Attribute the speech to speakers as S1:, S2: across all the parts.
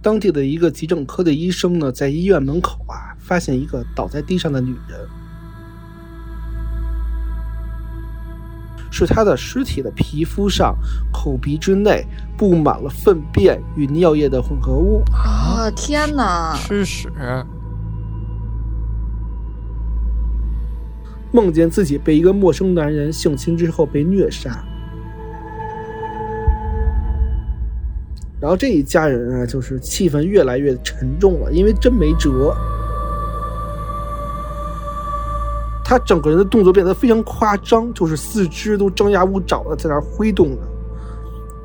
S1: 当地的一个急诊科的医生呢，在医院门口啊，发现一个倒在地上的女人，是她的尸体的皮肤上、口鼻之内布满了粪便与尿液的混合物。
S2: 啊，天哪！
S3: 吃屎！
S1: 梦见自己被一个陌生男人性侵之后被虐杀。然后这一家人啊，就是气氛越来越沉重了，因为真没辙。他整个人的动作变得非常夸张，就是四肢都张牙舞爪的在那儿挥动着，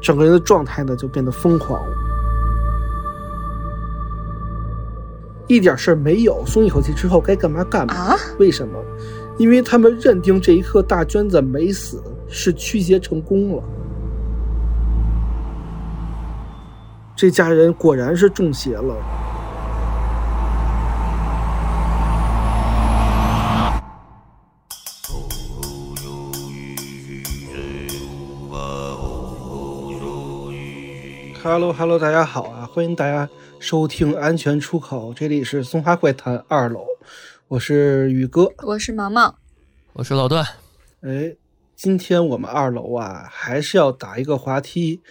S1: 整个人的状态呢就变得疯狂，一点事儿没有，松一口气之后该干嘛干嘛。
S2: 啊，
S1: 为什么？因为他们认定这一刻大娟子没死，是驱邪成功了。这家人果然是中邪了。Hello Hello，大家好啊！欢迎大家收听《安全出口》，这里是松花怪谈二楼，我是宇哥。
S2: 我是毛毛，
S3: 我是老段，
S1: 哎，今天我们二楼啊，还是要打一个滑梯，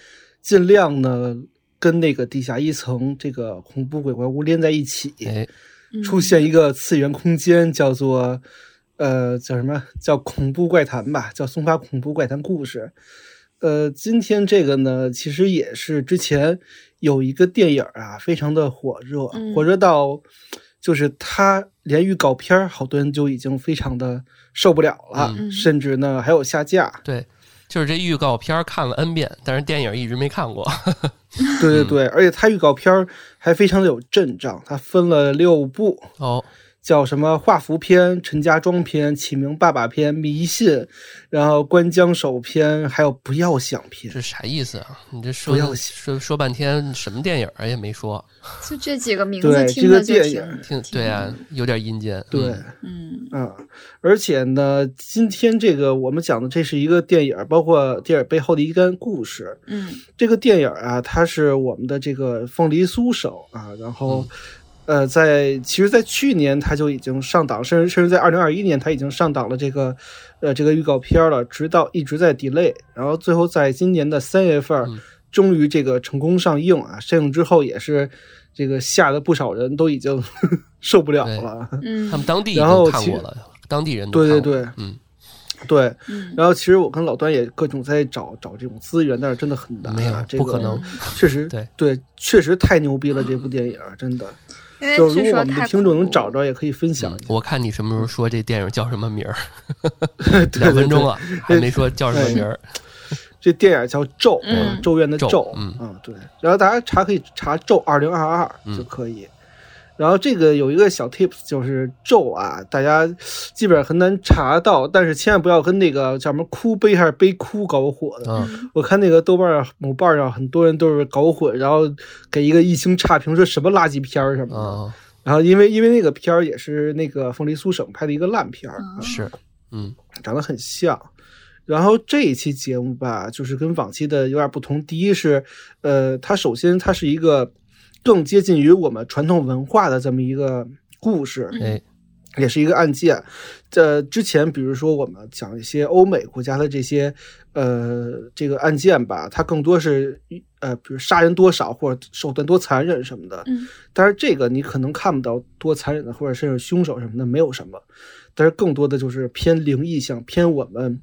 S1: 尽量呢跟那个地下一层这个恐怖鬼怪屋连在一起，
S3: 哎，
S2: 嗯
S1: 出现一个次元空间，叫做呃叫什么叫恐怖怪谈吧，叫松花恐怖怪谈故事。呃，今天这个呢，其实也是之前有一个电影啊，非常的火热，
S2: 嗯
S1: 火热到就是它连预告片儿，好多人就已经非常的受不了了，
S2: 嗯
S1: 甚至呢还有下架。
S3: 对，就是这预告片儿看了 n 遍，但是电影一直没看过。
S2: 嗯
S1: 对对对，而且它预告片儿还非常的有阵仗，它分了六部，
S3: 哦，
S1: 叫什么画符篇、陈家庄篇、启明爸爸篇、迷信，然后关江手篇，还有不要想篇。
S3: 这啥意思啊？你这说
S1: 不要写
S3: 说说半天什么电影儿也没说，
S2: 就这几个名字
S1: 对
S2: 听着
S1: 这
S2: 就
S1: 个电
S2: 挺
S1: 影
S3: 听对啊，有点阴间。
S1: 对，
S3: 嗯
S2: 嗯
S1: 啊、而且呢，今天这个我们讲的这是一个电影儿，包括电影背后的一段故事。
S2: 嗯
S1: 这个电影儿啊，它是我们的这个凤梨酥手啊，然后，
S3: 嗯
S1: 呃，在其实，在去年它就已经上档，甚至甚至在二零二一年它已经上档了这个，呃，这个预告片儿了，直到一直在 delay，然后最后在今年的三月份儿，
S3: 嗯
S1: 终于这个成功上映啊，上映之后也是这个吓得不少人都已经 受不了了，
S2: 嗯，
S3: 他们当地已
S1: 然后
S3: 经看
S1: 其
S3: 过
S1: 实
S3: 了，当地人都
S1: 对对
S3: 看过
S1: 对
S3: 了，嗯，
S1: 对。
S2: 嗯
S1: 然后其实我跟老段也各种在找找这种资源，但是真的很难、啊，
S3: 没有
S1: 这个
S3: 不可能。
S1: 确实，
S3: 对
S1: 确实太牛逼了，这部电影儿真的。
S2: 因为
S1: 就
S2: 据
S1: 如果
S2: 说
S1: 我们
S2: 太
S1: 的听众
S2: 恐
S1: 能
S2: 怖
S1: 找
S2: 了
S1: 着，也可以分享一下。
S3: 嗯我看你什么时候说这电影叫什么 名儿，
S1: 对对
S3: 两分
S1: 对哎
S3: 钟了还没说叫什么名儿。
S1: 这电影叫《咒》，啊
S2: 嗯
S1: 咒怨的
S3: 咒
S1: 咒，啊
S3: 嗯
S1: 对。然后大家查可以查《咒二零二二
S3: 嗯》
S1: 就可以。然后这个有一个小 tips 就是咒啊，大家基本上很难查到，但是千万不要跟那个叫什么哭悲还是悲哭搞混。
S3: 嗯，
S1: 我看那个豆瓣儿上、某瓣儿上很多人都是搞混，然后给一个一星差评，说什么垃圾片儿什么的。
S3: 哦，
S1: 然后因为因为那个片儿也是那个凤梨酥省拍的一个烂片儿，啊
S2: 啊
S3: 是，嗯，
S1: 长得很像。然后这一期节目吧，就是跟往期的有点不同。第一是，呃，它首先它是一个更接近于我们传统文化的这么一个故事，
S3: 哎，
S1: 也是一个案件。呃，之前比如说我们讲一些欧美国家的这些呃这个案件吧，它更多是呃比如杀人多少或者手段多残忍什么的。
S2: 嗯
S1: 但是这个你可能看不到多残忍的，或者甚至凶手什么的没有什么，但是更多的就是偏灵异向，偏我们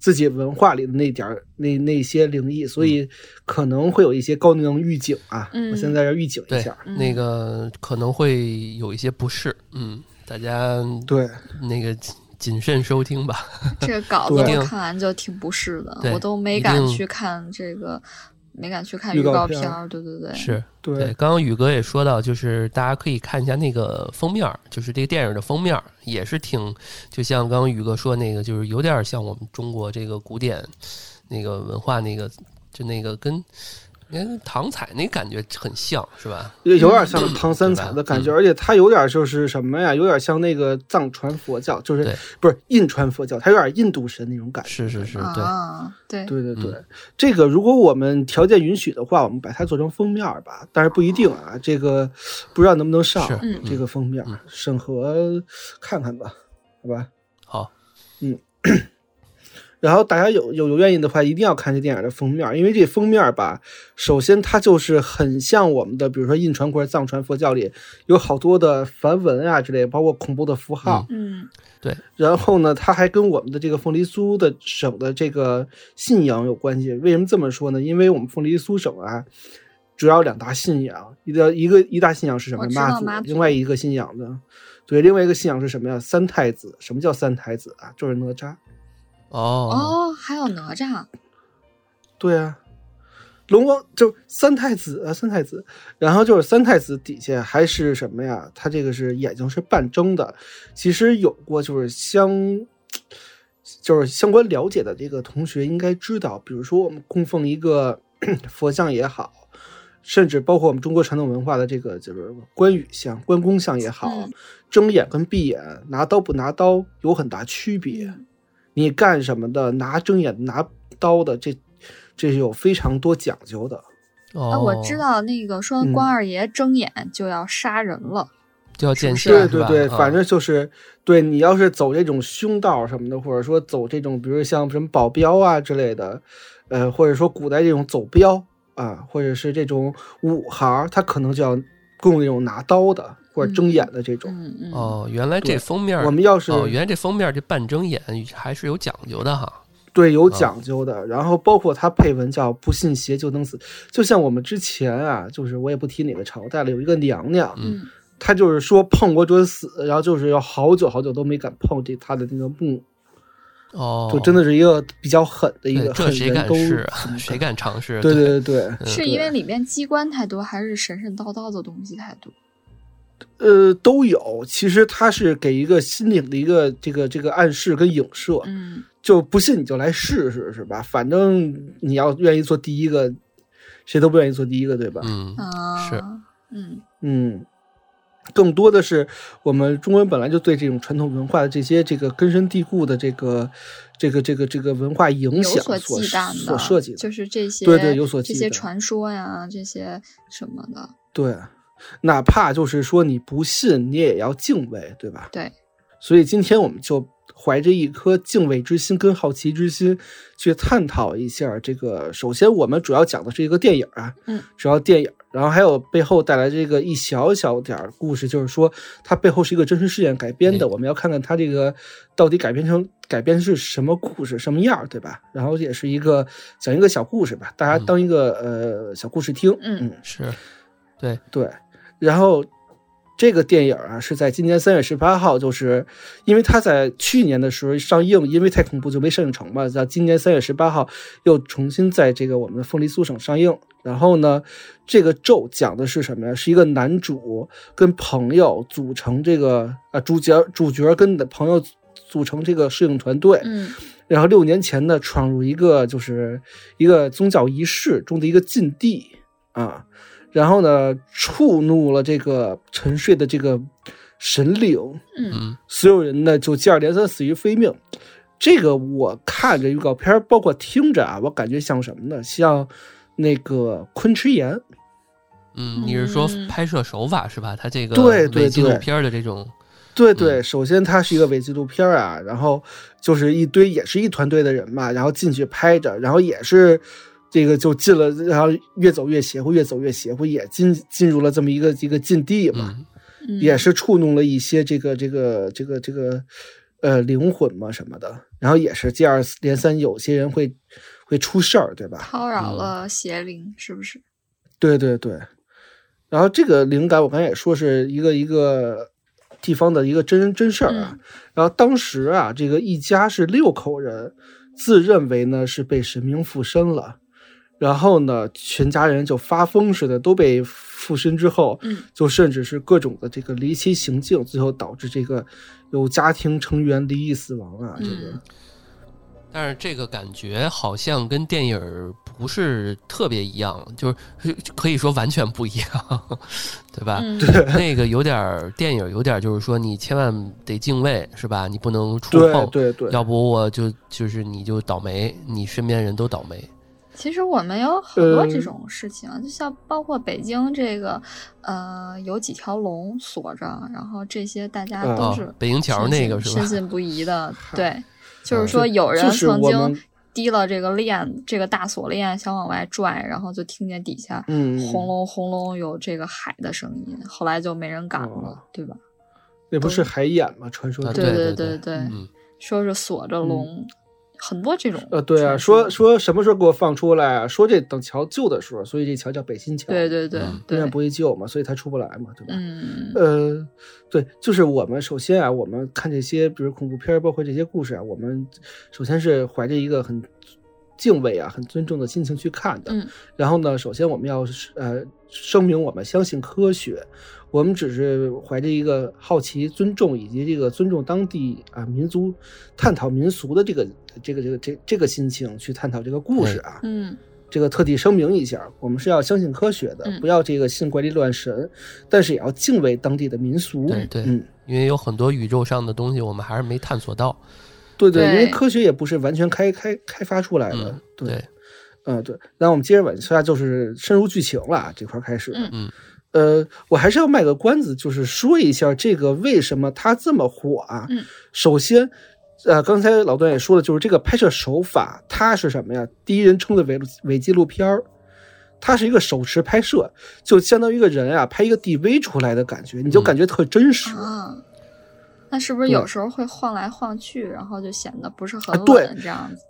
S1: 自己文化里的那点儿那那些灵异，所以可能会有一些高能预警啊。
S2: 嗯
S1: 我现在要预警一
S3: 对
S1: 下，，
S3: 那个可能会有一些不适，嗯，大家
S1: 对
S3: 那个谨谨慎收听吧。
S2: 这个稿子
S1: 对
S2: 我看完就挺不适的，
S3: 对
S2: 我都没
S3: 一
S2: 敢
S3: 定
S2: 去看这个，没敢去看
S1: 预
S2: 预
S1: 告
S2: 告
S1: 片
S2: 片
S1: 儿
S2: 儿。对对对，
S3: 是
S1: 对
S3: 对，刚刚宇哥也说到，就是大家可以看一下那个封面儿，就是这个电影的封面儿也是挺，就像刚刚宇哥说那个，就是有点像我们中国这个古典那个文化那个，就那个跟你看唐彩那感觉很像是吧？
S1: 有有点像唐三彩
S3: 对吧嗯
S1: 的感觉，而且它有点就是什么呀，有点像那个藏传佛教，就是
S3: 对
S1: 不是印传佛教，它有点印度神那种感觉。
S3: 是是是，对，
S2: 啊，对，
S1: 对对对，这个如果我们条件允许的话，我们把它做成封面儿吧，但是不一定啊，这个不知道能不能上
S3: 是
S2: 嗯
S1: 这个封面儿，审核看看吧，好吧。
S3: 好，
S1: 然后大家有有有愿意的话，一定要看这电影的封面儿，因为这封面儿吧，首先它就是很像我们的，比如说印传或者藏传佛教里有好多的梵文啊之类，包括恐怖的符号。
S2: 嗯
S1: 然后呢，它还跟我们的这个凤梨酥的省的这个信仰有关系。为什么这么说呢？因为我们凤梨酥省啊，主要有两大信仰，一个一个一大信仰是什么
S2: 我？知道
S1: 妈祖
S2: 妈，祖
S1: 另外一个信仰呢，对，另外一个信仰是什么呀？三太子。什么叫三太子啊？就是哪吒。
S3: 哦，
S2: 哦，还有哪吒，
S1: 对啊，龙王就三太子啊，三太子，然后就是三太子底下还是什么呀？他这个是眼睛是半睁的，其实有过就是相。就是相关了解的这个同学应该知道，比如说我们供奉一个 佛像也好，甚至包括我们中国传统文化的这个就是关羽像、关公像也好，
S2: 嗯
S1: 睁眼跟闭眼、拿刀不拿刀有很大区别。
S2: 嗯
S1: 你干什么的，拿睁眼拿刀的，这这是有非常多讲究的。
S2: 啊，
S3: 哦，
S2: 我知道那个说
S1: 嗯
S2: 关二爷睁眼就要杀人了，
S3: 就要见
S2: 是啊
S3: 血，
S2: 不
S1: 对
S2: 是
S1: 对对，
S3: 啊嗯
S1: 反正就是对你要是走这种凶道什么的，或者说走这种，比如像什么保镖啊之类的，呃，或者说古代这种走镖啊，或者是这种武行，他可能就要供那种拿刀的或者睁眼的这种。
S2: 嗯嗯，
S3: 哦，原来这
S1: 对
S3: 封面
S1: 我们要是、
S3: 哦，原来这封面这半睁眼还是有讲究的哈。
S1: 对，
S3: 啊
S1: 有讲究的。然后包括它配文叫“不信邪就能死”，就像我们之前啊，就是我也不提哪个朝代了，有一个娘娘，
S2: 嗯
S1: 她就是说碰我者死，然后就是有好久好久都没敢碰这她的那个墓，
S3: 哦，
S1: 就真的是一个比较狠的一
S3: 对
S1: 个，
S3: 这
S1: 狠
S3: 谁
S1: 人
S3: 敢
S1: 都
S3: 试
S1: 怎
S3: 啊？
S1: 么
S3: 谁
S1: 敢？
S3: 敢尝试？
S1: 对对对对，
S2: 是
S1: 嗯对
S2: 因为里面机关太多，还是神神叨叨的东西太多？
S1: 呃，都有。其实它是给一个心灵的一个这个这个暗示跟影射，
S2: 嗯，
S1: 就不信你就来试试，是吧？反正你要愿意做第一个，谁都不愿意做第一个，对吧？
S3: 嗯，
S2: 啊，
S3: 是，
S2: 嗯
S1: 嗯，更多的是我们中国人本来就对这种传统文化的这些这个根深蒂固的这个这个这个这个文化影
S2: 有
S1: 响
S2: 所忌惮的，
S1: 所涉及的，
S2: 就是这些
S1: 对对有所
S2: 这
S1: 忌
S2: 些
S1: 惮
S2: 传说呀，这些什么的，
S1: 对，哪怕就是说你不信，你也要敬畏，对吧？
S2: 对。
S1: 所以今天我们就怀着一颗敬畏之心跟好奇之心，去探讨一下这个。首先，我们主要讲的是一个电影啊，
S2: 嗯，
S1: 主要电影，然后还有背后带来这个一小小点儿故事，就是说它背后是一个真实事件改编的，
S3: 嗯
S1: 我们要看看它这个到底改编成改编是什么故事，什么样儿，对吧？然后也是一个讲一个小故事吧，大家当一个、呃小故事听，
S2: 嗯
S1: 嗯
S3: 是
S1: 对，然后这个电影啊是在今年三月十八号，就是因为它在去年的时候上映，因为太恐怖就没上映成嘛，在今年三月十八号又重新在这个我们的凤梨酥省上映。然后呢，这个《咒》讲的是什么呀？是一个男主跟朋友组成这个啊主角主角跟的朋友组成这个摄影团队，
S2: 嗯
S1: 然后六年前呢，闯入一个就是一个宗教仪式中的一个禁地啊，然后呢，触怒了这个呃沉睡的这个神灵，
S2: 嗯
S3: 嗯
S1: 所有人呢就接二连三死于非命。这个我看着预告片儿，包括听着啊，我感觉像什么呢？像那个昆池岩，
S3: 嗯，你是说
S2: 嗯
S3: 拍摄手法是吧？他这个
S1: 对对
S3: 伪纪录
S1: 对
S3: 片的这种，
S1: 对对，首先它是一个伪纪录片儿啊，然后就是一堆也是一团队的人嘛，然后进去拍着，然后也是这个就进了，然后越走越邪乎，越走越邪乎，也进进入了这么一个一个禁地嘛，
S3: 嗯
S2: 嗯，
S1: 也是触弄了一些这个这个这个这个呃灵魂嘛什么的，然后也是接二连三，有些人会会出事儿，对吧？
S2: 叨扰
S3: 嗯
S2: 了邪灵，是不是？
S1: 对对对，然后这个灵感我刚才也说是一个一个地方的一个真真事儿啊。
S2: 嗯
S1: 然后当时啊，这个一家是六口人，自认为呢是被神明附身了，然后呢全家人就发疯似的都被附身之后，
S2: 嗯
S1: 就甚至是各种的这个离奇行径，最后导致这个有家庭成员离异死亡啊，这个
S2: 嗯
S3: 但是这个感觉好像跟电影儿不是特别一样，就是可以说完全不一样， 对
S1: 啊
S3: 吧？
S2: 嗯，
S3: 那个有点儿电影，有点儿就是说你千万得敬畏，是吧？你不能触
S1: 对
S3: 碰，
S1: 对对，
S3: 要不我就就是你就倒霉，你身边人都倒霉。
S2: 其实我们有很多这
S1: 呃
S2: 种事情，啊就像包括北京这个，呃，有几条龙锁着，然后这些大家
S1: 啊
S2: 都
S3: 啊
S2: 是、，
S3: 北京桥那个是吧
S2: 深？信不 疑的，
S1: 嗨
S2: 对， 就是说
S1: 嗯就
S2: 有人
S1: 就是
S2: 曾
S1: 我们
S2: 经提了这个链，这个大锁链想往外拽，然后就听见底下
S1: 嗯，
S2: 轰隆轰隆有这个海的声音，后来就没人敢
S1: 哦
S2: 了，对吧？
S1: 那不是海眼吗？传说
S3: 啊
S1: 中
S2: 对
S3: 对
S2: 对
S3: 对
S2: 对，
S3: 嗯，
S2: 说是锁着龙，很多这种
S1: 嗯呃，对啊，
S2: 传说
S1: 说说什么时候给我放出来啊？说这等桥旧的时候，所以这桥叫北新桥，
S2: 对对对
S3: 嗯
S1: 永
S2: 对
S1: 远，不会旧嘛，所以它出不来嘛，对吧？
S2: 嗯
S1: 呃，对，就是我们首先啊，我们看这些，比如恐怖片儿，包括这些故事啊，我们首先是怀着一个很敬畏啊、很尊重的心情去看的。
S2: 嗯
S1: 然后呢，首先我们要是呃声明，我们相信科学，我们只是怀着一个好奇、尊重以及这个尊重当地啊民族、探讨民俗的这个这个这个这这个心情去探讨这个故事啊。
S2: 嗯
S1: 这个特地声明一下，我们是要相信科学的，
S2: 嗯
S1: 不要这个信怪力乱神，但是也要敬畏当地的民俗。
S3: 对对
S1: 嗯，
S3: 因为有很多宇宙上的东西我们还是没探索到。
S1: 对对，因为
S2: 对
S1: 科学也不是完全开开开发出来的。
S3: 嗯
S1: 对，
S3: 对，
S1: 嗯对。那我们接着往下就是深入剧情了，啊这块开始。
S2: 嗯
S3: 嗯，
S1: 呃，我还是要卖个关子，就是说一下这个为什么它这么火啊？
S2: 嗯
S1: 首先。呃，刚才老段也说了，就是这个拍摄手法，它是什么呀？第一人称的伪伪纪录片儿，它是一个手持拍摄，就相当于一个人啊拍一个 DV 出来的感觉，你就
S3: 嗯
S1: 感觉特真实。
S2: 啊。那是不是
S1: 对
S2: 有时候会晃来晃去，然后就显得不是很
S1: 啊对
S2: 稳这样子？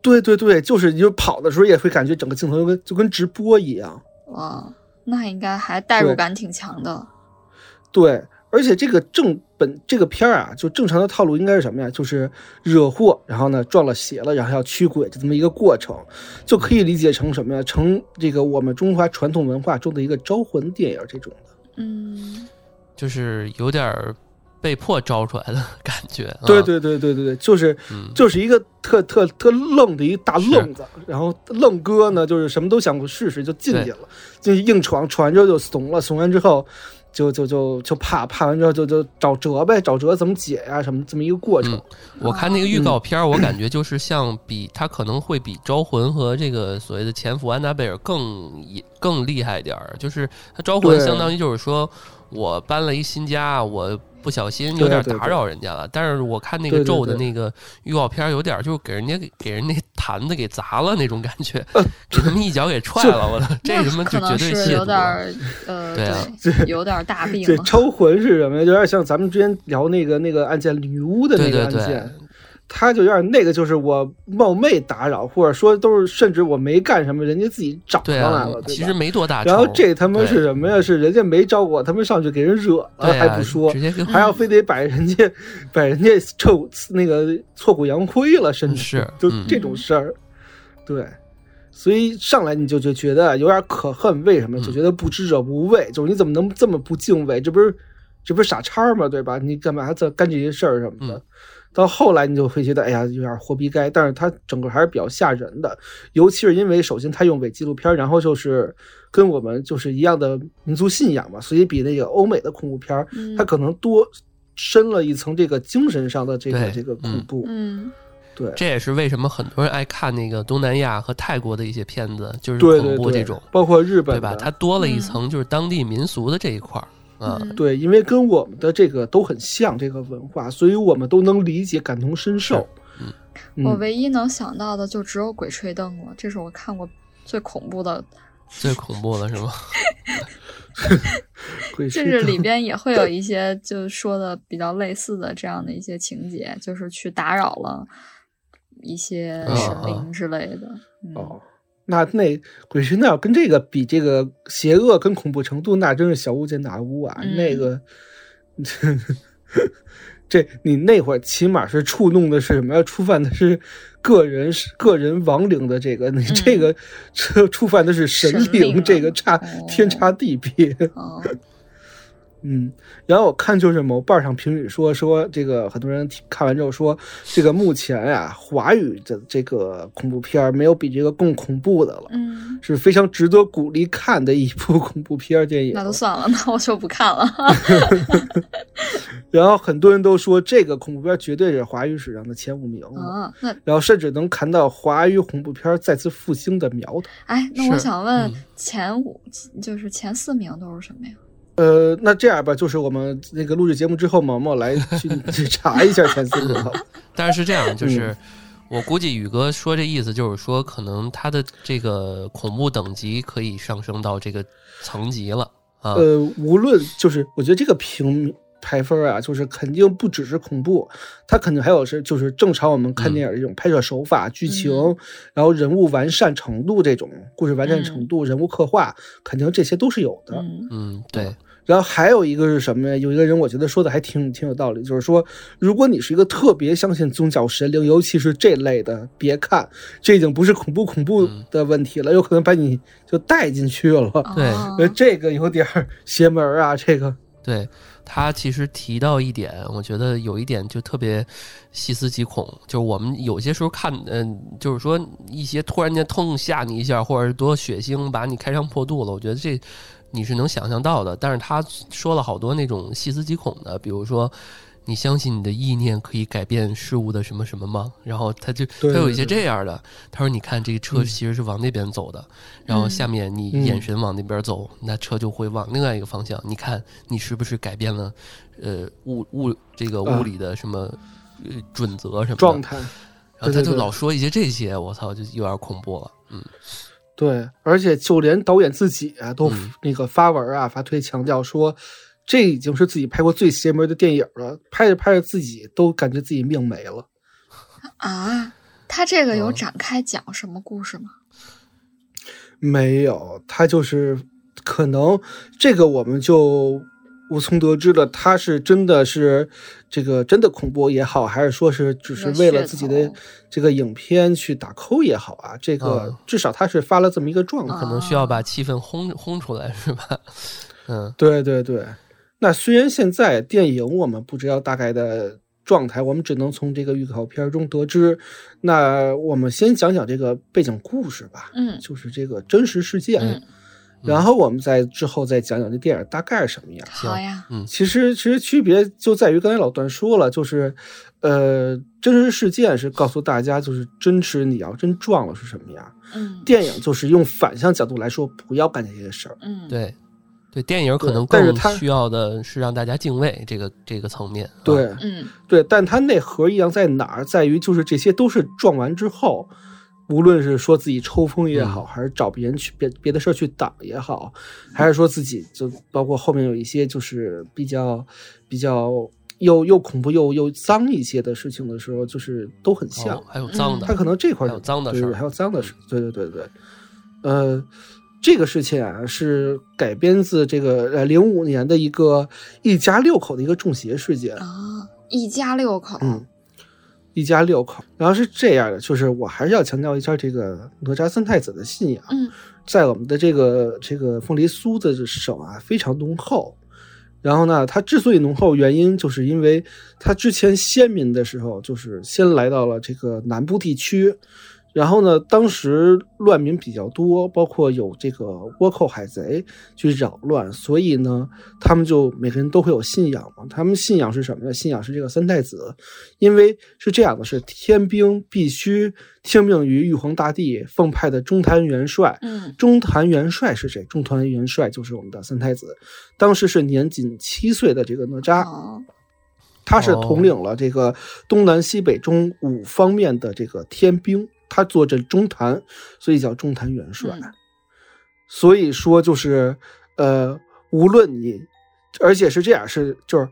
S1: 对对对，就是你就跑的时候也会感觉整个镜头就跟就跟直播一样。
S2: 哇，那应该还代入
S1: 对
S2: 感挺强的。
S1: 对，而且这个正本这个片儿啊，就正常的套路应该是什么呀？就是惹祸，然后呢撞了邪了，然后要驱鬼，就这么一个过程，就可以理解成什么呀？成这个我们中华传统文化中的一个招魂电影这种的。
S2: 嗯，
S3: 就是有点儿被迫招出来的感觉。啊
S1: 对，对对对对对，就是
S3: 嗯，
S1: 就是一个特特特愣的一大
S3: 是
S1: 愣子，然后愣哥呢就是什么都想试试就进去了，就硬闯，闯完之后就怂了，怂完之后就就就就怕，怕完之后就就找辙呗，找辙怎么解呀、什么这么一个过程。
S3: 嗯我看那个预告片儿，我感觉就是像比它可能会比《招魂》和这个所谓的《潜伏安娜贝尔》更也更厉害点儿。就是它《招魂》
S1: 对
S3: 相当于就是说我搬了一新家，我不小心有
S1: 对
S3: 点
S1: 对
S3: 打
S1: 对
S3: 扰人家了。但是我看那
S1: 对对
S3: 个咒的
S1: 对
S3: 那个预告片儿，有点儿就是给人家给人那坛子给砸了那种感觉
S1: 呃，
S3: 给他们一脚给踹了。我的这
S2: 那
S3: 什么
S2: 可
S3: 就绝
S2: 能
S3: 对
S2: 是
S3: 亵
S2: 有
S3: 渎
S2: 点
S3: 了。
S2: 儿呃，
S3: 对啊
S2: 有点儿大病
S1: 这
S2: 了。
S1: 招魂是什么呀？有点像咱们之前聊那个那个案件女巫的那
S3: 对
S1: 个
S3: 对
S1: 案
S3: 对
S1: 件，，他就有点那个，就是我冒昧打扰，或者说都是甚至我没干什么，人家自己找上
S3: 对
S1: 来
S3: 啊
S1: 了，，对
S3: 其
S1: 吧
S3: 实没多大仇。
S1: 然后这他妈
S3: 对
S1: 是什么呀？是人家没招我，他们上去给人惹了、
S3: 对
S1: 还
S3: 啊，
S1: 不说
S3: 直，接给
S1: 还要非得把人家把人家彻骨那个挫骨扬灰了，甚至
S3: 是
S1: 就
S3: 嗯
S1: 这种事儿，对。所以上来你就就觉得有点可恨，为什么？
S3: 嗯
S1: 就觉得不知者无畏，就是你怎么能这么不敬畏？这不是这不是傻叉吗？对吧？你干嘛在干这些事儿什么的？
S3: 嗯
S1: 到后来你就会觉得，哎呀，有点活逼该。但是它整个还是比较吓人的，尤其是因为首先它用伪纪录片，然后就是跟我们就是一样的民族信仰嘛，所以比那个欧美的恐怖片儿
S2: 嗯
S1: 它可能多深了一层这个精神上的这个
S3: 对
S1: 这个恐
S3: 嗯
S1: 怖。
S2: 嗯
S1: 对，
S3: 这也是为什么很多人爱看那个东南亚和泰国的一些片子，就是
S1: 对对
S3: 恐怖
S1: 对，
S3: 这种，
S1: 包括日本
S3: 对吧？
S1: 的
S3: 它多了一
S2: 嗯
S3: 层就是当地民俗的这一块儿啊，
S2: 嗯
S1: 对，因为跟我们的这个都很像，这个文化，所以我们都能理解、感同身受。嗯
S2: 我唯一能想到的就只有《鬼吹灯》了，这是我看过最恐怖的，
S3: 最恐怖了是吗？
S1: 鬼
S2: 就
S1: 吹
S2: 是
S1: 灯
S2: 里边也会有一些就是说的比较类似的这样的一些情节，就是去打扰了一些
S3: 啊
S2: 神
S3: 啊
S2: 灵之类的。嗯
S1: 哦，那那鬼吹灯要跟这个比，这个邪恶跟恐怖程度，那真是小巫见大巫啊！
S2: 嗯
S1: 那个，这你那会儿起码是触弄的是什么呀？触犯的是个人是个人亡灵的这个，你这个 这触犯的是神
S2: 嗯神
S1: 灵，
S2: 灵啊哦
S1: 这
S2: 了
S1: 个差天
S2: 哦
S1: 差地别。
S2: 哦，
S1: 嗯，然后我看就是某瓣上评语说说这个很多人提看完之后说，这个目前呀、华语的这个恐怖片儿没有比这个更恐怖的了，
S2: 嗯，
S1: 是非常值得鼓励看的一部恐怖片儿电影。
S2: 那就算了， 那我就不看了。
S1: 嗯然后很多人都说这个恐怖片儿绝对是华语史上的前五名了，
S2: 啊，那
S1: 然后甚至能看到华语恐怖片儿再次复兴的苗头。
S2: 哎，那
S1: 啊
S2: 我
S3: 是
S2: 想问
S3: 嗯，
S2: 前五、就是前四名都是什么呀？
S1: 呃，那这样吧，就是我们那个录制节目之后，毛毛来去去查一下前四名好吧。
S3: 但是是这样，
S1: 嗯
S3: 就是我估计宇哥说这意思就是说，可能他的这个恐怖等级可以上升到这个层级了啊。
S1: 呃，无论就是我觉得这个评排分啊，就是肯定不只是恐怖，它肯定还有是就是正常我们看电影的这种拍摄手法、剧情，
S3: 嗯
S1: 然后人物完善程度这种故事完善程度、人物刻画，肯定这些都是有的。
S2: 嗯
S3: 嗯，
S1: 呃
S3: 对，
S1: 然后还有一个是什么呀？有一个人我觉得说的还挺挺有道理，就是说，如果你是一个特别相信宗教神灵，尤其是这类的，别看这已经不是恐怖恐怖
S3: 嗯
S1: 的问题了，有可能把你就带进去了。
S3: 对
S2: 哦
S1: 呃，这个有点儿邪门儿啊，这个
S3: 对他其实提到一点，我觉得有一点就特别细思极恐，就是我们有些时候看，嗯、就是说一些突然间腾吓你一下，或者是多血腥把你开膛破肚了，我觉得这你是能想象到的。但是他说了好多那种细思极恐的，比如说。你相信你的意念可以改变事物的什么什么吗？然后他就他
S1: 对
S3: 有一些
S1: 对嗯对
S3: 这样的，他说：“你看这个车其实是往那边走的，然后
S2: 嗯
S3: 下面你
S1: 嗯
S3: 眼神往那边走，那车就会往另外一个方向。你看你是不是改变了，呃，物物这个
S1: 啊
S3: 物理的什么、呃准则什么的
S1: 状？态。
S3: 然后他
S1: 对对
S3: 就
S1: 对
S3: 老说一些这些，我操，就有点恐怖了。嗯
S1: 对，而且就连导演自己啊，都
S3: 嗯
S1: 那个发文啊、发推强调说，这已经是自己拍过最邪门的电影了。拍着拍着，自己都感觉自己命没了。
S2: 啊，他这个有
S3: 嗯
S2: 展开讲什么故事吗？
S1: 没有，他就是可能这个我们就无从得知了。他是真的是这个真的恐怖也好，还是说是只是为了自己
S2: 一个
S1: 的
S2: 噱头
S1: 这个影片去打 call 也好啊，这
S3: 嗯
S1: 个至少他是发了这么一个状态。
S3: 可能需要把气氛轰轰出来，是吧？ 嗯，
S1: 对对对，那虽然现在电影我们不知道大概的状态，我们只能从这个预告片中得知。那我们先讲讲这个背景故事吧，
S2: 嗯
S1: 就是这个真实事件，
S2: 嗯，
S1: 然后我们再之后再讲讲这电影大概是什么样。
S2: 好呀，
S1: 其实，其实区别就在于刚才老段说了，就是，呃，真实事件是告诉大家，就是真实你要真撞了是什么样。
S2: 嗯
S1: 电影就是用反向角度来说，不要干这些事儿。
S2: 嗯，
S3: 对对，电影可
S1: 对
S3: 能
S1: 但是
S3: 更
S1: 他
S3: 需要的是让大家敬畏这个这个层面。啊
S1: 对，
S2: 嗯
S1: 对，但它内核一样在哪儿？在于就是这些都是撞完之后，无论是说自己抽风也
S3: 嗯
S1: 好，还是找别人去别别的事儿去挡也好，还是说自己就包括后面有一些就是比较比较又又恐怖又又脏一些的事情的时候，就是都很像
S3: 哦。还有脏的
S1: 他，可能这块儿
S3: 还有脏的
S1: 对
S3: 事儿嗯
S1: 对还有脏的事，对对对对，呃，这个事情啊是改编自这个呃零五年的一个一家六口的一个中邪事 件。
S2: 啊，一家六口，
S1: 嗯，一家六口。然后是这样的，就是我还是要强调一下这个哪吒三太子的信仰，
S2: 嗯
S1: 在我们的这个这个凤梨酥的手啊非常浓厚。然后呢，它之所以浓厚，原因就是因为它之前先民的时候，就是先来到了这个南部地区。然后呢，当时乱民比较多，包括有这个倭寇海贼去扰乱，所以呢，他们就每个人都会有信仰嘛。他们信仰是什么呢？信仰是这个三太子，因为是这样的，是天兵必须听命于玉皇大帝奉派的中坛元帅。
S2: 嗯
S1: 中坛元帅是谁？中坛元帅就是我们的三太子，当时是年仅七岁的这个哪吒，
S2: 哦
S1: 他是
S3: 哦
S1: 统领了这个东南西北中五方面的这个天兵，他坐镇中坛，所以叫中坛元帅。
S2: 嗯
S1: 所以说就是，呃，无论你，而且是这样，是就是，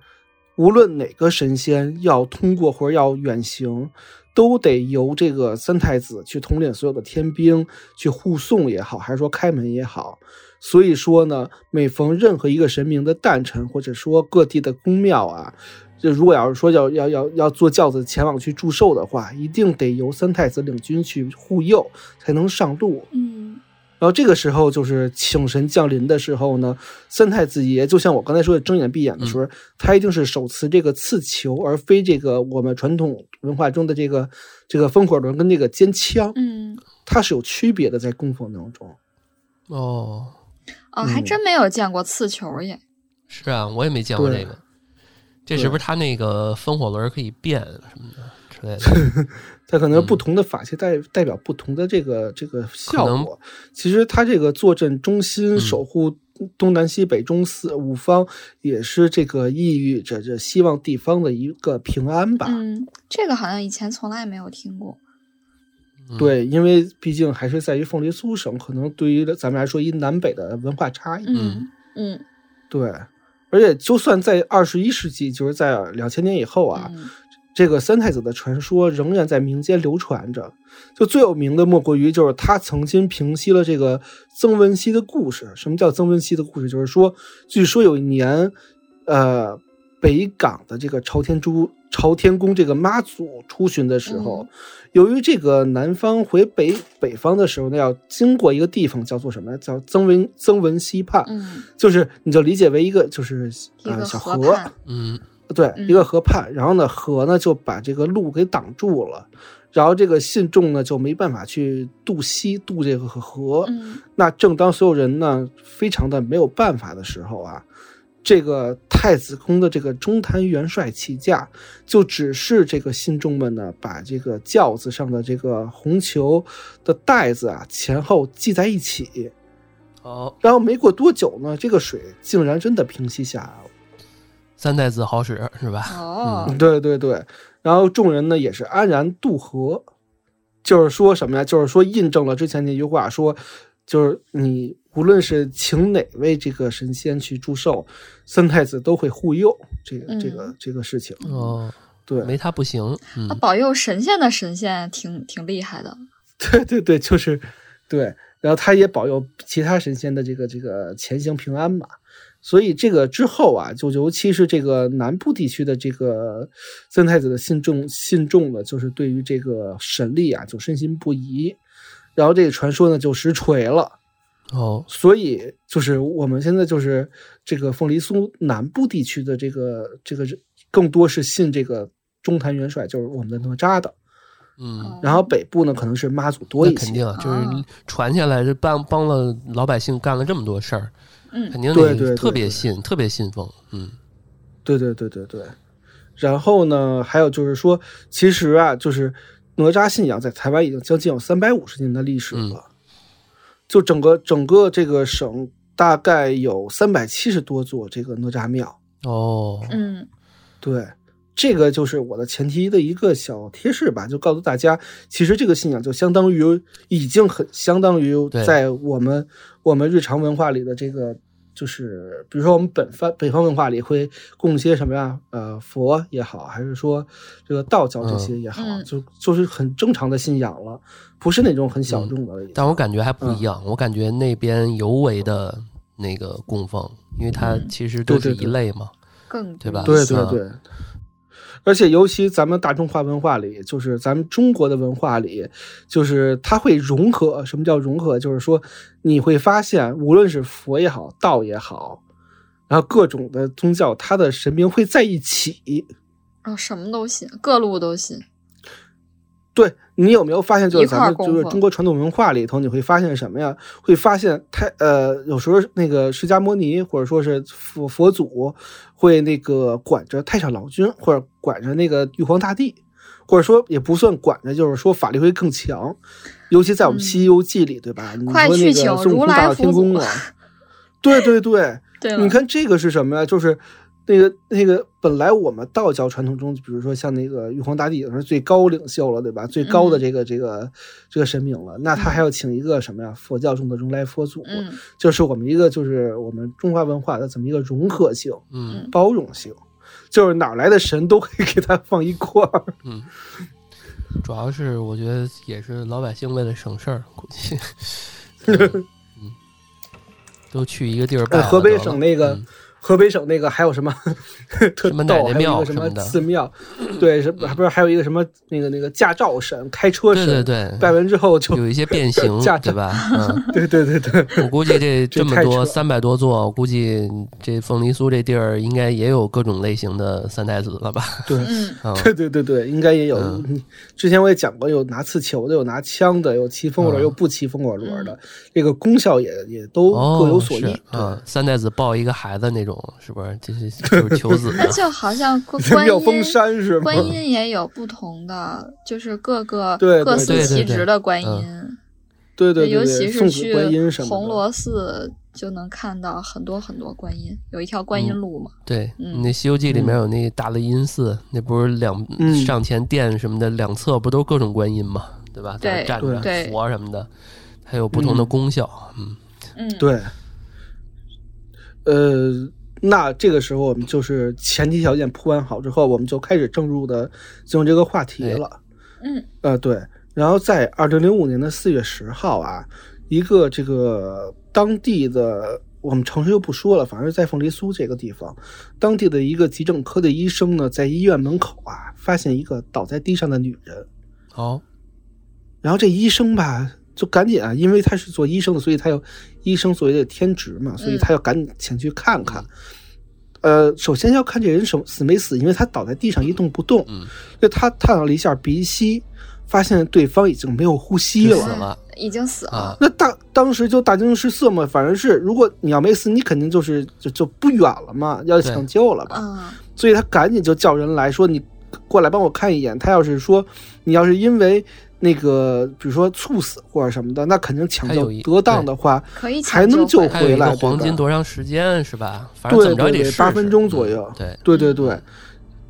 S1: 无论哪个神仙要通过或者要远行，都得由这个三太子去统领所有的天兵去护送也好，还是说开门也好。所以说呢，每逢任何一个神明的诞辰，或者说各地的宫庙啊，就如果要是说要要要要坐轿子前往去祝寿的话，一定得由三太子领军去护佑，才能上路。
S2: 嗯
S1: 然后这个时候就是请神降临的时候呢，三太子爷就像我刚才说的睁眼闭眼的
S3: 嗯
S1: 时候，他一定是手持这个刺球，而非这个我们传统文化中的这个这个风火轮跟这个尖枪，
S2: 嗯，
S1: 它是有区别的，在供奉当中。
S3: 哦，
S2: 哦，还
S1: 嗯
S2: 真没有见过刺球耶。
S3: 是啊，我也没见过
S1: 对
S3: 这个。这是不是他那个风火轮可以变什么的之 类的？
S1: 它可能
S3: 嗯
S1: 不同的法器代代表不同的这个这个效
S3: 能
S1: 果。其实它这个坐镇中心，
S3: 嗯
S1: 守护东南西北中四五方，也是这个意喻着这希望地方的一个平安吧。
S2: 嗯，这个好像以前从来没有听过。
S3: 嗯，
S1: 对，因为毕竟还是在于凤梨酥省，可能对于咱们来说，以南北的文化差异，
S3: 嗯
S2: 嗯
S1: 对。而且，就算在二十一世纪，就是在两千年以后啊，
S2: 嗯
S1: 这个三太子的传说仍然在民间流传着。就最有名的莫过于就是他曾经平息了这个曾文熙的故事。什么叫曾文熙的故事？就是说，据说有一年，呃，北港的这个朝天珠朝天宫这个妈祖出巡的时
S2: 嗯
S1: 候，由于这个南方回北北方的时候呢，要经过一个地方叫做什么呀？叫曾文曾文溪畔，
S2: 嗯，
S1: 就是你就理解为一个就是
S2: 一
S1: 呃
S2: 个
S1: 小
S2: 河
S1: 河。
S2: 畔。
S3: 嗯，
S1: 对，
S2: 嗯
S1: 一个河畔，然后呢，河呢就把这个路给挡住了，然后这个信众呢就没办法去渡溪渡这个河。
S2: 嗯
S1: 那正当所有人呢非常的没有办法的时候啊，这个太子宫的这个中坛元帅起驾，就指示这个信众们呢把这个轿子上的这个红球的带子啊前后系在一起，
S3: 好，
S1: 然后没过多久呢，这个水竟然真的平息下来了。
S3: 三太子好使是吧？
S2: 哦，
S1: 对对对，然后众人呢也是安然渡河，就是说什么呀？就是说印证了之前那句话，说就是你无论是请哪位这个神仙去祝寿，三太子都会护佑这个、这个
S2: 嗯啊
S1: 这个事情。
S3: 哦，
S1: 对，
S3: 没他不行。嗯
S2: 那，保佑神仙的神仙挺挺厉害的。
S1: 对对对，就是对。然后他也保佑其他神仙的这个这个前行平安嘛。所以这个之后啊，就尤其是这个南部地区的这个三太子的信众信众呢，就是对于这个神力啊，就深信不疑。然后这个传说呢就实锤了，
S3: 哦，
S1: 所以就是我们现在就是这个凤梨酥南部地区的这个这个更多是信这个中坛元帅，就是我们的哪吒的。
S2: 哦
S3: 嗯，
S1: 然后北部呢可能是妈祖多
S3: 那
S1: 一些，
S3: 肯定啊，就是
S2: 啊
S3: 传下来，这帮帮了老百姓干了这么多事儿，
S2: 嗯
S3: 肯定
S1: 对
S3: 得
S1: 对对
S3: 特别
S1: 对
S3: 信，特别信奉。嗯，
S1: 对对对对对。然后呢，还有就是说，其实啊，就是哪吒信仰在台湾已经将近有三百五十年的历史了，就整个整个这个省大概有三百七十多座这个哪吒庙。
S3: 哦，
S2: 嗯
S1: 对，这个就是我的前提的一个小贴士吧，就告诉大家，其实这个信仰就相当于已经很相当于
S3: 对
S1: 在我们我们日常文化里的这个。就是，比如说我们本方北方文化里会供一些什么呀？呃，佛也好，还是说这个道教这些也好，
S2: 嗯嗯
S1: 就就是很正常的信仰了，不是那种很小众的了已经。
S3: 但我感觉还不一
S1: 嗯
S3: 样，我感觉那边尤为的那个供奉，因为它
S2: 嗯
S3: 其实都
S1: 对
S3: 是
S1: 对
S3: 一
S1: 对
S3: 类嘛。
S2: 更
S3: 对吧
S2: 不一
S1: 对
S2: 样
S1: 对
S3: 啊
S1: 对，而且尤其咱们大众化文化里，就是咱们中国的文化里，就是它会融合。什么叫融合？就是说你会发现，无论是佛也好，道也好，然后各种的宗教，它的神明会在一起。
S2: 哦，什么都信，各路都信。
S1: 对你有没有发现，就
S2: 一
S1: 是
S2: 块
S1: 咱们
S2: 儿供
S1: 就是
S2: 奉
S1: 中国传统文化里头，你会发现什么呀？会发现太呃，有时候那个释迦摩尼或者说是佛佛祖会那个管着太上老君，或者管着那个玉皇大帝，或者说也不算管着，就是说法力会更强。尤其在我们《
S2: 嗯
S1: 西游记》里，对吧？你
S2: 快
S1: 说
S2: 去
S1: 那
S2: 请
S1: 个孙悟
S2: 如
S1: 空
S2: 来
S1: 大闹
S2: 佛
S1: 天
S2: 祖
S1: 宫啊，对对对，
S2: 对
S1: 你
S2: 了，
S1: 看这个是什么呀？就是那个那个，本来我们道教传统中，比如说像那个玉皇大帝已经是最高领袖了，对
S2: 嗯
S1: 吧？最高的这个、这个这个神明了，那他还要请一个什么呀？佛教中的如来佛祖，
S2: 嗯
S1: 就是我们一个就是我们中华文化的这么一个融合性、
S3: 嗯
S2: 嗯
S1: 包容性。就是哪儿来的神都可以给他放一块儿，
S3: 嗯，主要是我觉得也是老百姓为了省事儿，估 计，嗯，嗯都去一个地儿拜
S1: 呃
S3: 了
S1: 哎河北
S3: 得了
S1: 省那个
S3: 嗯
S1: 河北省那个还有什么 特
S3: 什么奶
S1: 逗，
S3: 奶
S1: 还有一
S3: 庙
S1: 个
S3: 什
S1: 什
S3: 么
S1: 么
S3: 的
S1: 寺庙，对，什么不是还有一个什么那个那个驾照神、开车
S3: 对
S1: 神，
S3: 对对，
S1: 拜完之后就，
S3: 嗯有一些变形
S1: 驾
S3: 对吧？嗯，
S1: 对对对 对，
S3: 我估计这
S1: 这
S3: 这么
S1: 太扯
S3: 多
S1: 了
S3: 三百多座，我估计这凤梨酥这地儿应该也有各种类型的三太子了吧？
S2: 嗯，
S3: 嗯，
S1: 对对对对，应该也有。
S3: 嗯
S1: 嗯之前我也讲过，有拿刺球的，有拿枪的，有骑风火轮，
S3: 嗯
S1: 有不骑风火轮
S2: 嗯
S1: 的，这个功效也也都各有所
S3: 哦
S1: 异。
S3: 是嗯，三太子抱一个孩子那种，是不是？就是就是求子啊
S2: 那就 好像观
S1: 对
S2: 观
S1: 妙
S2: 音
S1: 峰山是吗
S2: 观？音也有不同的，就是各个
S1: 对对
S2: 各司
S1: 对
S3: 对
S2: 其
S3: 对
S2: 职的观
S3: 嗯
S2: 音，
S1: 对对
S2: 尤
S1: 对
S2: 其
S1: 对，
S2: 是
S1: 送子
S2: 去
S1: 观音什么的。
S2: 红螺寺就能看到很多很多观音，有一条观音路嘛。
S3: 对，
S2: 嗯
S3: 那《西游记》里面有那大雷音寺，那不是两、
S1: 嗯
S3: 上前殿什么的，两侧不都是各种观音嘛，对吧？在那
S2: 对
S3: 站着
S2: 对
S3: 佛啊什么的，它有不同的
S1: 嗯
S3: 功效。嗯，
S2: 嗯，
S1: 对，呃，那这个时候我们就是前提条件铺完好之后，我们就开始正入的进入这个话题
S3: 哎
S1: 了。
S2: 嗯
S1: 呃，对。然后在二零零五年的四月十号啊，一个这个当地的我们城市就不说了，反正是在凤梨酥这个地方，当地的一个急诊科的医生呢，在医院门口啊，发现一个倒在地上的女人。
S3: 好、
S1: 然后这医生吧，就赶紧啊，因为他是做医生的，所以他有医生作为的天职
S3: 嗯
S1: 嘛，所以他要赶紧前去看看。呃，首先要看这人死死没死，因为他倒在地上一动不动。
S3: 嗯，
S1: 所以他探了一下鼻息，发现对方已经没有呼吸
S3: 就
S1: 了
S3: 死。了
S2: 已经死了。
S3: 啊！
S1: 那大当时就大惊失色嘛，反正是如果你要没死，你肯定就是就就不远了嘛，要
S3: 对
S1: 抢救了吧。
S2: 嗯
S1: 所以他赶紧就叫人来说，你过来帮我看一眼。他要是说你要是因为那个比如说猝死或者什么的，那肯定抢
S3: 还有
S1: 救
S3: 一嗯
S1: 得当的话，
S2: 可以
S1: 还
S2: 抢
S1: 能
S2: 救
S1: 救
S3: 还有一
S1: 回来
S3: 个黄
S1: 对吧
S3: 金多长时间是吧？反正怎么着也
S1: 对
S3: 得
S1: 对对
S3: 试试
S1: 八分钟左右
S3: 嗯对，
S1: 对对对。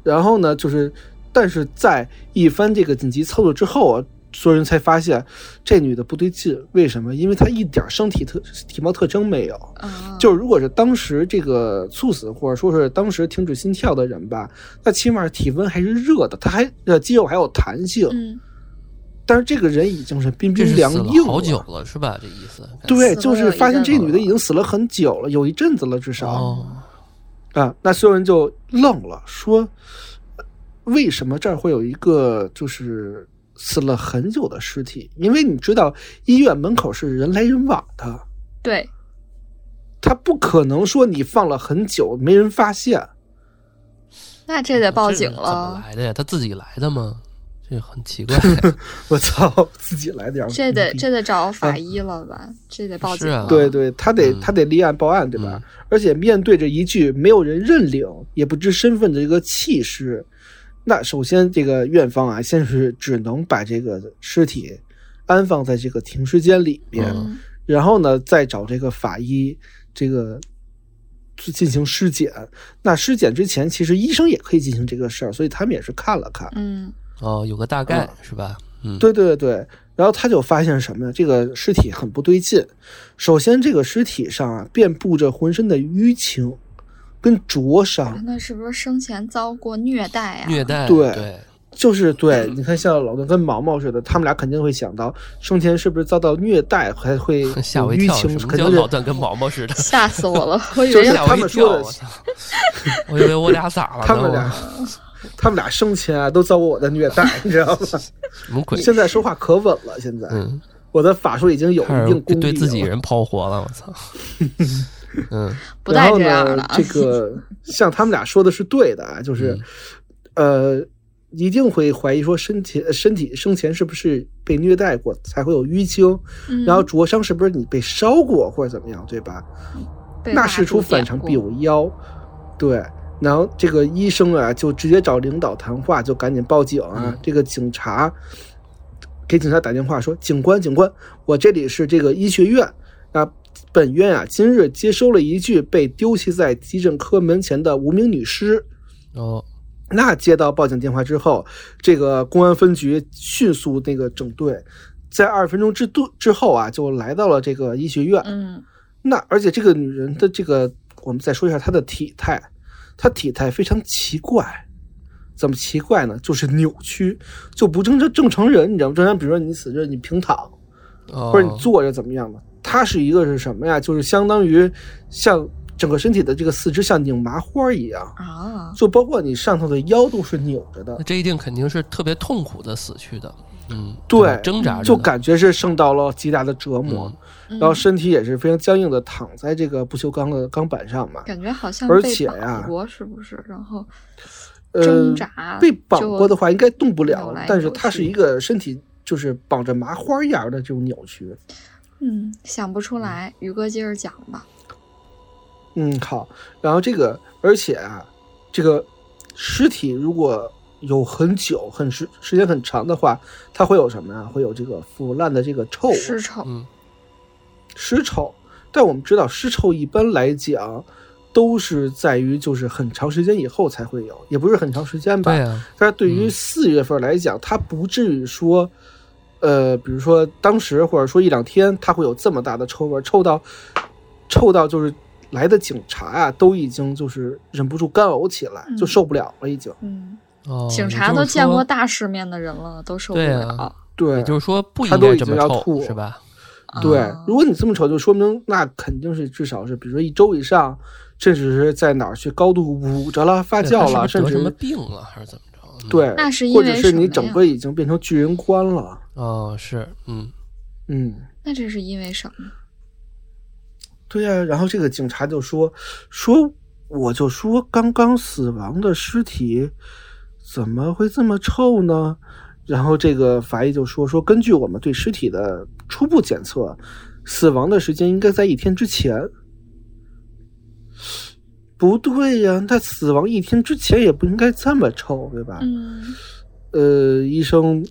S1: 然后呢，就是但是在一番这个紧急操作之后啊，所有人才发现这女的不对劲。为什么？因为她一点身体特体貌特征没有。
S2: 嗯，
S1: 就是如果是当时这个猝死，或者说是当时停止心跳的人吧，那起码体温还是热的，她还呃肌肉还有弹性。
S2: 嗯
S1: 但是这个人已经是冰
S3: 这
S1: 冰
S3: 是死
S1: 凉
S3: 了
S1: 硬了
S3: 好久了是吧？这意思感觉
S1: 对，
S2: 死了
S1: 就是
S2: 有一
S1: 发现
S2: 阵
S1: 这
S2: 子
S1: 女的
S2: 了
S1: 已经死了很久了，有一阵子了，至少。
S3: 哦，
S1: 啊，那所有人就愣了，说呃为什么这儿会有一个就是死了很久的尸体？因为你知道医院门口是人来人往的，
S2: 对，
S1: 他不可能说你放了很久没人发现。
S2: 那 这得报警
S3: 这是怎么
S2: 了，
S3: 来的呀？他自己来的吗？这很奇 怪。
S1: 我操，自己来点儿
S2: 这得
S1: 逼
S2: 这得找法医了吧？这得报
S3: 是
S2: 警
S3: 啊
S2: 了。
S1: 对对，他得
S3: 嗯
S1: 他得立案报案，对吧？而且面对着一具没有人认领也不知身份的一个弃尸，那首先这个院方啊，先是只能把这个尸体安放在这个停尸间里面，
S2: 嗯
S1: 然后呢再找这个法医这个去进行尸检。那尸检之前，其实医生也可以进行这个事儿，所以他们也是看了看，
S2: 嗯
S3: 哦，有个大概是吧？嗯，
S1: 对对对，然后他就发现什么呀？这个尸体很不对劲。首先，这个尸体上啊，遍布着浑身的淤青，跟灼伤，
S2: 哎那是不是生前遭过虐待啊？
S3: 虐待
S1: 对
S3: 对
S1: 就是对，你看像老段跟毛毛似的，他们俩肯定会想到生前是不是遭到虐待，还会有
S3: 吓我一
S1: 淤
S3: 跳，
S1: 青，
S3: 什么
S1: 肯
S3: 叫
S1: 定
S3: 老
S1: 是
S3: 段跟毛毛 似的？
S2: 吓死我了！我以
S1: 就
S2: 为
S1: 是
S2: 要
S3: 吓我
S1: 他
S3: 一
S1: 们
S3: 跳，
S1: 说的
S3: 我操！我以为我俩咋了呢？
S1: 他们
S3: 我
S1: 俩， 他们俩生前啊都遭过我的虐待，你知道 吗？
S3: 什么鬼？
S1: 现在说话可稳了，现在、
S3: 嗯，
S1: 我的法术已经有
S3: 开
S1: 一定
S3: 始
S1: 功力
S3: 对自己
S1: 了
S3: 人抛活了，我操！嗯，
S2: 不
S1: 然
S2: 带
S1: 后
S2: 这
S1: 呢，
S2: 样 了啊。
S1: 这个像他们俩说的是对的啊，就是，
S2: 嗯
S1: 呃，一定会怀疑说身体呃身体生前是不是被虐待过，才会有淤青，
S2: 嗯
S1: 然后灼伤是不是你被烧过或者怎么样，对吧？
S2: 被
S1: 那
S2: 蜡
S1: 事
S2: 烛
S1: 出反
S2: 点
S1: 常
S2: 过
S1: 必有妖，对。然后这个医生啊，就直接找领导谈话，就赶紧报警啊。
S3: 嗯
S1: 这个警察给警察打电话说：“警官，警官，我这里是这个医学院啊，本院啊，今日接收了一具被丢弃在急诊科门前的无名女尸。”
S3: 哦，
S1: 那接到报警电话之后，这个公安分局迅速那个整队，在二十分钟之度之后啊，就来到了这个医学院。
S2: 嗯
S1: 那而且这个女人的这个，我们再说一下她的体态，她体态非常奇怪，怎么奇怪呢？就是扭曲，就不正正正常人，你知道吗？正常，比如说你死就是你平躺，
S3: 哦
S1: 或者你坐着怎么样的，她是一个是什么呀？就是相当于像整个身体的这个四肢像拧麻花一样，
S2: 啊，
S1: 就包括你上头的腰都是扭着的
S3: 那，这一定肯定是特别痛苦的死去的，嗯，
S1: 对
S3: 挣扎着的
S1: 就感觉是受到了极大的折磨，
S2: 嗯
S1: 然后身体也是非常僵硬的躺在这个不锈钢的钢板上嘛，
S2: 嗯感觉好像
S1: 而
S2: 被
S1: 且
S2: 绑
S1: 呀
S2: 过，是不是？然后
S1: 呃
S2: 挣，扎
S1: 被绑
S2: 啊就
S1: 过的话应该动不
S2: 扭
S1: 了
S2: 来，
S1: 但是
S2: 扭
S1: 它是
S2: 去
S1: 一个身体就是绑着麻花一样的这种扭曲。
S2: 嗯，想不出来。宇哥接着讲吧。
S1: 嗯，好。然后这个，而且啊，这个尸体如果有很久、很时时间很长的话，它会有什么呀、会有这个腐烂的这个臭味
S2: 尸臭，
S3: 嗯
S1: 尸臭。但我们知道，尸臭一般来讲都是在于就是很长时间以后才会有，也不是很长时间吧？
S3: 对啊，
S1: 但是对于
S3: 嗯
S1: 四月份来讲，它不至于说，呃，比如说当时或者说一两天，它会有这么大的臭味儿，臭到臭到就是来的警察啊，都已经就是忍不住干呕起来，就
S2: 嗯
S1: 受不了了，已经。
S2: 嗯，
S3: 哦，
S2: 警
S3: 也
S2: 察
S3: 就是
S2: 都见
S3: 说
S2: 过，大世面的人了，都受不
S3: 对啊
S2: 了。
S1: 对，
S3: 也就是哦说不
S1: 他
S3: 应
S1: 都
S3: 该
S1: 已
S3: 这
S1: 经
S3: 么
S1: 要
S3: 臭
S1: 吐
S3: 是吧？
S1: 对
S2: 啊，
S1: 如果你这么瞅，就说明那肯定是至少是，比如说一周以上，甚至是在哪儿去高度捂着了、发
S3: 对他
S1: 酵
S3: 是
S1: 了，
S3: 不是
S1: 甚
S3: 得什么
S1: 至
S3: 病了还是怎么着？嗯，
S1: 对，
S2: 那是因
S1: 或者
S2: 为
S1: 是
S2: 什
S1: 你
S2: 么
S1: 整
S2: 呀
S1: 个已经变成巨人观了，
S3: 哦，是，嗯，
S1: 嗯。
S2: 那这是因为什么？
S1: 对呀、然后这个警察就说说，我就说刚刚死亡的尸体怎么会这么臭呢？然后这个法医就说说，根据我们对尸体的初步检测，死亡的时间应该在一天之前。不对呀、那死亡一天之前也不应该这么臭，对吧？
S2: 嗯，
S1: 呃，医生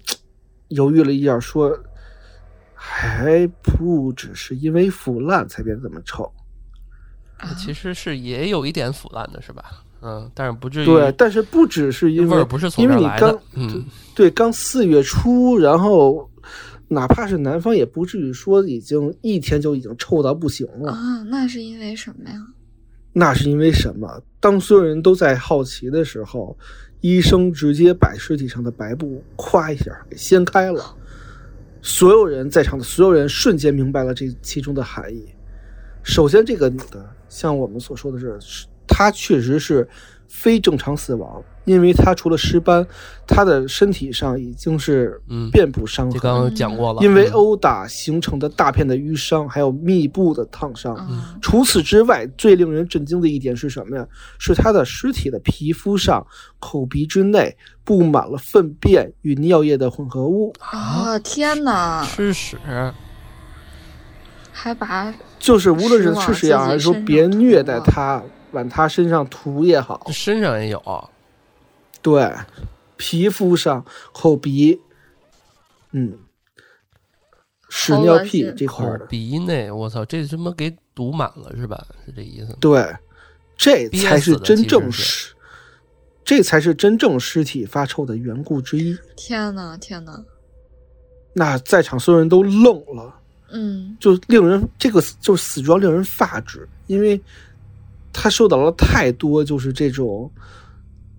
S1: 犹豫了一下，说：“还不只是因为腐烂才变这么臭。
S2: 啊
S3: 其实是也有一点腐烂的是吧？嗯，但是不至于
S1: 对，但是不只是因
S3: 味
S1: 为
S3: 儿不是从
S1: 因
S3: 这
S1: 为
S3: 儿
S1: 你
S3: 来
S1: 刚
S3: 的，嗯，
S1: 对刚四月初，然后哪怕是南方，也不至于说已经一天就已经臭到不行了。
S2: 啊，那是因为什么呀？
S1: 那是因为什么？当所有人都在好奇的时候，医生直接把尸体上的白布咵一下给掀开了。所有人在场的所有人瞬间明白了这其中的含义。首先，这个女的，像我们所说的是，是她确实是非正常死亡，因为她除了尸斑，她的身体上已经是
S3: 嗯
S1: 遍布伤
S3: 这
S1: 痕，
S3: 刚刚讲过了，
S1: 因为
S3: 嗯
S1: 殴打形成的大片的淤伤，还有密布的烫伤。
S3: 嗯
S2: 啊，
S1: 除此之外，最令人震惊的一点是什么呀？是他的尸体的皮肤上、口鼻之内布满了粪便与尿液的混合物，
S2: 啊，天哪，
S3: 吃屎，
S2: 还把
S1: 就是无论是
S2: 是
S1: 吃
S2: 往
S1: 屎也好，还是
S2: 自己
S1: 说
S2: 身上
S1: 别人虐
S2: 涂
S1: 待
S2: 啊
S1: 他，往他身上涂也好，
S3: 身上也有，
S1: 对，皮肤上、口鼻，嗯，屎
S2: 好
S1: 尿
S2: 恶
S1: 屁
S2: 心
S1: 这块
S3: 口
S1: 儿的，
S3: 哦鼻内，我操，这他妈给堵满了是吧？是这意思？
S1: 对，这
S3: 憋
S1: 才
S3: 死
S1: 是
S3: 的
S1: 真
S3: 其实
S1: 正
S3: 是
S1: 尸，这才是真正尸体发臭的缘故之一。
S2: 天哪，天哪，
S1: 那在场所有人都愣了，
S2: 嗯，
S1: 就令人这个就是死状令人发指，因为他受到了太多就是这种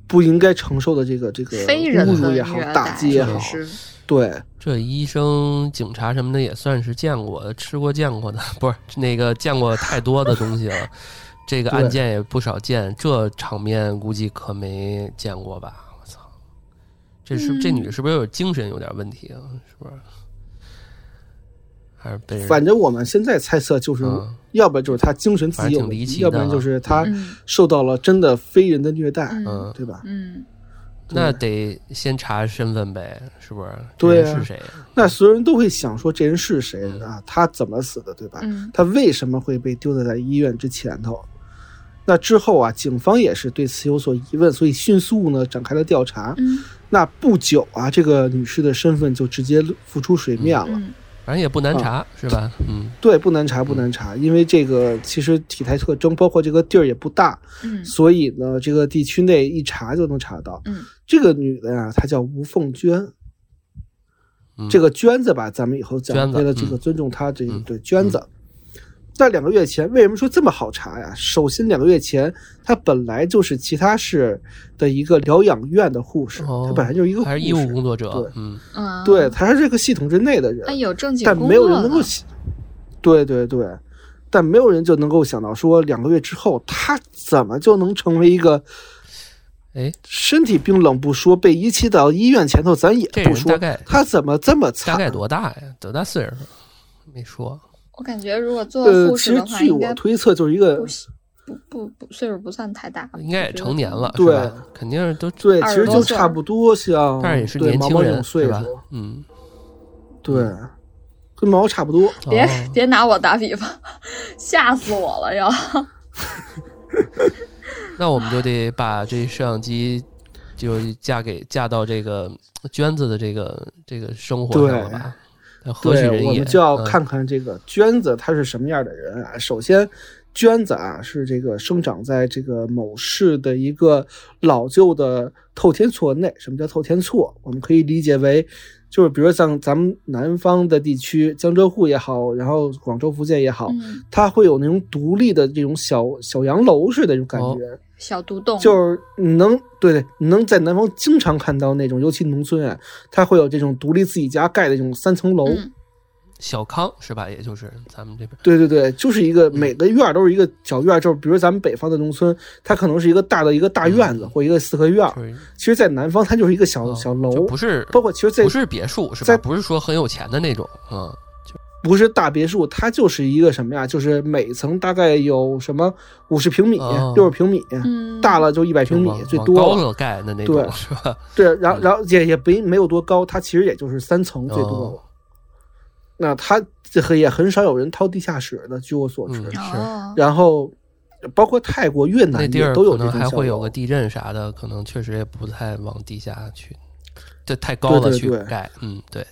S1: 不应该承受的这个这个
S2: 非人
S1: 侮辱
S2: 的
S1: 也
S2: 虐
S1: 好，
S2: 待，
S1: 打击也好，
S2: 是
S1: 对
S3: 这医生、警察什么的也算是见过、吃过、见过的， 不是那个见过太多的东 西了。这个案
S1: 对
S3: 件也不少见，这场面估计可没见过吧？我操，这是、这
S2: 嗯
S3: 女的是不是有精神有点问题啊？是不是？还是被人
S1: 反正我们现在猜测就是，
S3: 嗯
S1: 要不然就是他精神自己有
S3: 反正挺离
S1: 问题，
S3: 奇的
S1: 要
S3: 啊
S1: 不然就是他
S2: 嗯
S1: 受到了真的非人的虐待，
S2: 嗯
S3: 嗯
S1: 对吧？
S2: 嗯，
S3: 那得先查身份呗，是不是？
S1: 对啊
S3: 这人是谁？
S1: 那所有人都会想说这人是谁
S3: 嗯
S1: 啊？他怎么死的，对吧？
S2: 嗯
S1: 他为什么会被丢在在医院之前头？那之后啊，警方也是对此有所疑问，所以迅速呢展开了调查。
S2: 嗯
S1: 那不久啊，这个女士的身份就直接浮出水面了。
S2: 嗯
S3: 反正也不难查，是吧？嗯，
S1: 对，不难查，不难
S2: 嗯
S1: 查，因为这个其实体态特征，包括这个地儿也不大，
S2: 嗯
S1: 所以呢，这个地区内一查就能查到。
S2: 嗯
S1: 这个女的呀、她叫吴凤娟。
S3: 嗯
S1: 这个娟子吧，咱们以后
S3: 娟
S1: 讲，
S3: 子
S1: 为了这个
S3: 嗯
S1: 尊重她，这个
S3: 嗯
S1: 对娟子。在两个月前，为什么说这么好查呀？首先，两个月前她本来就是其他市的一个疗养院的护士，
S3: 哦
S1: 她本来就是一个护
S3: 还是医务工
S1: 士，
S3: 作者
S1: 对，
S3: 嗯，
S2: 啊，
S1: 对，她是这个系统之内的人
S2: 那，有正经
S1: 但
S2: 啊工
S1: 没有
S2: 作
S1: 人能够
S2: 呢，
S1: 写。对对对，但没有人就能够想到说两个月之后他怎么就能成为一个
S3: 哎，
S1: 身体冰冷不说，被遗弃到医院前头，咱也
S3: 这
S1: 不
S3: 人
S1: 说
S3: 大概
S1: 他怎么这么
S3: 大概
S1: 惨。
S3: 多大呀？多大岁数？没说。
S2: 我感觉如果做
S1: 呃，
S2: 护
S1: 其
S2: 士
S1: 实
S2: 的话，
S1: 据
S2: 应
S1: 我
S2: 该
S1: 推测，就是一个
S2: 不是不不不岁数不算太大，
S3: 应该也成年了，
S1: 对
S3: 是吧？肯定是都，
S1: 对，其
S2: 20
S1: 实就
S2: 多岁
S1: 差不多像，
S3: 但是也是
S1: 对
S3: 年
S1: 毛
S3: 轻
S1: 毛这
S3: 人，
S1: 种岁
S3: 是吧
S1: 数，？
S3: 嗯，
S1: 对，
S2: 嗯
S1: 跟毛差不多。
S2: 别、
S3: 哦
S2: 别拿我打比方，吓死我了要！
S3: 那我们就得把这摄像机就嫁给嫁到这个娟子的这个这个生活上了吧？那何许
S1: 对，
S3: 人也？
S1: 我们就要
S3: 嗯
S1: 看看这个娟子她是什么样的人啊。首先，娟子啊是这个生长在这个某市的一个老旧的透天厝内。什么叫透天厝？我们可以理解为，就是比如像咱们南方的地区，江浙沪也好，然后广州、福建也好，
S2: 嗯，
S1: 它会有那种独立的这种小小洋楼似的那种感
S3: 哦
S1: 觉。
S2: 小独栋
S1: 就是你能对对，你能在南方经常看到那种，尤其农村啊，它会有这种独立自己家盖的这种三层楼。
S2: 嗯
S3: 小康是吧？也就是咱们这边
S1: 对对对，就是一
S3: 嗯
S1: 个每个院儿都是一个小院儿，就是比如咱们北方的农村，它可能是一个大的一个大院子
S3: 嗯
S1: 或一个四合院儿。
S3: 就是
S1: 其实，在南方它就是一个小、
S3: 嗯
S1: 啊小
S3: 就
S1: 楼，
S3: 不是
S1: 包括其实在
S3: 不是别墅是吧？
S1: 在
S3: 不是说很有钱的那种，嗯，
S1: 不是大别墅，它就是一个什么呀？就是每层大概有什么五十平米
S3: 哦、
S1: 六十平米，
S2: 嗯
S1: 大了就一百
S3: 就
S1: 平米
S3: 往
S1: 最
S3: 往
S1: 多
S3: 高
S1: 了
S3: 了盖的那种
S1: 对
S3: 是吧？
S1: 对，
S3: 嗯
S1: 然后然后也也不没有多高，它其实也就是三层最多了。
S3: 哦
S1: 那它这和也很少有人掏地下室的，据我所知。
S3: 嗯
S2: 哦，
S1: 然后，包括泰国、越南
S3: 那地
S1: 也
S3: 儿
S1: 都有
S3: 可
S1: 这
S3: 能
S1: 种
S3: 还
S1: 小
S3: 会有
S1: 楼
S3: 个地震啥的，可能确实也不太往地下去，这太
S1: 对
S3: 高了
S1: 对
S3: 去
S1: 对
S3: 盖，嗯，对，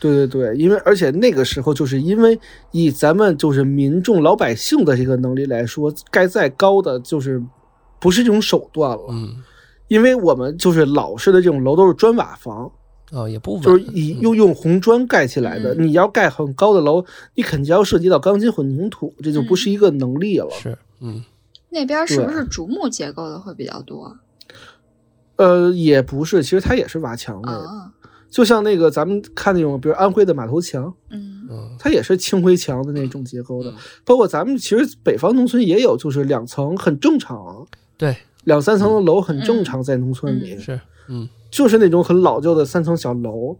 S1: 对对对，因为而且那个时候，就是因为以咱们就是民众老百姓的这个能力来说，盖再高的就是不是这种手段了，
S3: 嗯，
S1: 因为我们就是老式的这种楼都是砖瓦房，
S3: 哦，也不稳，
S1: 就是以用用红砖盖起来的。
S2: 嗯
S1: 你要盖很高的楼，你肯定要涉及到钢筋混凝土，这就不是一个能力了。
S3: 嗯是，嗯，
S2: 那边是不
S1: 对
S2: 是竹木结构的会比较多啊？
S1: 呃，也不是，其实它也是瓦墙类
S3: 嗯
S1: 的，
S2: 啊
S1: 就像那个咱们看那种，比如安徽的码头墙，
S2: 嗯
S3: 嗯，
S1: 它也是青灰墙的那种结构的
S3: 嗯。
S1: 包括咱们其实北方农村也有，就是两层很正常啊，
S3: 对，
S1: 两三层的楼很正常，在农村里、
S3: 是，嗯，
S1: 就是那种很老旧的三层小楼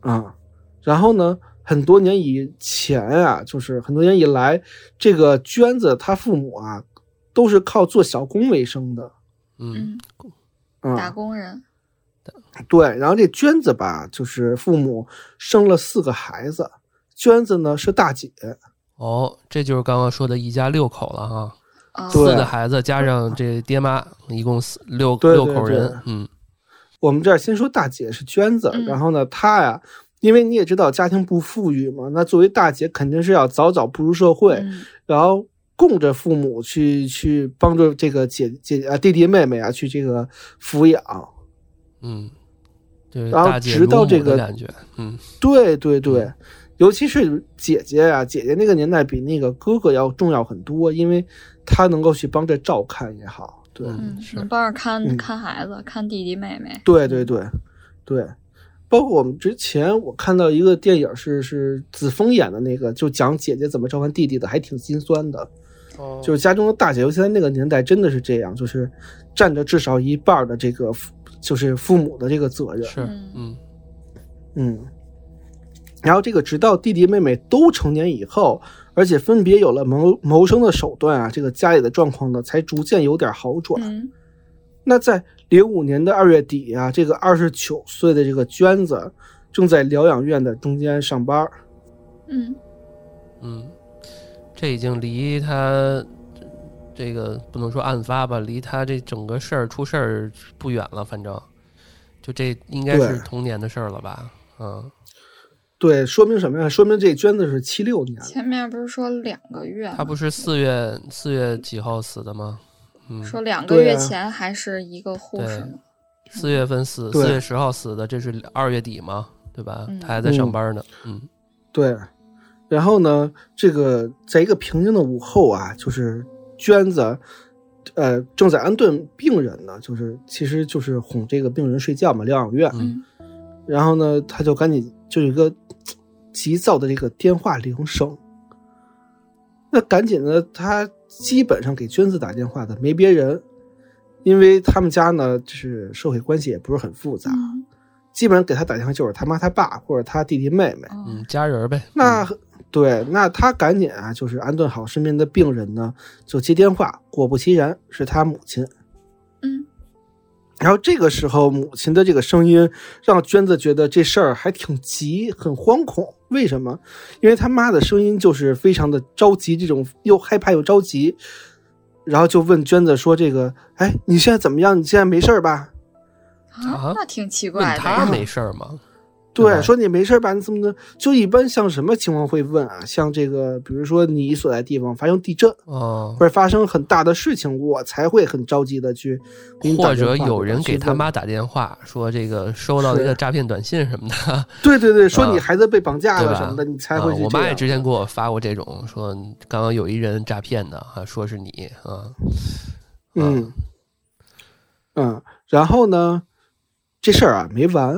S1: 啊。然后呢，很多年以前啊，就是很多年以来，这个娟子她父母啊，都是靠做小工为生的
S3: 嗯，
S2: 嗯，
S1: 啊。
S2: 打工人，
S1: 对，然后这娟子吧，就是父母生了四个孩子，娟子呢是大姐，
S3: 哦，这就是刚刚说的一家六口了哈，
S2: 哦
S1: 对
S3: 四个孩子加上这爹妈，一共四六
S1: 对
S3: 六
S1: 对
S3: 口
S1: 对
S3: 人，嗯，
S1: 我们这儿先说大姐是娟子，
S2: 嗯
S1: 然后呢，她呀，因为你也知道家庭不富裕嘛，那作为大姐肯定是要早早步入社会，
S2: 嗯
S1: 然后供着父母去去帮助这个姐姐啊弟弟妹妹啊去这个抚养。
S3: 嗯，就是
S1: 然后
S3: 大姐
S1: 直到
S3: 如母
S1: 这
S3: 的
S1: 个
S3: 感觉，嗯，
S1: 对对对，尤其是姐姐啊，姐姐那个年代比那个哥哥要重要很多，因为她能够去帮着照看也好。对，
S2: 嗯，
S3: 是
S2: 能帮着看
S1: 嗯
S2: 看孩子，看弟弟妹妹，
S1: 对对对，对，包括我们之前我看到一个电影是是子枫演的那个，就讲姐姐怎么照看弟弟的，还挺心酸的。就是家中的大姐，尤其在那个年代，真的是这样，就是占着至少一半儿的这个父，就是父母的这个责任。
S3: 是，
S2: 嗯
S3: 嗯，
S1: 嗯，然后这个直到弟弟妹妹都成年以后，而且分别有了谋谋生的手段啊，这个家里的状况呢，才逐渐有点好转。
S2: 嗯
S1: 那在零五年的二月底啊，这个二十九岁的这个娟子正在疗养院的中间上班儿。
S2: 嗯
S3: 嗯，这已经离他这个不能说案发吧，离他这整个事儿出事儿不远了，反正就这应该是
S1: 对
S3: 童年的事儿了吧？嗯，
S1: 对，说明什么呀？说明这娟子是七六年的，
S2: 前面不是说两个月吗，
S3: 他不是四月四月几号死的吗？嗯，
S2: 说两个
S1: 对
S2: 月
S1: 啊
S2: 前还是一个护士
S3: 对
S2: 吗？
S3: 四月份死，
S1: 对
S3: 四月十号死的，这是二月底嘛，对吧？
S2: 嗯
S3: 他还在上班呢。嗯
S1: 对。然后呢，这个在一个平静的午后啊，就是娟子，呃，正在安顿病人呢，就是其实就是哄这个病人睡觉嘛，疗养院。
S3: 嗯
S1: 然后呢，他就赶紧就有一个嘖急躁的这个电话铃声，那赶紧的，他基本上给娟子打电话的没别人，因为他们家呢就是社会关系也不是很复杂，
S2: 嗯
S1: 基本上给他打电话就是他妈他爸或者他弟弟妹妹。
S2: 哦
S3: 嗯，家人儿呗。
S1: 那对，那他赶紧啊，就是安顿好身边的病人呢，就接电话。果不其然，是他母亲。
S2: 嗯
S1: 然后这个时候，母亲的这个声音让娟子觉得这事儿还挺急，很惶恐。为什么？因为他妈的声音就是非常的着急，这种又害怕又着急。然后就问娟子说：“这个，哎，你现在怎么样？你现在没事儿吧？”
S3: 啊
S2: 啊，那挺奇
S3: 问
S2: 怪的
S3: 他
S2: 呀。
S3: 没事儿吗？对
S1: 对，说你没事吧？你怎么的？就一般像什么情况会问啊？像这个，比如说你所在地方发生地震，
S3: 哦，
S1: 或者发生很大的事情，我才会很着急的去给你打
S3: 或
S1: 电话。
S3: 者有
S1: 对吧
S3: 人给
S1: 去
S3: 他
S1: 问
S3: 妈打电话说这个收到一个诈骗短信什么的，
S1: 对对对，说
S3: 啊
S1: 你孩子被绑架
S3: 对
S1: 了
S3: 吧？
S1: 什么的，你才
S3: 啊
S1: 会去这样。
S3: 我妈也之前给我发过这种，说刚刚有一人诈骗的啊，说是你啊，
S1: 嗯嗯，然后呢，这事儿啊没完。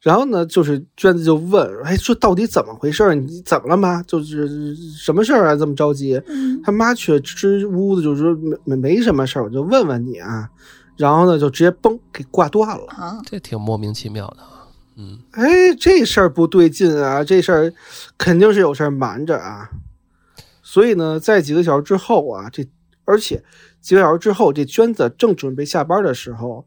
S1: 然后呢，就是娟子就问，哎，说到底怎么回事儿？你怎么了妈？就是什么事儿啊？这么着急？
S2: 嗯
S1: 他妈却支支吾吾的，就是说没没没什么事儿，我就问问你啊。然后呢，就直接嘣给挂断了。
S2: 啊，
S3: 这挺莫名其妙的啊。嗯，
S1: 哎，这事儿不对劲啊，这事儿肯定是有事儿瞒着啊。所以呢，在几个小时之后啊，这而且几个小时之后，这娟子正准备下班的时候，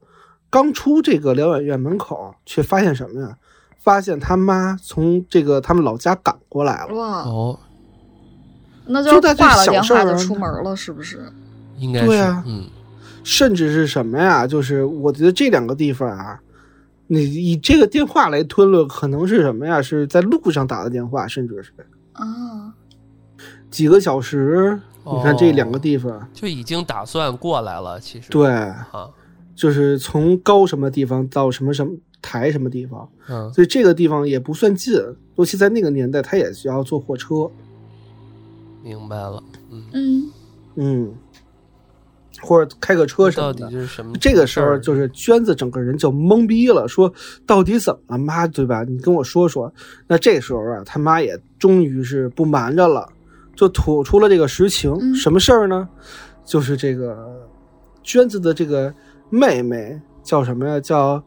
S1: 刚出这个疗养院门口，却发现什么呀？发现他妈从这个他们老家赶过来了。
S2: 啊哇，
S3: 哦，
S2: 那
S1: 就
S2: 就
S1: 在
S2: 是
S1: 这
S2: 挂了
S1: 小
S2: 电
S1: 事
S2: 话
S1: 儿
S2: 就
S1: 啊
S2: 出门了，是不是？
S3: 应该是
S1: 对啊，
S3: 嗯，
S1: 甚至是什么呀？就是我觉得这两个地方啊，你以这个电话来推论，可能是什么呀？是在路上打的电话，甚至是
S2: 啊，
S1: 几个小时。
S3: 哦
S1: 你看这两个地方，
S3: 就已经打算过来了，其实
S1: 对，
S3: 啊，
S1: 就是从高什么地方到什么什么台什么地方，
S3: 嗯，
S1: 所以这个地方也不算近，尤其在那个年代，他也需要坐火车。
S3: 明白了，嗯，
S2: 嗯
S1: 嗯，或者开个车什
S3: 到
S1: 么
S3: 底
S1: 的。
S3: 是什么？
S1: 这个时
S3: 嗯
S1: 候就是是娟子整个人就懵逼了，说到底怎么了妈，对吧？你跟我说说。那这时候啊，他妈也终于是不瞒着了，就吐出了这个实情。
S2: 嗯
S1: 什么事儿呢？就是这个娟子的这个妹妹叫什么呀？叫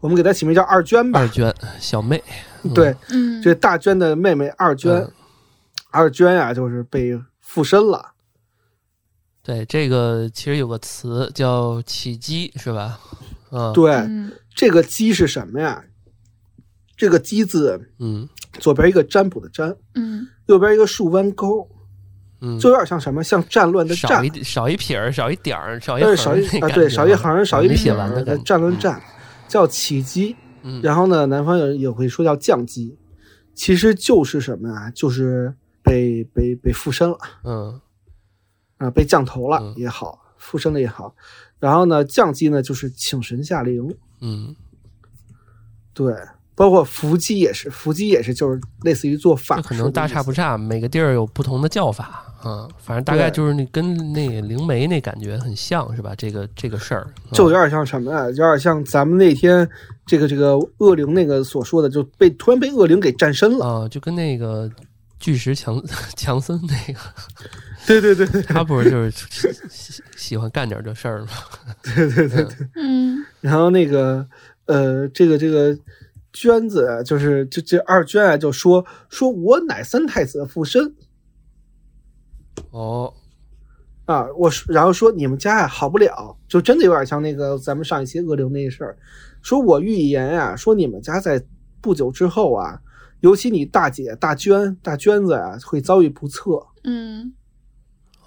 S1: 我们给她起名叫二娟吧。
S3: 二娟小妹，嗯
S1: 对，
S2: 嗯，
S1: 这大娟的妹妹二娟，
S3: 嗯
S1: 二娟呀、就是被附身了。
S3: 对，这个其实有个词叫起机，是吧？啊，，
S1: 对，
S2: 嗯
S1: 这个“鸡”是什么呀？这个“鸡”字
S3: 嗯
S1: 左边一个占卜的“占”，
S2: 嗯
S1: 右边一个竖弯钩，
S3: 嗯，
S1: 就有点像什么？像战乱的“
S3: 少
S1: 战
S3: 一”，点少一撇儿，少一点儿，少一
S1: 但
S3: 横
S1: 是
S3: 儿
S1: 少一
S3: 那
S1: 啊，
S3: 感觉
S1: 对，少一横，少一
S3: 没
S1: 撇
S3: 写完
S1: 儿的
S3: 的感觉。
S1: 战乱战，叫起鸡。
S3: 嗯，
S1: 然后呢，南方人也会说叫降鸡，其实就是什么啊？就是被被被附身了。
S3: 嗯
S1: 啊、被降头了
S3: 嗯
S1: 也好，附身了也好，然后呢，降级呢就是请神下灵，
S3: 嗯，
S1: 对，包括伏击也是，伏击也是就是类似于做法
S3: 这
S1: 术的意思，
S3: 可能大差不差，每个地儿有不同的叫法啊，反正大概
S1: 对
S3: 就是那跟那个灵媒那感觉很像，是吧？这个这个事儿，嗯
S1: 就有点像什么啊，有点像咱们那天这个这个恶灵那个所说的，就被突然被恶灵给战身了，
S3: 啊，就跟那个巨石强 强森那个，
S1: 对对对对
S3: 他不是就是喜喜欢干点这事儿吗？
S1: 对对对，
S2: 嗯
S1: 然后那个呃，这个这个。娟子啊就是这这二娟啊，就说说我乃三太子的附身，
S3: 哦，
S1: 啊，我说，然后说你们家呀好不了，就真的有点像那个咱们上一期恶灵那事儿，说我预言啊，说你们家在不久之后啊，尤其你大姐大娟大娟子啊，会遭遇不测。
S2: 嗯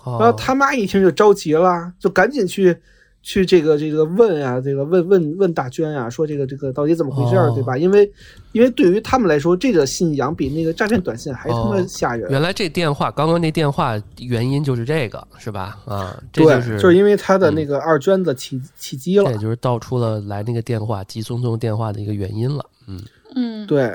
S3: 哦
S1: 然后他妈一听就着急了，就赶紧去去这个这个问啊，这个问问问大娟啊，说这个这个到底怎么回事儿，
S3: 哦
S1: 对吧？因为因为对于他们来说，这个信仰比那个诈骗短信还他妈
S3: 哦
S1: 吓人。
S3: 原来这电话，刚刚那电话原因就是这个，是吧？啊，这
S1: 对，
S3: 就是嗯
S1: 就是因为他的那个二娟子起、起机了
S3: 这也，就是道出了来那个电话急匆匆电话的一个原因了。嗯，
S2: 嗯，
S1: 对，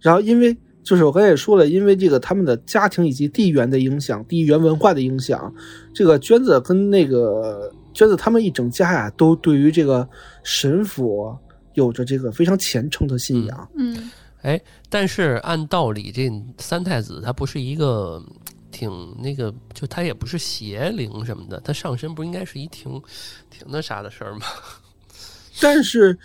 S1: 然后因为就是我刚才也说了，因为这个他们的家庭以及地缘的影响、地缘文化的影响，这个娟子跟那个娟子他们一整家呀、都对于这个神佛有着这个非常虔诚的信仰。
S2: 嗯
S3: 哎，但是按道理，这三太子他不是一个嗯挺那个，就他也不是邪灵什么的，他上身不应该是一挺挺那啥的事儿吗？
S1: 但是，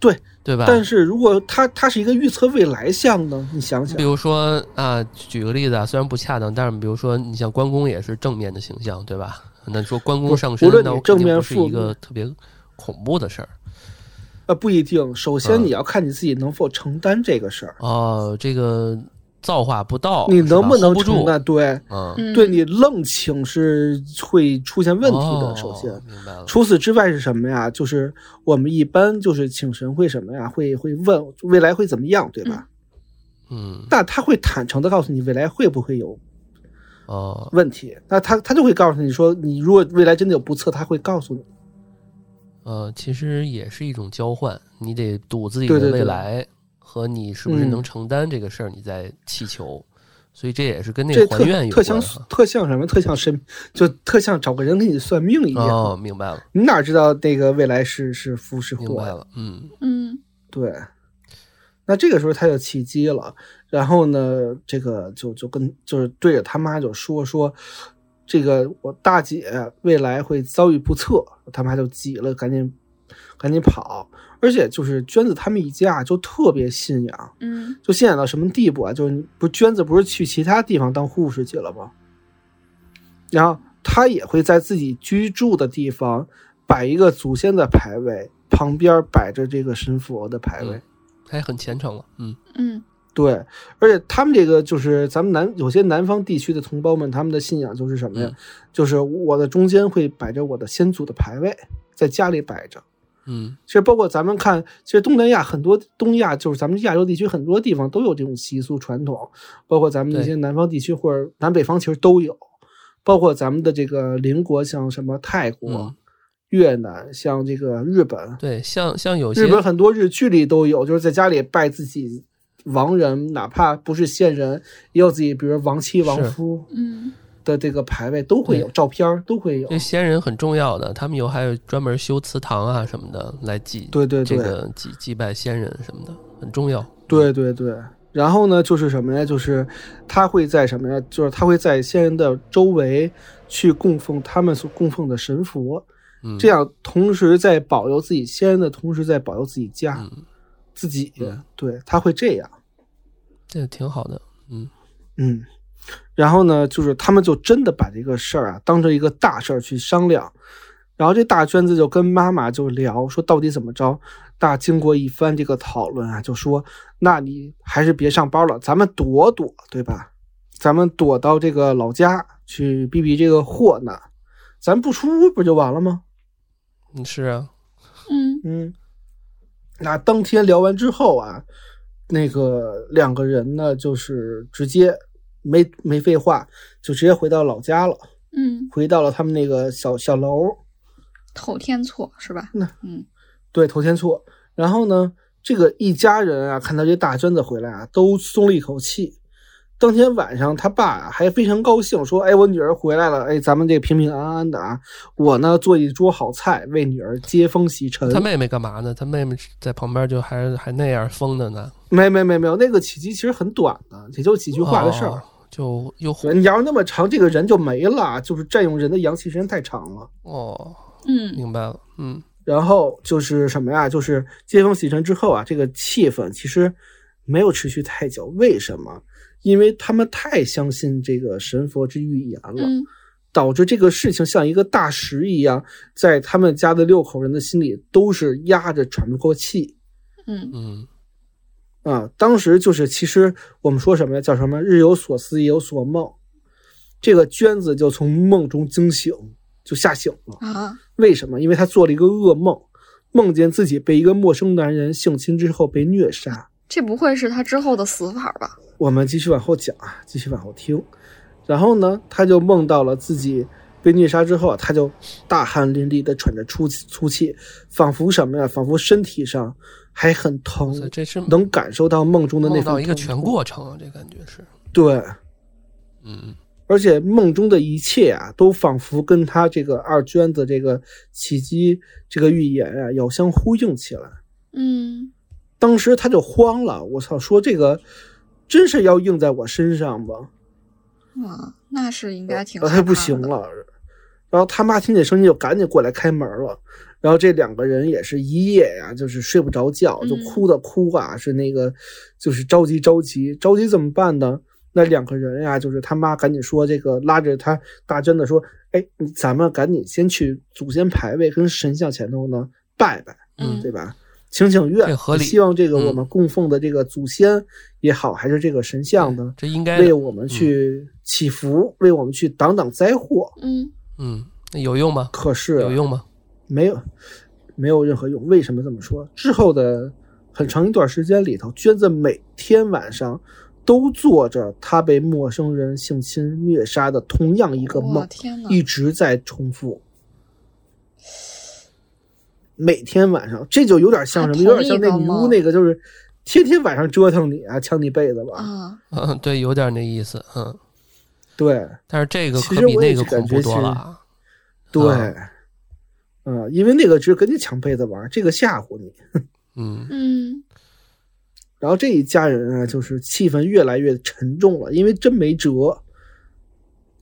S3: 对吧？
S1: 但是如果它它是一个预测未来项呢？你想想
S3: 比，如说啊，举个例子啊，虽然不恰当，但是比如说，你像关公也是正面的形象，对吧？那说关公
S1: 不
S3: 上身
S1: 无论，你
S3: 那我肯
S1: 正
S3: 定
S1: 面
S3: 不是
S1: 负
S3: 一个特别恐怖的事儿
S1: 呃，不一定。首
S3: 嗯
S1: 先你要看你自己能否承担这个事儿，
S3: 哦。这个造化不到，
S1: 你
S3: 哦是吧
S1: 能不
S3: hold
S1: 能
S3: 不
S1: 承
S3: 住？
S1: 担？对，
S3: 嗯，
S2: 嗯，
S1: 对你愣请是会出现问题的。首先
S3: 哦，明白了。
S1: 除此之外是什么呀？就是我们一般就是请神会什么呀？会会问未来会怎么样，对吧？
S3: 嗯，
S1: 那他会坦诚的告诉你未来会不会有
S3: 哦，
S1: 问题，那他他就会告诉你说，你如果未来真的有不测，他会告诉你。
S3: 呃，其实也是一种交换，你得赌自己
S1: 对
S3: 的
S1: 对对
S3: 未来和你是不是
S1: 嗯
S3: 能承担这个事儿，你再祈求。所以这也是跟那
S1: 这
S3: 个
S1: 特
S3: 还愿有
S1: 特
S3: 关
S1: 像
S3: 啊哈
S1: 特像什么？特像神，就特像找个人给你算命一样。
S3: 哦，明白了，
S1: 你哪知道那个未来是是福是
S3: 明
S1: 祸
S3: 白
S1: 呀？
S3: 了，嗯。
S2: 嗯
S1: 对。那这个时候他就起机了，然后呢，这个就就跟就是对着他妈就说说，这个我大姐未来会遭遇不测，他妈就急了，赶紧赶紧跑。而且就是娟子他们一家就特别信仰，
S2: 嗯
S1: 就信仰到什么地步啊？就是你不娟子不是去其他地方当护士去了吗？然后她也会在自己居住的地方摆一个祖先的牌位，旁边摆着这个神佛的牌位。
S3: 嗯还很虔诚了，嗯，
S2: 嗯
S1: 对，而且他们这个就是咱们南有些南方地区的同胞们，他们的信仰就是什么呀？
S3: 嗯
S1: 就是我的中间会摆着我的先祖的牌位，在家里摆着。
S3: 嗯，
S1: 其实包括咱们看，其实东南亚很多东亚就是咱们亚洲地区很多地方都有这种习俗传统，包括咱们一些
S3: 对
S1: 南方地区或者南北方其实都有，包括咱们的这个邻国，像什么泰国、
S3: 嗯
S1: 越南，像这个日本，
S3: 对，像像有些
S1: 日本很多日剧里都有，就是在家里拜自己亡人，哪怕不是现人，也有自己比如亡妻亡
S3: 是
S1: 夫
S2: 嗯
S1: 的这个牌位都会有，
S3: 对
S1: 照片儿都会有
S3: 这，先人很重要的，他们有还有专门修祠堂啊什么的来祭，
S1: 对对
S3: 这
S1: 对。
S3: 个祭祭拜先人什么的很重要，
S1: 对对对，然后呢，就是什么呀？就是他会在什么呀？就是他会在先人的周围去供奉他们所供奉的神佛，
S3: 嗯，
S1: 这样同时在保佑自己先人的同时，在保佑自己家、
S3: 嗯，
S1: 自己
S3: 嗯。
S1: 对，他会这样。
S3: 这挺好的，嗯，
S1: 嗯，然后呢，就是他们就真的把这个事儿啊当成一个大事儿去商量。然后这大娟子就跟妈妈就聊，说到底怎么着？那经过一番这个讨论啊，就说那你还是别上班了，咱们躲躲，对吧？咱们躲到这个老家去避避这个祸难，咱不出屋不就完了吗？
S3: 嗯是啊，
S2: 嗯
S1: 嗯，那当天聊完之后啊，那个两个人呢，就是直接没没废话，就直接回到老家了，
S2: 嗯，
S1: 回到了他们那个小小楼，
S2: 头天错是吧？
S1: 那
S2: 嗯
S1: 对，头天厝。然后呢，这个一家人啊，看到这大娟子回来啊，都松了一口气。当天晚上，他爸啊还非常高兴，说：“哎，我女儿回来了，哎，咱们这平平安安的啊，我呢做一桌好菜，为女儿接风洗尘。”
S3: 他妹妹干嘛呢？他妹妹在旁边就还还那样疯的呢，
S1: 没没没没有，那个起机其实很短的，也就几句话的事儿
S3: 哦。就又
S1: 对你要是那么长，这个人就没了，就是占用人的阳气时间太长了。
S3: 哦，
S2: 嗯
S3: 明白了，嗯，
S1: 然后就是什么呀？就是接风洗尘之后啊，这个气氛其实没有持续太久。为什么？因为他们太相信这个神佛之预言了，
S2: 嗯
S1: 导致这个事情像一个大石一样，在他们家的六口人的心里都是压着喘不过气。
S2: 嗯
S3: 嗯
S1: 啊，当时就是其实我们说什么呀？叫什么？日有所思，夜有所梦。这个娟子就从梦中惊醒，就吓醒了。
S2: 啊
S1: 为什么？因为她做了一个噩梦，梦见自己被一个陌生男人性侵之后被虐杀。
S2: 这不会是他之后的死法吧？
S1: 我们继续往后讲啊，继续往后听。然后呢，她就梦到了自己被虐杀之后啊，她就大汗淋漓的喘着粗气粗气，仿佛什么呀？仿佛身体上还很疼，
S3: 所以这是
S1: 嗯能感受到梦中的那
S3: 梦
S1: 份
S3: 到一个
S1: 疼
S3: 全
S1: 痛
S3: 过程啊，这感觉是，
S1: 对。
S3: 嗯
S1: 而且梦中的一切啊，都仿佛跟他这个二娟子这个起机这个预言啊，有相呼应起来。
S2: 嗯
S1: 当时他就慌了，我操，说这个真是要硬在我身上吧？
S2: 哇，嗯那是应该挺
S1: 然后
S2: 害
S1: 他呃不
S2: 怕
S1: 行
S2: 的，
S1: 了，然后他妈听见声音就赶紧过来开门了。然后这两个人也是一夜呀、就是睡不着觉，就
S2: 嗯
S1: 哭的哭啊，是那个，就是着急着急着急怎么办呢？那两个人呀、就是他妈赶紧说这个，拉着他大真的说，哎，你咱们赶紧先去祖先牌位跟神像前头呢拜拜，
S3: 嗯
S1: 对吧？请请
S3: 这
S1: 愿
S3: 合，理
S1: 希望这个
S3: 嗯
S1: 我们供奉的这个祖先也好，还是这个神像呢，
S3: 这应该
S1: 为
S3: 的
S1: 我们去祈福，为我们去挡挡灾祸。
S2: 嗯，
S3: 嗯，那有用吗？
S1: 可是啊
S3: 有用吗？
S1: 没有没有任何用。为什么这么说？之后的很长一段时间里头，娟子每天晚上都做着她被陌生人性侵虐杀的同样一个
S2: 我
S1: 梦，
S2: 天哪，
S1: 一直在重复。每天晚上，这就有点像什么？
S2: 还
S1: 有点像
S2: 同一
S1: 那
S2: 个
S1: 女巫
S2: 梦
S1: 那个，就是天天晚上折腾你啊，抢你被子吧。
S2: 啊，
S3: 嗯，对，有点那意思，嗯。
S1: 对，
S3: 但是这个
S1: 其
S3: 可
S1: 实
S3: 比
S1: 我也
S3: 那个
S1: 是感
S3: 恐怖
S1: 觉
S3: 多
S1: 是
S3: 了啊。
S1: 对，
S3: 啊
S1: 嗯，因为那个只是跟你抢被子玩，这个吓唬你。
S3: 嗯
S2: 嗯，
S1: 然后这一家人啊，就是气氛越来越沉重了，因为真没辙。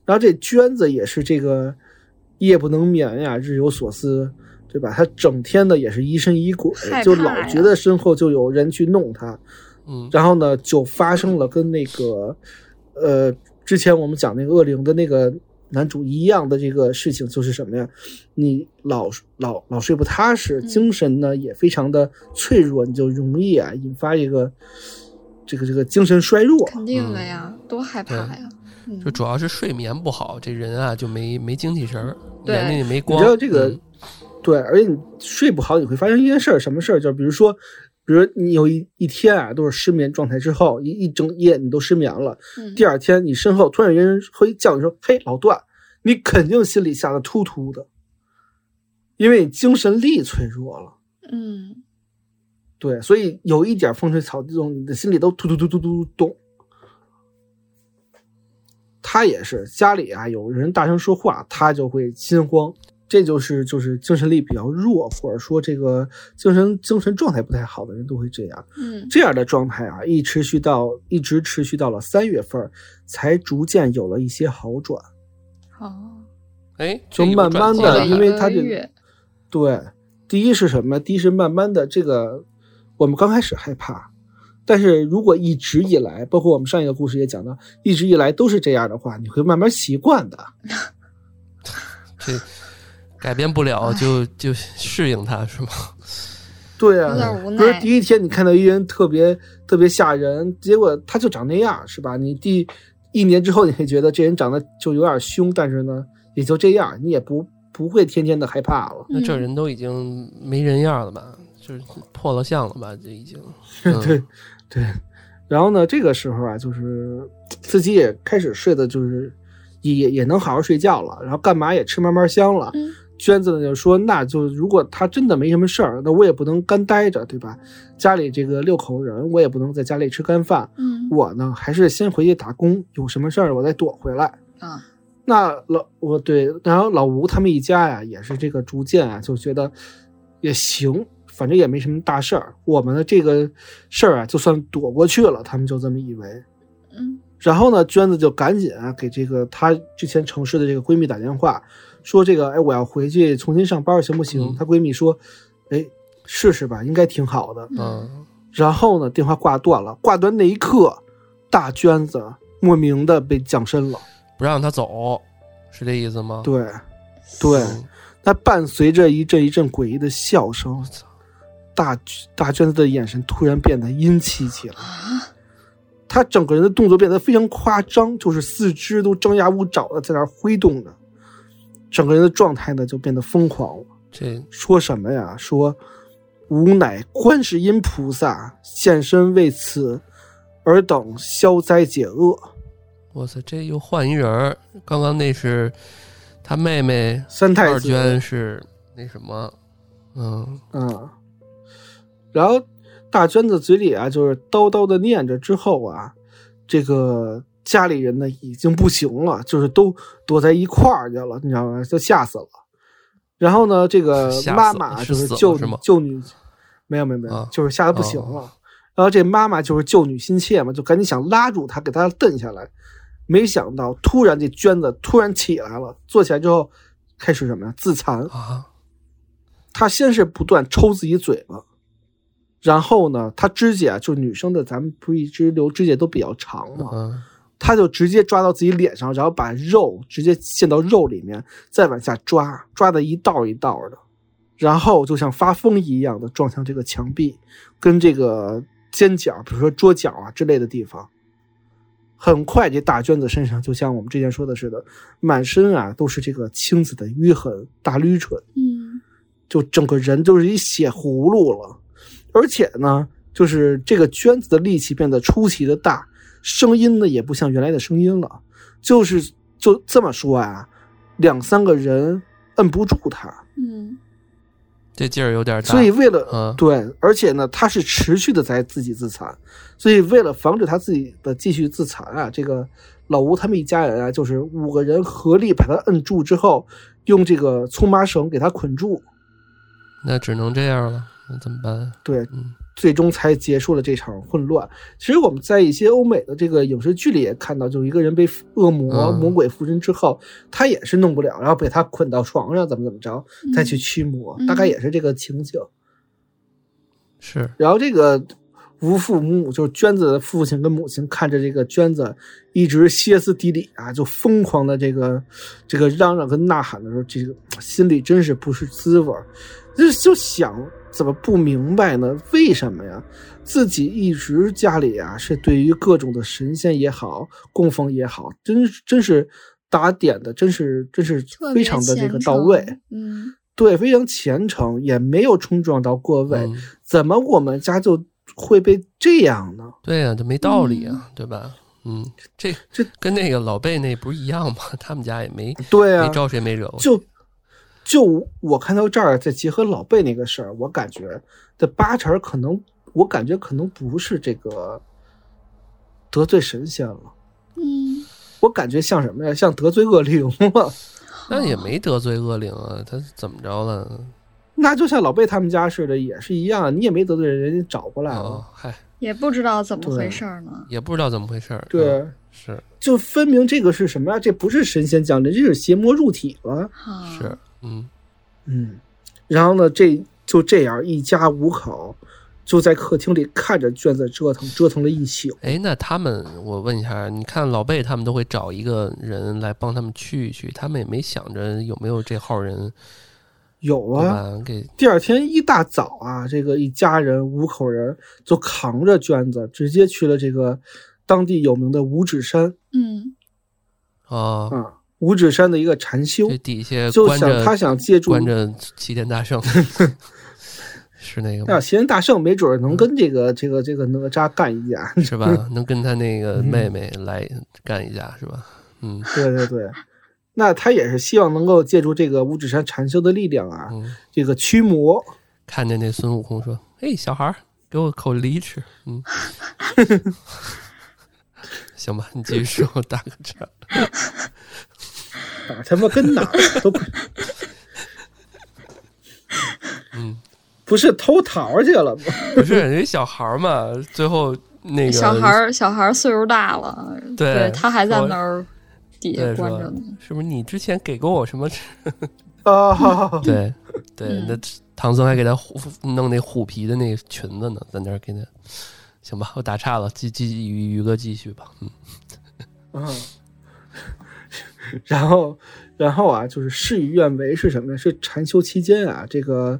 S1: 然后这娟子也是这个夜不能眠呀，日有所思，对吧？她整天的也是疑神疑鬼
S2: 害怕，呀
S1: 就老觉得身后就有人去弄她。
S3: 嗯
S1: 然后呢，就发生了跟那个，呃，之前我们讲那个恶灵的那个男主一样的这个事情，就是什么呀？你老老老睡不踏实，
S2: 嗯
S1: 精神呢也非常的脆弱，你就容易啊引发一个这个这个精神衰弱。
S2: 肯定的
S3: 嗯
S2: 呀，多害怕呀，嗯
S3: 就主要是睡眠不好，这人啊就没没精气神儿，
S2: 对
S3: 眼睛也没
S1: 你
S3: 光。
S1: 知道这个
S3: 嗯，
S1: 对，而且你睡不好，你会发生一件事儿，什么事儿？就比如说，比如你有一一天啊都是失眠状态之后，一一整夜你都失眠了，
S2: 嗯
S1: 第二天你身后突然有人会叫你说：“嘿，老段！”你肯定心里吓得突突的，因为你精神力脆弱了。
S2: 嗯，
S1: 对，所以有一点风吹草动，你的心里都突突突突突动。他也是家里啊，有人大声说话，他就会心慌，这就是就是精神力比较弱，或者说这个精神精神状态不太好的人都会这样。
S2: 嗯，
S1: 这样的状态啊，一持续到一直持续到了三月份儿，才逐渐有了一些好转。
S2: 好，
S3: 哎，
S1: 就
S3: 这有
S1: 慢慢的
S3: 转机
S2: 过了
S3: 了
S2: 一
S1: 因
S3: 还
S1: 为
S2: 个
S1: 他这
S2: 月
S1: 对，第一是什么？第一是慢慢的这个，我们刚开始害怕，但是如果一直以来，包括我们上一个故事也讲到，一直以来都是这样的话，你会慢慢习惯的。
S3: 这改变不了，就就适应它是吗？
S1: 对
S2: 有
S1: 啊，
S2: 点无
S1: 不是
S2: 奈，
S1: 第一天你看到一人特别特别吓人，结果他就长那样，是吧？你第一年之后，你会觉得这人长得就有点凶，但是呢，也就这样，你也不不会天天的害怕了。
S3: 那这
S2: 嗯
S3: 人都已经没人样了吧？就是破了相了吧？这已经。 嗯
S1: 对对，然后呢，这个时候啊，就是自己也开始睡的，就是也也也能好好睡觉了，然后干嘛也吃嘛嘛香了。
S2: 嗯
S1: 娟子呢就说，那就如果他真的没什么事儿，那我也不能干待着，对吧？家里这个六口人，我也不能在家里吃干饭，
S2: 嗯
S1: 我呢还是先回去打工，有什么事儿我再躲回来。
S2: 啊，
S1: 那老我对，然后老吴他们一家呀，也是这个逐渐啊，就觉得也行，反正也没什么大事儿。我们的这个事儿啊，就算躲过去了，他们就这么以为。
S2: 嗯
S1: 然后呢，娟子就赶紧啊给这个她之前城市的这个闺蜜打电话，说这个哎，我要回去重新上班行不行？
S3: 嗯
S1: 她闺蜜说，哎，试试吧，应该挺好的。
S2: 嗯
S3: 嗯，
S1: 然后呢，电话挂断了。挂断那一刻，大娟子莫名的被降身了。
S3: 不让他走，是这意思吗？
S1: 对，对。
S3: 嗯
S1: 那伴随着一阵一阵诡异的笑声
S3: 我，操！
S1: 大大娟子的眼神突然变得阴气起来，
S2: 啊，
S1: 她整个人的动作变得非常夸张，就是四肢都张牙舞爪的在那儿挥动着，整个人的状态呢就变得疯狂了。
S3: 这
S1: 说什么呀？说吾乃观世音菩萨现身为此，尔等消灾解厄。
S3: 我操，这又换一人儿。刚刚那是他妹妹
S1: 三太
S3: 二
S1: 子
S3: 娟是那什么？嗯，
S1: 嗯，然后大娟子嘴里啊，就是叨叨的念着之后啊，这个家里人呢已经不行了，就是都躲在一块儿去了，你知道吗？都吓死了。然后呢，这个
S3: 吓死了
S1: 妈妈就是是
S3: 死了
S1: 救
S3: 是吗
S1: 救女，没有没有没有，
S3: 啊
S1: 就是吓得不行了。
S3: 哦
S1: 然后这妈妈就是救女心切嘛，就赶紧想拉住她，给她蹬下来。没想到突然这娟子突然起来了，坐起来之后开始什么呀？自残。
S3: 啊，
S1: 她先是不断抽自己嘴巴，然后呢，她指甲就是女生的，咱们不是一直留指甲都比较长嘛，
S3: 嗯，
S1: 他就直接抓到自己脸上，然后把肉直接陷到肉里面，再往下抓，抓的一道一道的，然后就像发疯一样的撞向这个墙壁，跟这个尖角，比如说桌角啊之类的地方。很快，这大娟子身上就像我们之前说的似的，满身啊都是这个青紫的淤痕、大捋唇，
S2: 嗯，
S1: 就整个人就是一血葫芦了。而且呢，就是这个娟子的力气变得出奇的大，声音呢也不像原来的声音了，就是就这么说啊，两三个人摁不住他，
S2: 嗯，
S3: 这劲儿有点大，
S1: 所以为了、
S3: 嗯
S1: 对，而且呢，他是持续的在自己自残，所以为了防止他自己的继续自残啊，这个老吴他们一家人啊，就是五个人合力把他摁住之后，用这个葱麻绳给他捆住，
S3: 那只能这样了，那怎么办？
S1: 对，
S3: 嗯
S1: 最终才结束了这场混乱。其实我们在一些欧美的这个影视剧里也看到，就是一个人被恶魔、
S3: 嗯
S1: 魔鬼附身之后，他也是弄不了，然后被他捆到床上，怎么怎么着，再去
S2: 嗯
S1: 驱魔，
S2: 嗯
S1: 大概也是这个情景。
S3: 是，
S1: 然后这个无父无母，就是娟子的父亲跟母亲看着这个娟子一直歇斯底里啊，就疯狂的这个这个嚷嚷跟呐喊的时候，这个心里真是不是滋味儿，就就想怎么不明白呢？为什么呀？自己一直家里啊是对于各种的神仙也好，供奉也好，真真是打点的，真是真是
S2: 特
S1: 非
S2: 别
S1: 常的这
S2: 虔
S1: 个
S2: 诚
S1: 到位。
S2: 嗯
S1: 对，非常虔诚，也没有冲撞到过位，
S3: 嗯
S1: 怎么我们家就会被这样呢？
S3: 对呀、这没道理啊，对吧？嗯，这
S1: 这
S3: 跟那个老贝那不是一样吗？ 他们家也没、
S1: 对啊
S3: 没，招谁没惹过，
S1: 就就我看到这儿，再结合老贝那个事儿，我感觉这八成儿可能，我感觉可能不是这个得罪神仙了，
S2: 嗯，
S1: 我感觉像什么呀？像得罪恶灵了。
S3: 那也没得罪恶灵啊，他怎么着了？
S1: 那就像老贝他们家似的，也是一样，你也没得罪人，人家找过来了。
S3: 哦，嗨，
S2: 也不知道怎么
S1: 对
S2: 回事儿呢。
S3: 也不知道怎么回事儿。
S1: 对，
S3: 嗯是
S1: 就分明这个是什么呀？这不是神仙降临，这是邪魔入体了。
S2: 哈，
S3: 是，嗯，
S1: 嗯，然后呢，这就这样一家五口就在客厅里看着娟子折腾，折腾了一宿。
S3: 哎，那他们，我问一下，你看老贝他们都会找一个人来帮他们去一去，他们也没想着有没有这号人，
S1: 有
S3: 对
S1: 啊，
S3: 吧？给
S1: 第二天一大早啊，这个一家人五口人就扛着娟子，直接去了这个当地有名的五指山
S2: 嗯
S3: 啊，
S1: 啊，五指山的一个禅修
S3: 这，底下
S1: 就
S3: 关
S1: 想
S3: 着
S1: 他想借助
S3: 关着齐天大圣， 是那个
S1: 那
S3: 吗？
S1: 齐天大圣没准儿
S3: 嗯
S1: 能跟这个这个这个哪吒干一架，
S3: 是吧？能跟他
S1: 嗯
S3: 那个妹妹来干一架，是吧？嗯
S1: 对对对，那他也是希望能够借助这个五指山禅修的力量啊，
S3: 嗯，
S1: 这个驱魔。
S3: 看见那孙悟空说：“哎，小孩儿，给我口梨吃。”嗯， 行吧，你继续说，我打个岔。
S1: 哪儿他妈跟哪儿都不，
S3: 嗯，
S1: 不是偷桃儿去了吗？
S3: 不是人家小孩儿嘛，最后那个
S2: 小孩儿，小孩儿岁数大了，
S3: 对
S2: 他还在
S3: 说
S2: 那儿底下
S3: 对
S2: 关着
S3: 说
S2: 呢。
S3: 是不是你之前给过我什么吃？
S1: 啊，好好好，
S3: 对对
S2: 嗯，
S3: 那唐僧还给他虎弄那虎皮的那裙子呢，在那儿给他。行吧，我打岔了，继继于于哥继续吧。嗯，
S1: 嗯， 然后，然后啊，就是事与愿违是什么呢？是禅修期间啊，这个，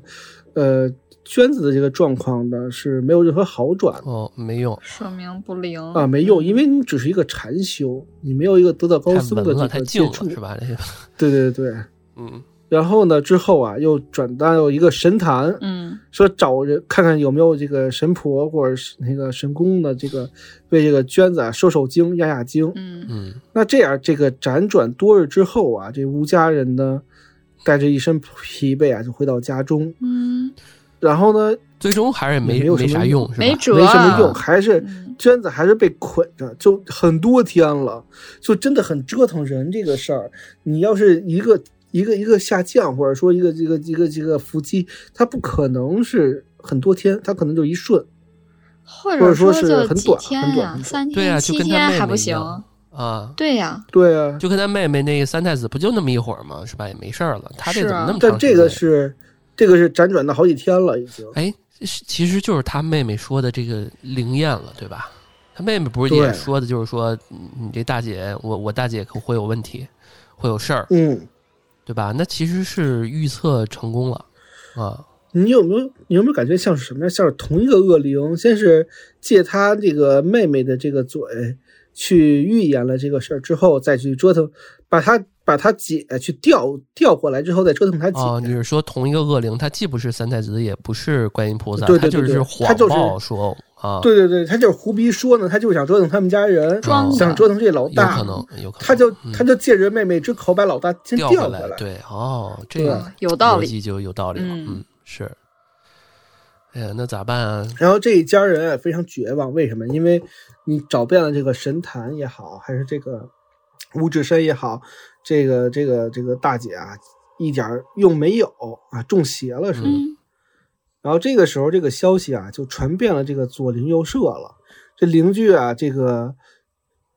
S1: 呃，娟子的这个状况呢是没有任何好转的
S3: 哦，嗯没用，
S2: 说明不灵嗯
S1: 啊，没用，因为你只是一个禅修，你没有一个得道
S3: 太
S1: 高僧
S3: 文
S1: 的
S3: 了，
S1: 这
S3: 太
S1: 个
S3: 静
S1: 接
S3: 了，
S1: 触，
S3: 是吧？这个，
S1: 对对对。
S3: 嗯，
S1: 然后呢，之后啊，又转到一个神坛，
S2: 嗯
S1: 说找人看看有没有这个神婆或者是那个神功的这个为这个娟子啊收收经、压压惊。
S2: 嗯
S3: 嗯，
S1: 那这样，这个辗转多日之后啊，这吴家人呢，带着一身疲惫啊，就回到家中。
S2: 嗯，
S1: 然后呢，
S3: 最终还是没
S1: 也没有什么
S3: 啥用，是吧？
S2: 没辙，
S1: 没什么用，还是
S2: 嗯
S1: 娟子还是被捆着，就很多天了，就真的很折腾人这个事儿。你要是一个一个一个下降，或者说一个一个一个一个伏击，它不可能是很多天，它可能就一瞬。
S2: 或
S1: 者
S2: 说
S1: 说是
S2: 就
S1: 很
S2: 几
S1: 短很
S2: 天
S1: 短
S2: 呀、
S1: 很短
S2: 三
S3: 对
S2: 天、
S3: 啊，就
S2: 七
S3: 跟
S2: 天
S3: 他妹
S2: 还
S3: 妹
S2: 不
S3: 一
S2: 行。
S3: 样啊，
S2: 对呀、
S1: 对啊，
S3: 就跟他妹妹那个三太子不就那么一会儿吗？是吧？也没事儿了，他这
S2: 是
S3: 怎么
S2: 啊
S3: 那么
S1: 但
S3: 长时
S1: 这
S3: 间？
S1: 个是这个是辗转到好几天了，已经。
S3: 哎，是其实就是他妹妹说的这个灵验了，对吧？他妹妹不是也
S1: 对
S3: 说的，就是说嗯你这大姐，我我大姐可会有问题，会有事儿，
S1: 嗯，
S3: 对吧？那其实是预测成功了啊，
S1: 你有没有你有没有感觉像是什么呀？像是同一个恶灵，先是借他这个妹妹的这个嘴去预言了这个事儿，之后再去折腾，把他把他姐去调调过来之后再折腾他姐。
S3: 哦，你是说同一个恶灵，他既不是三太子，也不是观音菩萨，
S1: 对对
S3: 他就
S1: 对对
S3: 是
S1: 他就
S3: 谎
S1: 是
S3: 报说啊，
S1: 对对对，他就是胡逼说呢，他就是想折腾他们家人，
S2: 装的
S1: 想折腾这老
S3: 有
S1: 大，
S3: 可能，有可能，
S1: 他就
S3: 嗯
S1: 他就借着妹妹之口把老大先
S3: 调
S1: 调
S3: 回
S1: 回来。
S3: 对，哦，这个
S2: 嗯有道
S3: 逻
S2: 理。
S3: 辑就有道理了，
S2: 嗯
S3: 嗯，是。哎呀，那咋办啊？
S1: 然后这一家人啊非常绝望，为什么？因为你找遍了这个神坛也好，还是这个五指山也好，这个这个这个大姐啊，一点儿用没有啊，中邪了是吧？
S2: 嗯，
S1: 然后这个时候，这个消息啊就传遍了这个左邻右舍了。这邻居啊，这个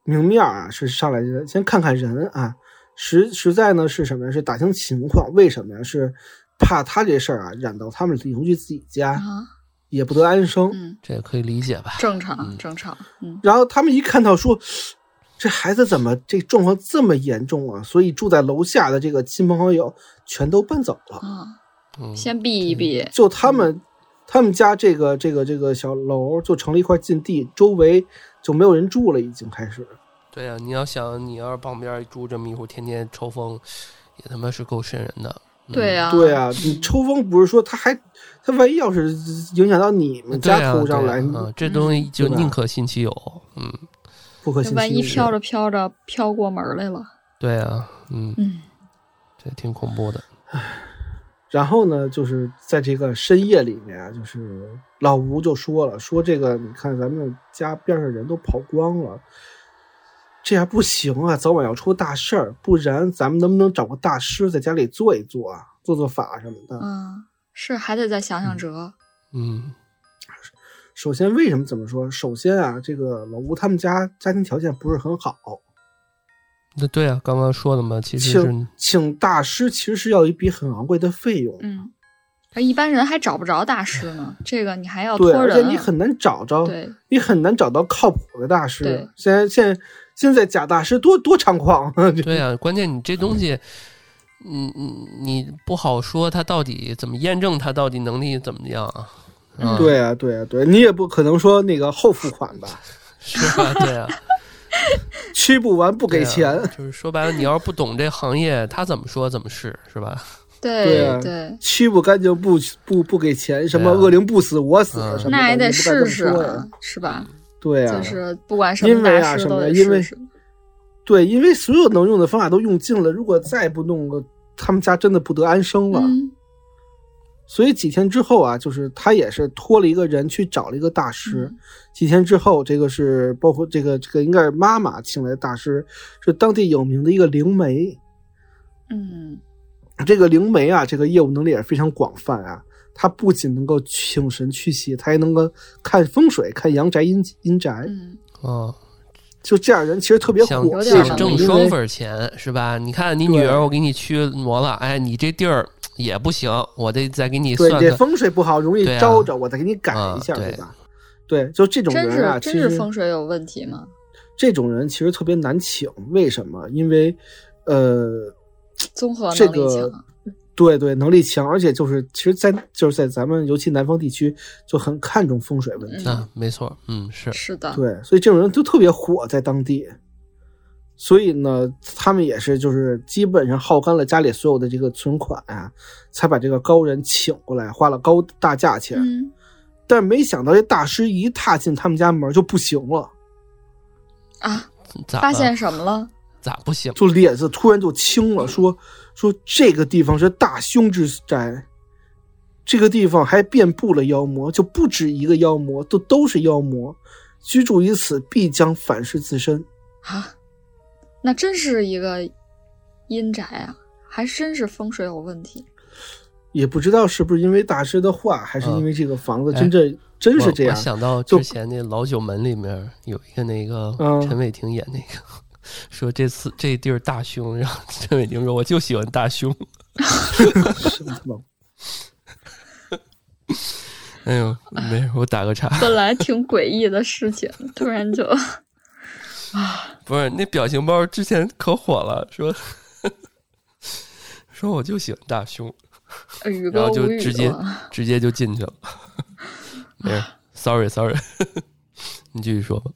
S1: 明面儿啊是上来就先看看人啊，实实在呢是什么呀？是打听情况，为什么呀？是怕他这事儿啊染到他们邻居自己家，
S2: 啊，
S1: 也不得安生。
S2: 嗯，
S3: 这也可以理解吧？
S2: 正
S3: 嗯
S2: 常，正常。嗯，
S1: 然后他们一看到说，这孩子怎么这状况这么严重啊？所以住在楼下的这个亲朋好友全都搬走了，
S2: 啊，
S3: 嗯，
S2: 先避一避。
S1: 就他们他们家这个这个这个小楼就成了一块禁地，周围就没有人住了，已经开始。
S3: 对啊呀、你要想，你要是旁边住这么一户，天天抽风，也他妈是够瘆人的。嗯
S2: 对、呀、嗯
S1: 对啊，你抽风不是说他还他万一要是影响到你们
S3: 对呀
S1: 家头上
S3: 对呀
S1: 来，你
S3: 嗯，这东西就
S1: 对吧
S3: 宁可信其有。嗯，
S1: 不可
S2: 这
S1: 信
S2: 万一
S1: 其
S2: 飘着飘着飘过门儿来了，
S3: 对呀，嗯，
S2: 嗯，
S3: 这挺恐怖的。
S1: 然后呢，就是在这个深夜里面啊，就是老吴就说了，说这个你看咱们家边上人都跑光了，这样不行啊，早晚要出大事儿，不然咱们能不能找个大师在家里做一做啊，做做法什么的？
S2: 啊，是还得再想想辙。
S3: 嗯
S1: 首先，为什么怎么说？首先啊，这个老吴他们家家庭条件不是很好，
S3: 那对啊，刚刚说了嘛，其实是
S1: 请请大师其实是要一笔很昂贵的费用，
S2: 嗯，而一般人还找不着大师呢，这个你还要
S1: 对，
S2: 托
S1: 而
S2: 人
S1: 且
S2: 啊。
S1: 你很难找着，
S2: 对，
S1: 你很难找到靠谱的大师
S2: 对。
S1: 现在现在现在假大师多多猖狂，
S3: 对
S2: 嗯
S3: 啊，关键你这东西，嗯嗯，你不好说他到底怎么验证他到底能力怎么样啊？嗯，
S1: 对啊对啊对啊，你也不可能说那个后付款 吧，
S3: 是吧？对啊，
S1: 吃不完 不给钱
S3: 对。啊就是说白了，你要是不懂这行业，他怎么说怎么是，是吧？
S1: 对
S2: 对
S1: 啊驱不干净不不不给钱，什么
S3: 对啊
S1: 恶灵不死我死
S3: 嗯
S1: 什么的，
S2: 那也
S1: 你
S2: 得
S1: 不敢这
S2: 试
S1: 么
S2: 试
S1: 说
S2: 啊
S1: 呀，
S2: 是吧？
S1: 对啊，
S2: 就是不管什
S1: 因
S2: 么
S1: 为啊
S2: 大师
S1: 什么
S2: 都
S1: 的
S2: 得
S1: 因为
S2: 试试。
S1: 对，因为所有能用的方法都用尽了，如果再不弄个，他们家真的不得安生了。
S2: 嗯
S1: 所以几天之后啊，就是他也是托了一个人去找了一个大师。
S2: 嗯
S1: 几天之后，这个是包括这个这个应该是妈妈请来的大师，是当地有名的一个灵媒。
S2: 嗯，
S1: 这个灵媒啊，这个业务能力也非常广泛啊。他不仅能够请神驱邪，他还能够看风水、看阳宅、阴阴宅。
S2: 嗯，
S3: 哦，
S1: 就这样人其实特别
S3: 想
S1: 火，
S2: 有点
S1: 为什
S3: 想
S1: 么
S3: 挣
S1: 因
S3: 双
S1: 为
S3: 份儿钱是吧？你看你女
S1: 对
S3: 儿，我给你驱魔了，哎，你这地儿也不行，我得再给你
S1: 对
S3: 算
S1: 你这
S3: 算。
S1: 风水不好，容易
S3: 对啊
S1: 招着，我再给你改一下，
S3: 啊对
S1: 对吧？对，就这种
S2: 真
S1: 人啊，
S2: 是
S1: 其
S2: 真
S1: 实
S2: 是风水有问题吗？
S1: 这种人其实特别难请，为什么？因为，呃，
S2: 综合
S1: 这
S2: 能力
S1: 个
S2: 强，
S1: 对对，能力强，而且就是其实在，就是在咱们尤其南方地区就很看重风水问题，
S3: 啊，没错，嗯，是
S2: 是的，
S1: 对，所以这种人就特别火在当地。所以呢，他们也是就是基本上耗干了家里所有的这个存款啊，才把这个高人请过来，花了高大价钱。
S2: 嗯，
S1: 但没想到这大师一踏进他们家门就不行了，
S2: 啊，
S3: 咋
S2: 发
S3: 了
S2: 现什么了？
S3: 咋不行？
S1: 就脸色突然就青了，说说这个地方是大凶之宅，这个地方还遍布了妖魔，就不止一个妖魔，都都是妖魔，居住于此必将反噬自身。
S2: 啊，那真是一个阴宅啊，还真是风水有问题。
S1: 也不知道是不是因为大师的话，还是因为这个房子
S3: 嗯
S1: 真正、真是
S3: 我
S1: 这样
S3: 我。想到
S1: 就
S3: 之前那老九门里面有一个那个
S1: 嗯
S3: 陈伟霆演那个，说这次这地儿大胸，然后 陈伟霆说我就喜欢大胸。
S1: 是吗
S3: 哎呦，没事，我打个岔。
S2: 本来挺诡异的事情，突然 就
S3: 不是那表情包之前可火了，说说我就喜欢大胸，
S2: 宇
S3: 然
S2: 哥
S3: 后就
S2: 无语
S3: 直接
S2: 了。
S3: 直接就进去 了。没事，sorry sorry，你继续说吧。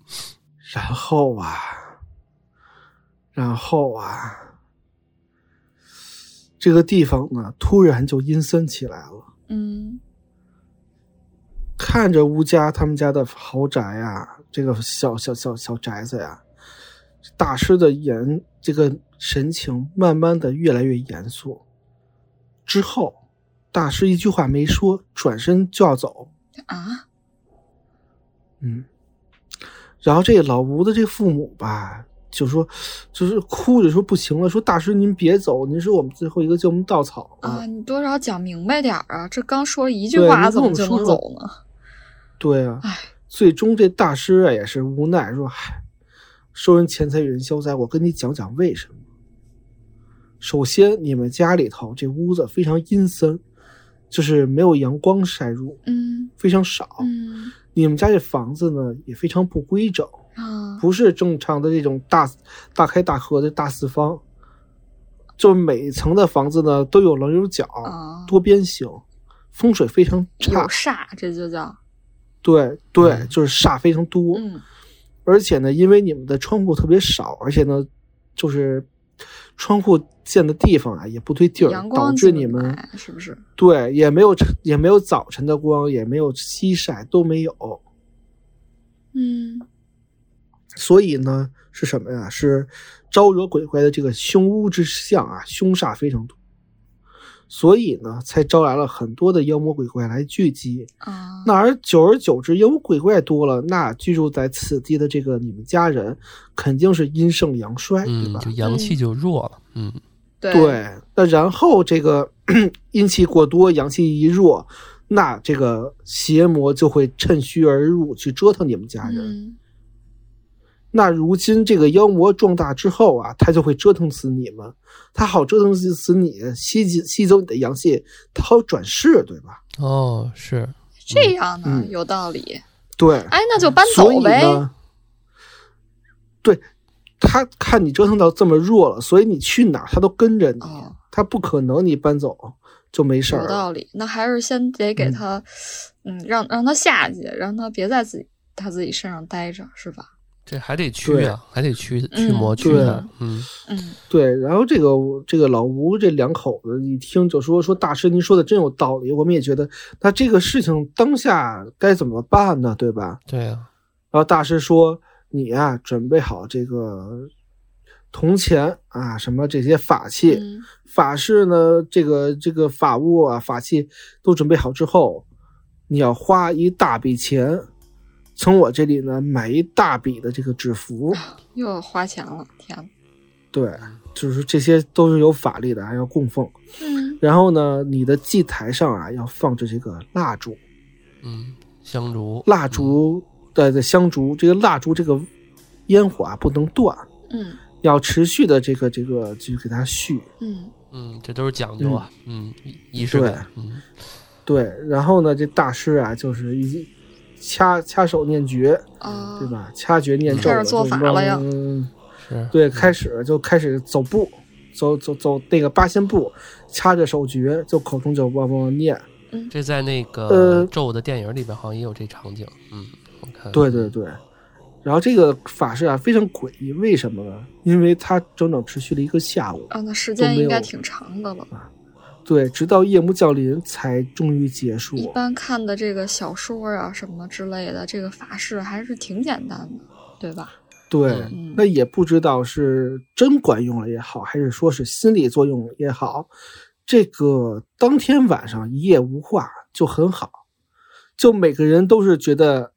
S1: 然后啊，然后啊，这个地方呢，突然就阴森起来了。
S2: 嗯
S1: 看着吴家他们家的豪宅啊，这个小小小小宅子呀、大师的眼这个神情慢慢的越来越严肃。之后，大师一句话没说，转身就要走。
S2: 啊，
S1: 嗯，然后这老吴的这父母吧，就说，就是哭着说不行了，说大师您别走，您是我们最后一个救命稻草
S2: 啊，
S1: 啊
S2: 你多少讲明白点儿啊！这刚说一句
S1: 对
S2: 话，
S1: 你
S2: 怎
S1: 跟
S2: 么
S1: 我
S2: 就
S1: 说
S2: 能
S1: 了
S2: 走呢？
S1: 对啊
S2: 唉，
S1: 最终这大师啊也是无奈说：“唉，收人钱财与人消灾，我跟你讲讲为什么。首先，你们家里头这屋子非常阴森，就是没有阳光晒入，
S2: 嗯
S1: 非常少。
S2: 嗯
S1: 你们家这房子呢也非常不规整，
S2: 啊，
S1: 不是正常的这种大大开大合的大四方，就每一层的房子呢都有棱有角，
S2: 啊，
S1: 多边形，风水非常
S2: 有
S1: 差。
S2: 煞，这就叫
S1: 对对，
S3: 嗯
S1: 就是煞非常多。
S2: 嗯
S1: 而且呢，因为你们的窗户特别少，而且呢，就是窗户建的地方啊也不对劲
S2: 阳
S1: 儿，导
S2: 光
S1: 致
S2: 进
S1: 你
S2: 不
S1: 们
S2: 来，是不是？
S1: 对也没有晨也没有早晨的光，也没有西晒都没有，
S2: 嗯
S1: 所以呢是什么呀？是招惹鬼怪的这个凶巫之象啊，凶煞非常多，所以呢才招来了很多的妖魔鬼怪来聚集。
S2: 啊，
S1: 那而久而久之，因为鬼怪多了，那居住在此地的这个你们家人肯定是阴盛阳衰，对
S3: 嗯，
S1: 吧
S3: 就？阳气就弱了。嗯，
S2: 对
S1: 对，那然后这个 阴气过多，阳气一弱，那这个邪魔就会趁虚而入去折腾你们家人。
S2: 嗯
S1: 那如今这个妖魔壮大之后啊，他就会折腾死你们，他好折腾死你，吸进吸走你的阳气，他好转世，对吧？
S3: 哦，是，
S2: 这样呢
S1: 嗯
S2: 有道理。
S1: 对，
S2: 哎，那就搬
S1: 所以
S2: 走呗。
S1: 呢，对他看你折腾到这么弱了，所以你去哪儿他都跟着你，
S2: 哦
S1: 他不可能你搬走就没事儿
S2: 有
S1: 了。
S2: 道理，那还是先得给
S1: 嗯
S2: 他，嗯，让让他下去，让他别在自己他自己身上待着，是吧？
S3: 这还得驱啊，还得驱驱魔
S2: 嗯
S3: 驱
S1: 对
S3: 的。嗯，
S2: 嗯
S1: 对，然后这个这个老吴这两口子一听就说说大师您说的真有道理，我们也觉得那这个事情当下该怎么办呢？对吧？
S3: 对啊，
S1: 然后大师说你呀、准备好这个铜钱啊，什么这些法器。
S2: 嗯
S1: 法式呢，这个这个法物啊、法器都准备好之后，你要花一大笔钱，从我这里呢买一大笔的这个纸符，
S2: 又花钱了，天呐。
S1: 对，就是这些都是有法力的，还要供奉。
S2: 嗯
S1: 然后呢，你的祭台上啊要放着这个蜡烛，
S3: 嗯，香烛，
S1: 蜡烛的的香烛，这个蜡烛这个烟火啊不能断，
S2: 嗯
S1: 要持续的这个这个去给它续。
S2: 嗯
S3: 嗯，这都是讲究啊。嗯，仪仪式
S1: 对
S3: 感。嗯，
S1: 对，然后呢，这大师啊就是一掐掐手念诀，嗯
S2: 啊
S1: 对，吧？掐诀念咒
S2: 开始做法了呀
S1: 嗯，
S3: 是。
S1: 对，开始就开始走步，走走走那个八仙步，掐着手诀，就口中就汪汪念。
S3: 这在那个
S1: 呃
S3: 咒的电影里边好像也有这场景。嗯，我看。
S1: 对对对。然后这个法事啊非常诡异，为什么呢？因为它整整持续了一个下午，
S2: 啊，那时
S1: 都
S2: 间
S1: 没
S2: 应该
S1: 有
S2: 挺长的了。
S1: 对，直到夜幕降临才终于结束。
S2: 一般看的这个小说啊什么之类的，这个法式还是挺简单的，对吧？
S1: 对，
S2: 嗯
S1: 那也不知道是真管用了也好，还是说是心理作用也好，这个当天晚上一夜无话就很好，就每个人都是觉得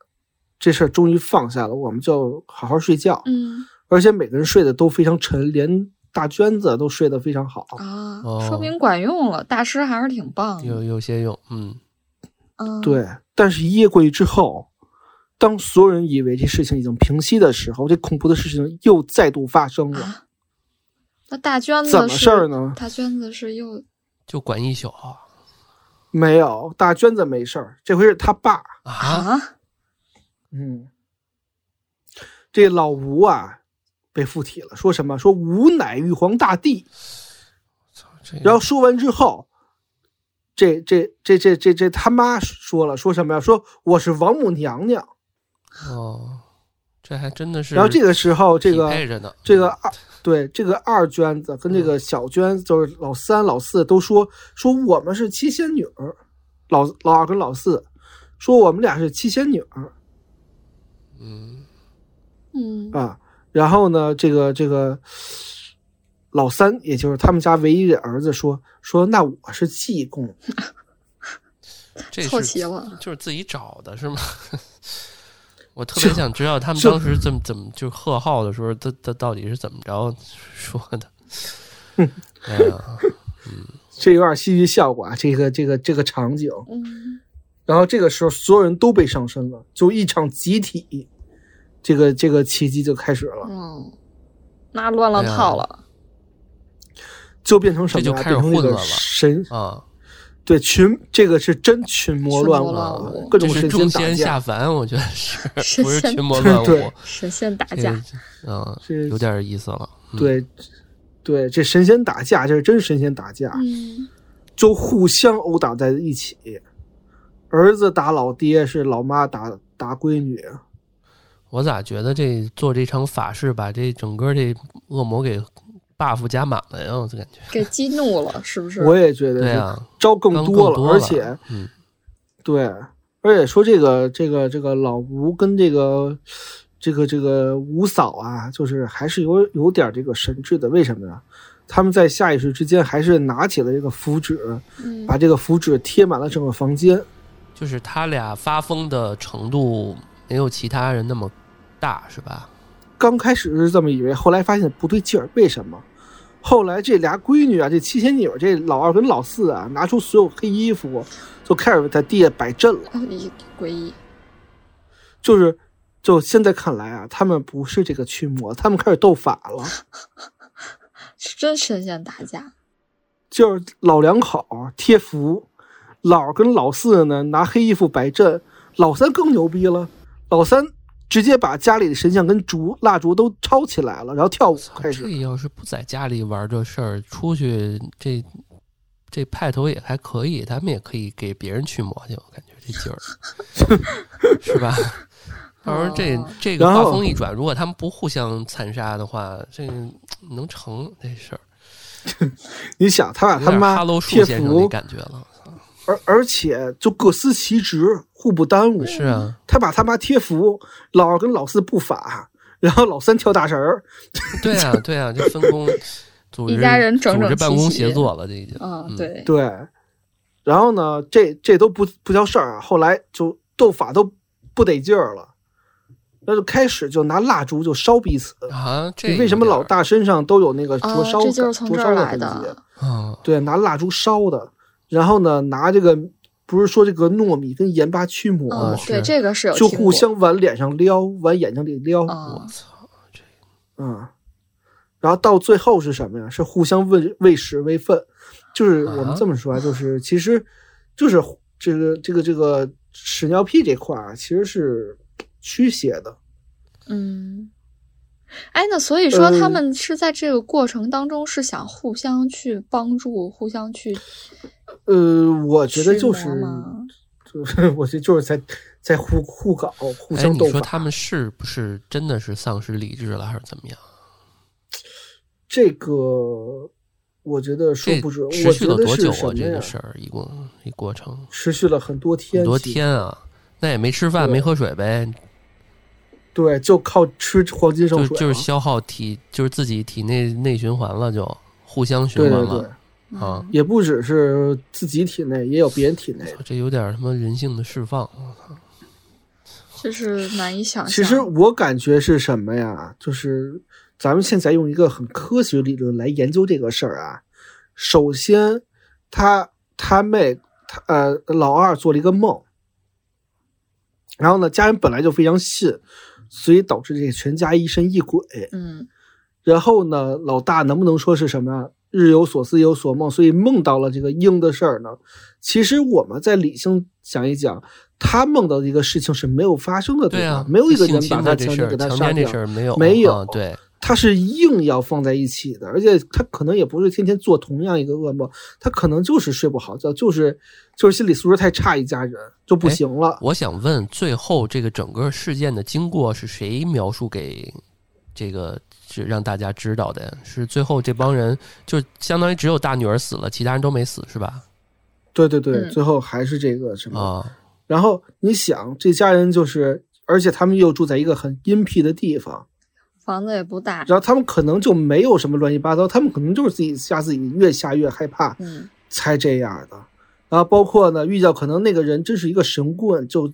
S1: 这事儿终于放下了，我们就好好睡觉，
S2: 嗯
S1: 而且每个人睡得都非常沉，连大娟子都睡得非常好。
S2: 啊
S3: 哦，
S2: 说明管用了，大师还是挺棒的。
S3: 有有些用，嗯，
S2: 嗯，
S1: 对，但是一夜过去之后，当所有人以为这事情已经平息的时候，这恐怖的事情又再度发生了。
S2: 啊，那大娟子
S1: 怎么
S2: 是
S1: 事儿呢？
S2: 大娟子是又
S3: 就管一宿啊
S1: 没有，大娟子没事儿，这回是他爸。
S3: 啊，
S2: 啊
S1: 嗯，这老吴啊，被附体了，说什么？说吾乃玉皇大帝。
S3: 操这
S1: 然后说完之后，这这这这这这他妈说了，说什么呀？说我是王母娘娘。
S3: 哦，这还真的是，
S1: 然后这个时候，这个
S3: 配着呢，
S1: 这个
S3: 嗯
S1: 二对这个二娟子跟这个小娟，就是老三、老四都说说我们是七仙女儿，老老二跟老四说我们俩是七仙女儿
S3: 嗯，
S2: 嗯
S1: 啊。然后呢，这个这个老三，也就是他们家唯一的儿子说说那我是济公，
S3: 这
S2: 凑
S3: 是
S2: 齐了
S3: 就是自己找的是吗？ 我特别
S1: 就
S3: 想知道他们
S1: 就
S3: 当时怎么怎么就贺号的时候，他他到底是怎么着说的？
S1: 嗯
S3: 哎呀，
S1: 这有点戏剧效果啊，这个这个这个场景。
S2: 嗯
S1: 然后这个时候，所有人都被上身了，就一场集体，这个这个奇迹就开始了，
S2: 哦，那乱了
S3: 哎呀
S2: 套了。
S1: 就变成什么
S3: 这就
S1: 呀？
S3: 开始
S1: 变成那
S3: 混
S1: 个
S3: 乱了
S1: 神
S3: 啊，
S1: 对群，这个是真群魔乱
S2: 群魔乱
S1: 舞
S2: 舞，
S1: 各
S3: 这
S1: 种
S3: 是
S1: 神
S3: 诛
S1: 仙打
S3: 仙
S1: 架
S3: 下，凡，我觉得是
S2: 神
S3: 不是
S2: 仙
S3: 群魔乱舞
S1: 对？
S2: 神仙打
S3: 这
S2: 架，
S3: 嗯，
S1: 是
S3: 有点意思了。嗯，
S1: 对，对，这神仙打架，这是真神仙打架，
S2: 嗯
S1: 就互相殴打在一起，儿子打老爹，是老妈打打闺女，
S3: 我咋觉得这做这场法事，把这整个这恶魔给 buff 加满了呀？我就感觉，
S2: 给激怒了，是不是？
S1: 我也觉得
S3: 对
S1: 是
S3: 啊，
S1: 招更
S3: 刚
S1: 多
S3: 多
S1: 了，而且
S3: 嗯，
S1: 对，而且说这个这个这个老吴跟这个这个这个吴嫂啊，就是还是有有点这个神智的，为什么呢？他们在下意识之间还是拿起了这个符纸，
S2: 嗯
S1: 把这个符纸贴满了整个房间。
S3: 就是他俩发疯的程度没有其他人那么大，是吧？
S1: 刚开始是这么以为，后来发现不对劲儿，为什么？后来这俩闺女啊，这七仙女儿，这老二跟老四啊，拿出所有黑衣服，就开始在地下摆阵了。
S2: 哦一诡异，
S1: 就是，就现在看来啊，他们不是这个驱魔，他们开始斗法了。
S2: 是真神仙打架，
S1: 就是老两口贴符，老儿跟老四呢拿黑衣服摆阵，老三更牛逼了，老三直接把家里的神像跟烛蜡烛都抄起来了，然后跳舞开
S3: 这
S1: 始。
S3: 要是不在家里玩这事儿，出去这这派头也还可以，他们也可以给别人驱魔去，我感觉这劲儿， 是吧？到时候这
S2: 哦
S3: 这个
S1: 然
S3: 画
S1: 后
S3: 风一转，如果他们不互相残杀的话，这个能成这事儿，
S1: 你想，他把
S3: 有
S1: 啊他
S3: 点哈
S1: 妈
S3: 喽树
S1: 贴
S3: 先生那
S1: 符，
S3: 感觉了。
S1: 而而且就各司其职，互不耽误。
S3: 是啊，
S1: 他把他妈贴符，老二跟老四不法，然后老三跳大神儿，
S3: 对啊，对啊，这分 工组织
S2: 一家人整整
S3: 组织办公
S2: 齐齐
S3: 协作了，这已经。
S2: 啊，
S3: 嗯
S2: 对，
S1: 对，然后呢，这这都不不叫事儿啊。后来就斗法都不得劲儿了，那就开始就拿蜡烛就烧彼此。
S3: 啊，这
S1: 你为什么老大身上都有那个灼
S2: 哦
S1: 烧，感？
S2: 这就是从
S1: 灼
S2: 这
S1: 烧
S2: 儿
S1: 的
S2: 来
S1: 痕迹
S2: 的，
S3: 啊？
S1: 对，拿蜡烛烧的。然后呢，拿这个不是说这个糯米跟盐巴驱魔
S2: 嗯
S1: 吗？
S3: 啊是，
S2: 对，这个是有
S1: 就
S2: 听
S1: 互
S2: 过
S1: 相往脸上撩，往眼睛里撩，
S2: 啊，
S1: 嗯，然后到最后是什么呀？是互相喂喂食喂粪，就是我
S3: 啊
S1: 们这么说啊，就是其实，就是这个这个这个屎尿屁这块儿啊，其实是驱邪的。
S2: 嗯。哎，那所以说他
S1: 呃
S2: 们是在这个过程当中是想互相去帮助，互相去
S1: 呃，我觉得
S2: 驱
S1: 就
S2: 魔
S1: 是，
S2: 吗？
S1: 就是 我觉得就是在在互互搞，互
S3: 哎，
S1: 相
S3: 你
S1: 斗
S3: 说
S1: 法。
S3: 他们是不是真的是丧失理智了，还是怎么样？
S1: 这个我觉得说
S3: 这
S1: 不准，
S3: 持
S1: 我
S3: 续
S1: 觉
S3: 了
S1: 得
S3: 多久
S1: 是什
S3: 啊
S1: 么？
S3: 这
S1: 呀
S3: 个？事儿一共一过程
S1: 持续了很多
S3: 很
S1: 天，
S3: 多
S1: 其实
S3: 天啊，那也没吃饭
S1: 对
S3: 没喝水呗，
S1: 对，就靠吃黄金
S3: 就
S1: 圣水啊
S3: 就是
S1: 了
S3: 消耗体，就是自己体内内循环了就，互相循
S1: 对
S3: 环
S1: 对对
S3: 了。啊。
S2: 嗯
S1: 也不只是自己体内，也有别人体内的。
S3: 这有点什么人性的释放，我操！
S2: 这是难以想象。
S1: 其实我感觉是什么呀？就是咱们现在用一个很科学理论来研究这个事儿啊，首先他他妹他呃老二做了一个梦，然后呢家人本来就非常信，所以导致这全家疑神疑鬼。
S2: 嗯
S1: 然后呢，老大能不能说是什么呀日有所思夜有所梦，所以梦到了这个鹰的事儿呢？其实我们在理性想一想，他梦到的一个事情是没有发生的，对
S3: 对
S1: 吧？
S3: 啊，
S1: 没有一个
S3: 性
S1: 人把
S3: 侵
S1: 他
S3: 的这
S1: 强
S3: 事
S1: 行
S3: 儿，
S1: 给他
S3: 强
S1: 杀
S3: 奸这事
S1: 掉，
S3: 儿没有，
S1: 没有
S3: 啊对，
S1: 他是硬要放在一起的，而且他可能也不是天天做同样一个噩梦，他可能就是睡不好觉，就是就是心理素质太差，一家人就不
S3: 哎
S1: 行了。
S3: 我想问，最后这个整个事件的经过是谁描述给这个是让大家知道的？是最后这帮人就相当于只有大女儿死了，其他人都没死，是吧？
S1: 对对对，
S2: 嗯
S1: 最后还是这个什么。
S3: 啊，
S1: 然后你想，这家人就是，而且他们又住在一个很阴僻的地方，
S2: 房子也不大，
S1: 然后他们可能就没有什么乱七八糟，他们可能就是自己吓自己，越吓越害怕
S2: 嗯
S1: 才这样的。然后包括呢，遇到可能那个人真是一个神棍，就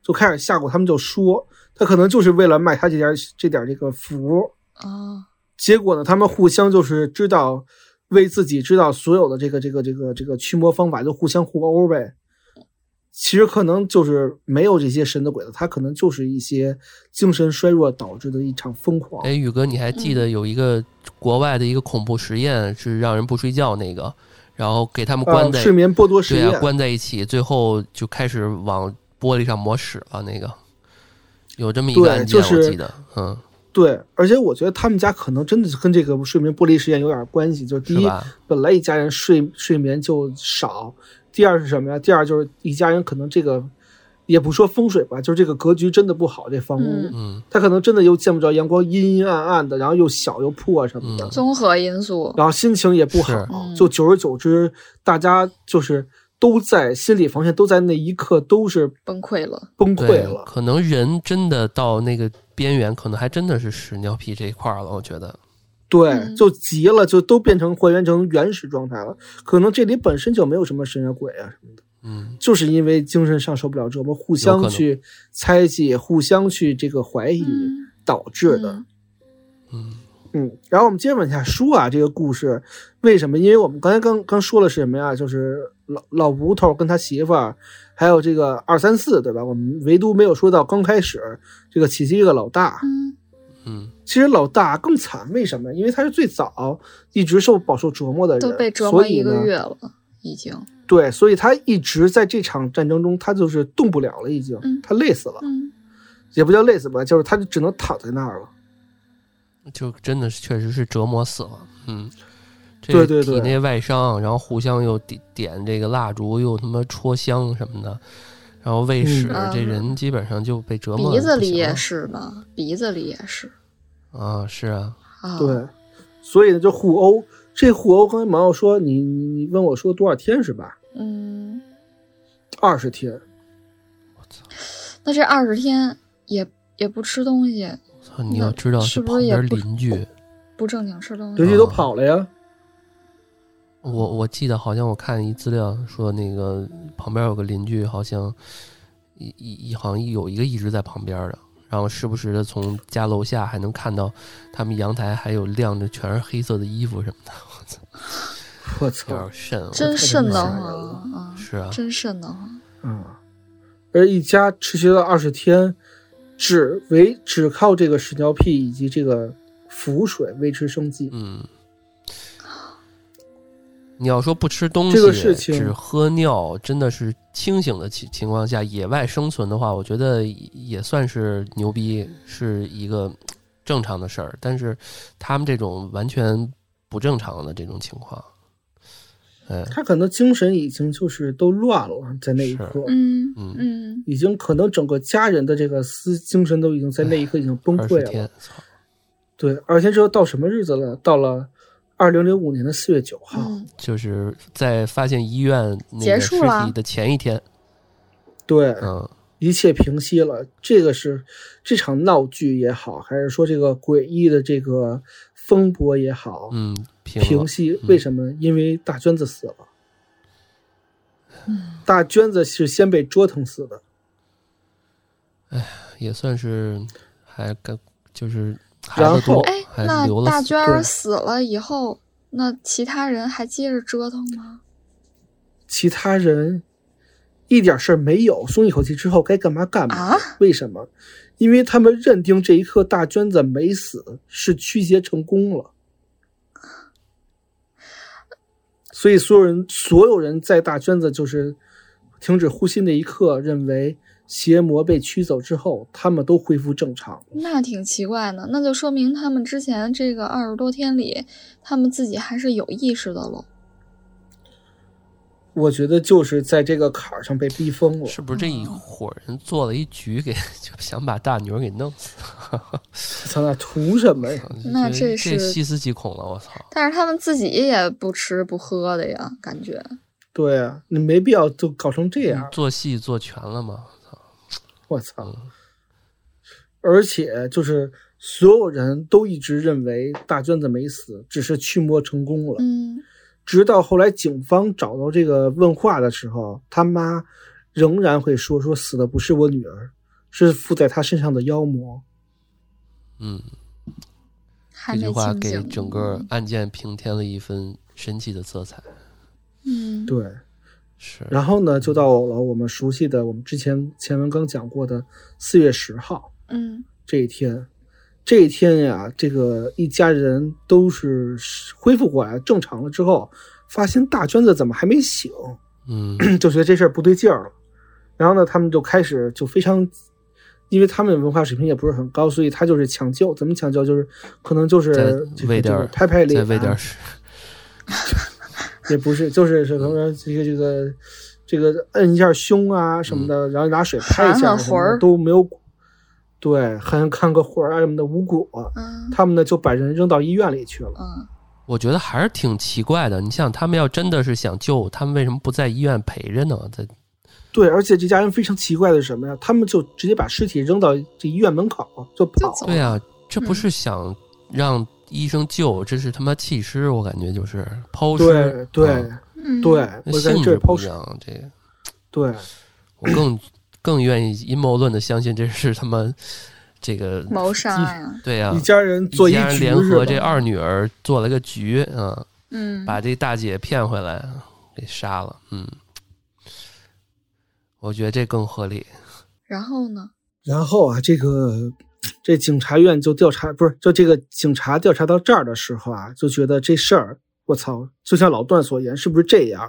S1: 就开始吓唬他们，就说他可能就是为了卖他这点儿这点儿这个符。
S2: 哦，
S1: 结果呢，他们互相就是知道为自己知道所有的这个这个这个这个驱魔方法，就互相互殴呗。其实可能就是没有这些神的鬼的，他可能就是一些精神衰弱导致的一场疯狂。
S3: 哎，宇哥，你还记得有一个国外的一个恐怖实验是让人不睡觉那个，然后给他们关
S1: 呃，
S3: 在、
S1: 睡眠剥夺实
S3: 对
S1: 验
S3: 啊，，关在一起，最后就开始往玻璃上抹屎了那个。有这么一
S1: 对
S3: 个案
S1: 就
S3: 件，
S1: 是
S3: 我记得，嗯，
S1: 对，而且我觉得他们家可能真的是跟这个睡眠剥离实验有点关系。就是第
S3: 是
S1: 一，
S3: 吧？
S1: 本来一家人睡睡眠就少；第二是什么呀？第二就是一家人可能这个也不说风水吧，就是这个格局真的不好，这房屋。
S2: 嗯
S3: 嗯，
S1: 他可能真的又见不着阳光，阴阴暗暗的，然后又小又破什么的，
S3: 嗯
S2: 综合因素，
S1: 然后心情也不好
S3: 是，
S2: 嗯
S1: 就久而久之，大家就是都在心理防线都在那一刻都是
S2: 崩溃了。
S1: 崩
S3: 对
S1: 溃，了。
S3: 可能人真的到那个边缘，可能还真的是屎尿屁这一块儿了。我觉得，
S1: 对，
S2: 嗯
S1: 就急了，就都变成还原成原始状态了。可能这里本身就没有什么神啊鬼啊，
S3: 嗯，
S1: 就是因为精神上受不了折磨，互
S3: 有可
S1: 相
S3: 能
S1: 去猜忌，互相去这个怀疑导致嗯的。
S2: 嗯
S1: 嗯，然后我们接着往下说啊，这个故事为什么？因为我们刚才刚刚说了是什么呀？就是老老吴头跟他媳妇儿，还有这个二三四，对吧？我们唯独没有说到刚开始这个起居这个老大。
S2: 嗯
S3: 嗯，
S1: 其实老大更惨，为什么？因为他是最早一直受饱受折磨的人，
S2: 都被折磨一
S1: 所以
S2: 个
S1: 呢
S2: 月了，已经。
S1: 对，所以他一直在这场战争中，他就是动不了了，已经，
S2: 嗯
S1: 他累死了，
S2: 嗯
S1: 也不叫累死吧，就是他就只能躺在那儿了。
S3: 就真的是确实是折磨死了。嗯，这
S1: 对对对
S3: 体内外伤，然后互相又点点这个蜡烛，又他妈戳香什么的，然后喂屎，
S2: 嗯
S3: 这人基本上就被折磨得
S2: 鼻子里
S3: 不行
S2: 也
S3: 了
S2: 是呢，鼻子里也是
S3: 啊，是啊，
S2: 啊。
S1: 对，所以呢就互殴。这互殴，刚才毛毛说你你你问我说多少天是吧？
S2: 嗯，
S1: 二十天。
S2: 那这二十天也也不吃东西，
S3: 操！你
S2: 那
S3: 要知道
S2: 是不
S3: 旁
S2: 是也
S3: 边
S2: 不
S3: 邻居，
S2: 不正经吃东
S1: 邻
S2: 西
S1: 居，都跑了呀。
S3: 我我记得好像我看一资料说那个旁边有个邻居，好像一一一好像有一个一直在旁边的，然后时不时的从家楼下还能看到他们阳台还有晾着全是黑色的衣服什么的，我操，
S1: 我
S3: 有
S1: 操
S3: 点瘆我。
S2: 真瘆得
S1: 太他妈吓人
S2: 慌
S1: 了
S2: 啊！
S3: 是啊，
S2: 真瘆得慌。
S1: 啊！而一家持续了二十天，只为只靠这个屎尿屁以及这个浮水维持生计。
S3: 嗯。你要说不吃东西，
S1: 这个事情
S3: 只喝尿，真的是清醒的情情况下野外生存的话，我觉得也算是牛逼，是一个嗯正常的事儿。但是他们这种完全不正常的这种情况，哎，
S1: 他可能精神已经就是都乱了，在那一
S3: 是
S1: 刻，
S2: 嗯
S3: 嗯
S2: 嗯，
S1: 已经可能整个家人的这个思精神都已经在那一刻已经崩
S3: 哎二
S1: 溃
S3: 十
S1: 了
S3: 天。，操，
S1: 对，二十天之后到什么日子了？到了二零零五年的四月九号。
S2: 嗯
S3: 就是在发现医院那
S2: 结
S3: 个
S2: 束
S3: 尸
S2: 了
S3: 体的前一天，
S1: 对，
S3: 嗯，
S1: 一切平息了。这个是这场闹剧也好，还是说这个诡异的这个风波也好，
S3: 嗯，平了
S1: 平息？为什么？因为大娟子死了。
S2: 嗯
S1: 大娟子是先被折腾死的，
S3: 也算是还干，就是孩子多
S1: 然后，
S2: 哎，
S3: 还
S2: 那
S3: 留了
S2: 大
S3: 四
S1: 对
S2: 娟儿死了以后，那其他人还接着折腾吗？
S1: 其他人一点事儿没有，松一口气之后该干嘛干嘛。
S2: 啊，
S1: 为什么？因为他们认定这一刻大娟子没死，是驱邪成功了。所以所有人，所有人在大娟子就是停止呼吸那一刻，认为邪魔被驱走之后，他们都恢复正常。
S2: 那挺奇怪的，那就说明他们之前这个二十多天里，他们自己还是有意识的喽。
S1: 我觉得就是在这个坎儿上被逼疯了。
S3: 是不是这
S2: 嗯
S3: 一伙人做了一局给， 就想把大女儿给弄死？
S1: 操，那图什么呀？
S2: 那
S3: 这
S2: 这是
S3: 细思极恐了，我操！
S2: 但是他们自己也不吃不喝的呀，感觉
S1: 对啊，你没必要就搞成这样。
S3: 嗯做戏做全了吗？
S1: 我操！而且就是所有人都一直认为大娟子没死，只是驱魔成功了。
S2: 嗯，
S1: 直到后来警方找到这个问话的时候，他妈仍然会说：“说死的不是我女儿，是附在她身上的妖魔。
S3: 嗯，
S2: 还
S3: 这句
S2: 没
S3: 话
S2: 清
S3: 给
S2: 醒。
S3: 整个案件平添了一分神奇的色彩。
S2: 嗯”，
S1: 对。
S3: 是，
S1: 然后呢，就到了我们熟悉的我们之前前文刚讲过的四月十号。
S2: 嗯
S1: 这一天，这一天呀，这个一家人都是恢复过来正常了之后，发现大娟子怎么还没醒，
S3: 嗯
S1: 就觉得这事儿不对劲儿了。然后呢，他们就开始就非常，因为他们文化水平也不是很高，所以他就是抢救，怎么抢救就是可能就是
S3: 再
S1: 这
S3: 喂
S1: 个
S3: 点
S1: 这
S3: 儿
S1: 个拍拍脸
S3: 再
S1: 啊，
S3: 喂点儿，
S1: 也不是，就是是可能这个这个这个摁一下胸啊什么的，
S3: 嗯
S1: 然后拿水拍一下
S2: 喊喊
S1: 什
S2: 魂
S1: 么的
S2: 儿
S1: 都没有，对，还看个魂儿啊什么的无果。
S2: 嗯
S1: 他们呢就把人扔到医院里去了。
S2: 嗯，
S3: 我觉得还是挺奇怪的。你想，他们要真的是想救，他们为什么不在医院陪着呢？在
S1: 对，而且这家人非常奇怪的是什么呀？他们就直接把尸体扔到这医院门口就跑
S2: 就走
S3: 对啊，这不
S2: 嗯
S3: 是想让医生救，这是他妈弃尸，我感觉就是抛
S1: 对
S3: 尸。
S1: 对、
S3: 啊
S2: 嗯
S1: 对，我在
S3: 性
S1: 这
S3: 质
S1: 儿抛
S3: 不一
S1: 尸。
S3: 样，啊这个
S1: 对，
S3: 我更更愿意阴谋论的相信这是他妈这个
S2: 谋杀啊呀，
S3: 对呀、
S1: 一家人做
S3: 一
S1: 一
S3: 家人
S1: 局
S3: 联
S1: 是
S3: 合
S1: 吧？
S3: 这二女儿做了个局啊，
S2: 嗯，
S3: 把这大姐骗回来，给杀了。嗯，我觉得这更合理。
S2: 然后呢？
S1: 然后啊，这个这警察院就调查，不是就这个警察调查到这儿的时候啊，就觉得这事儿，我操，就像老段所言，是不是这样？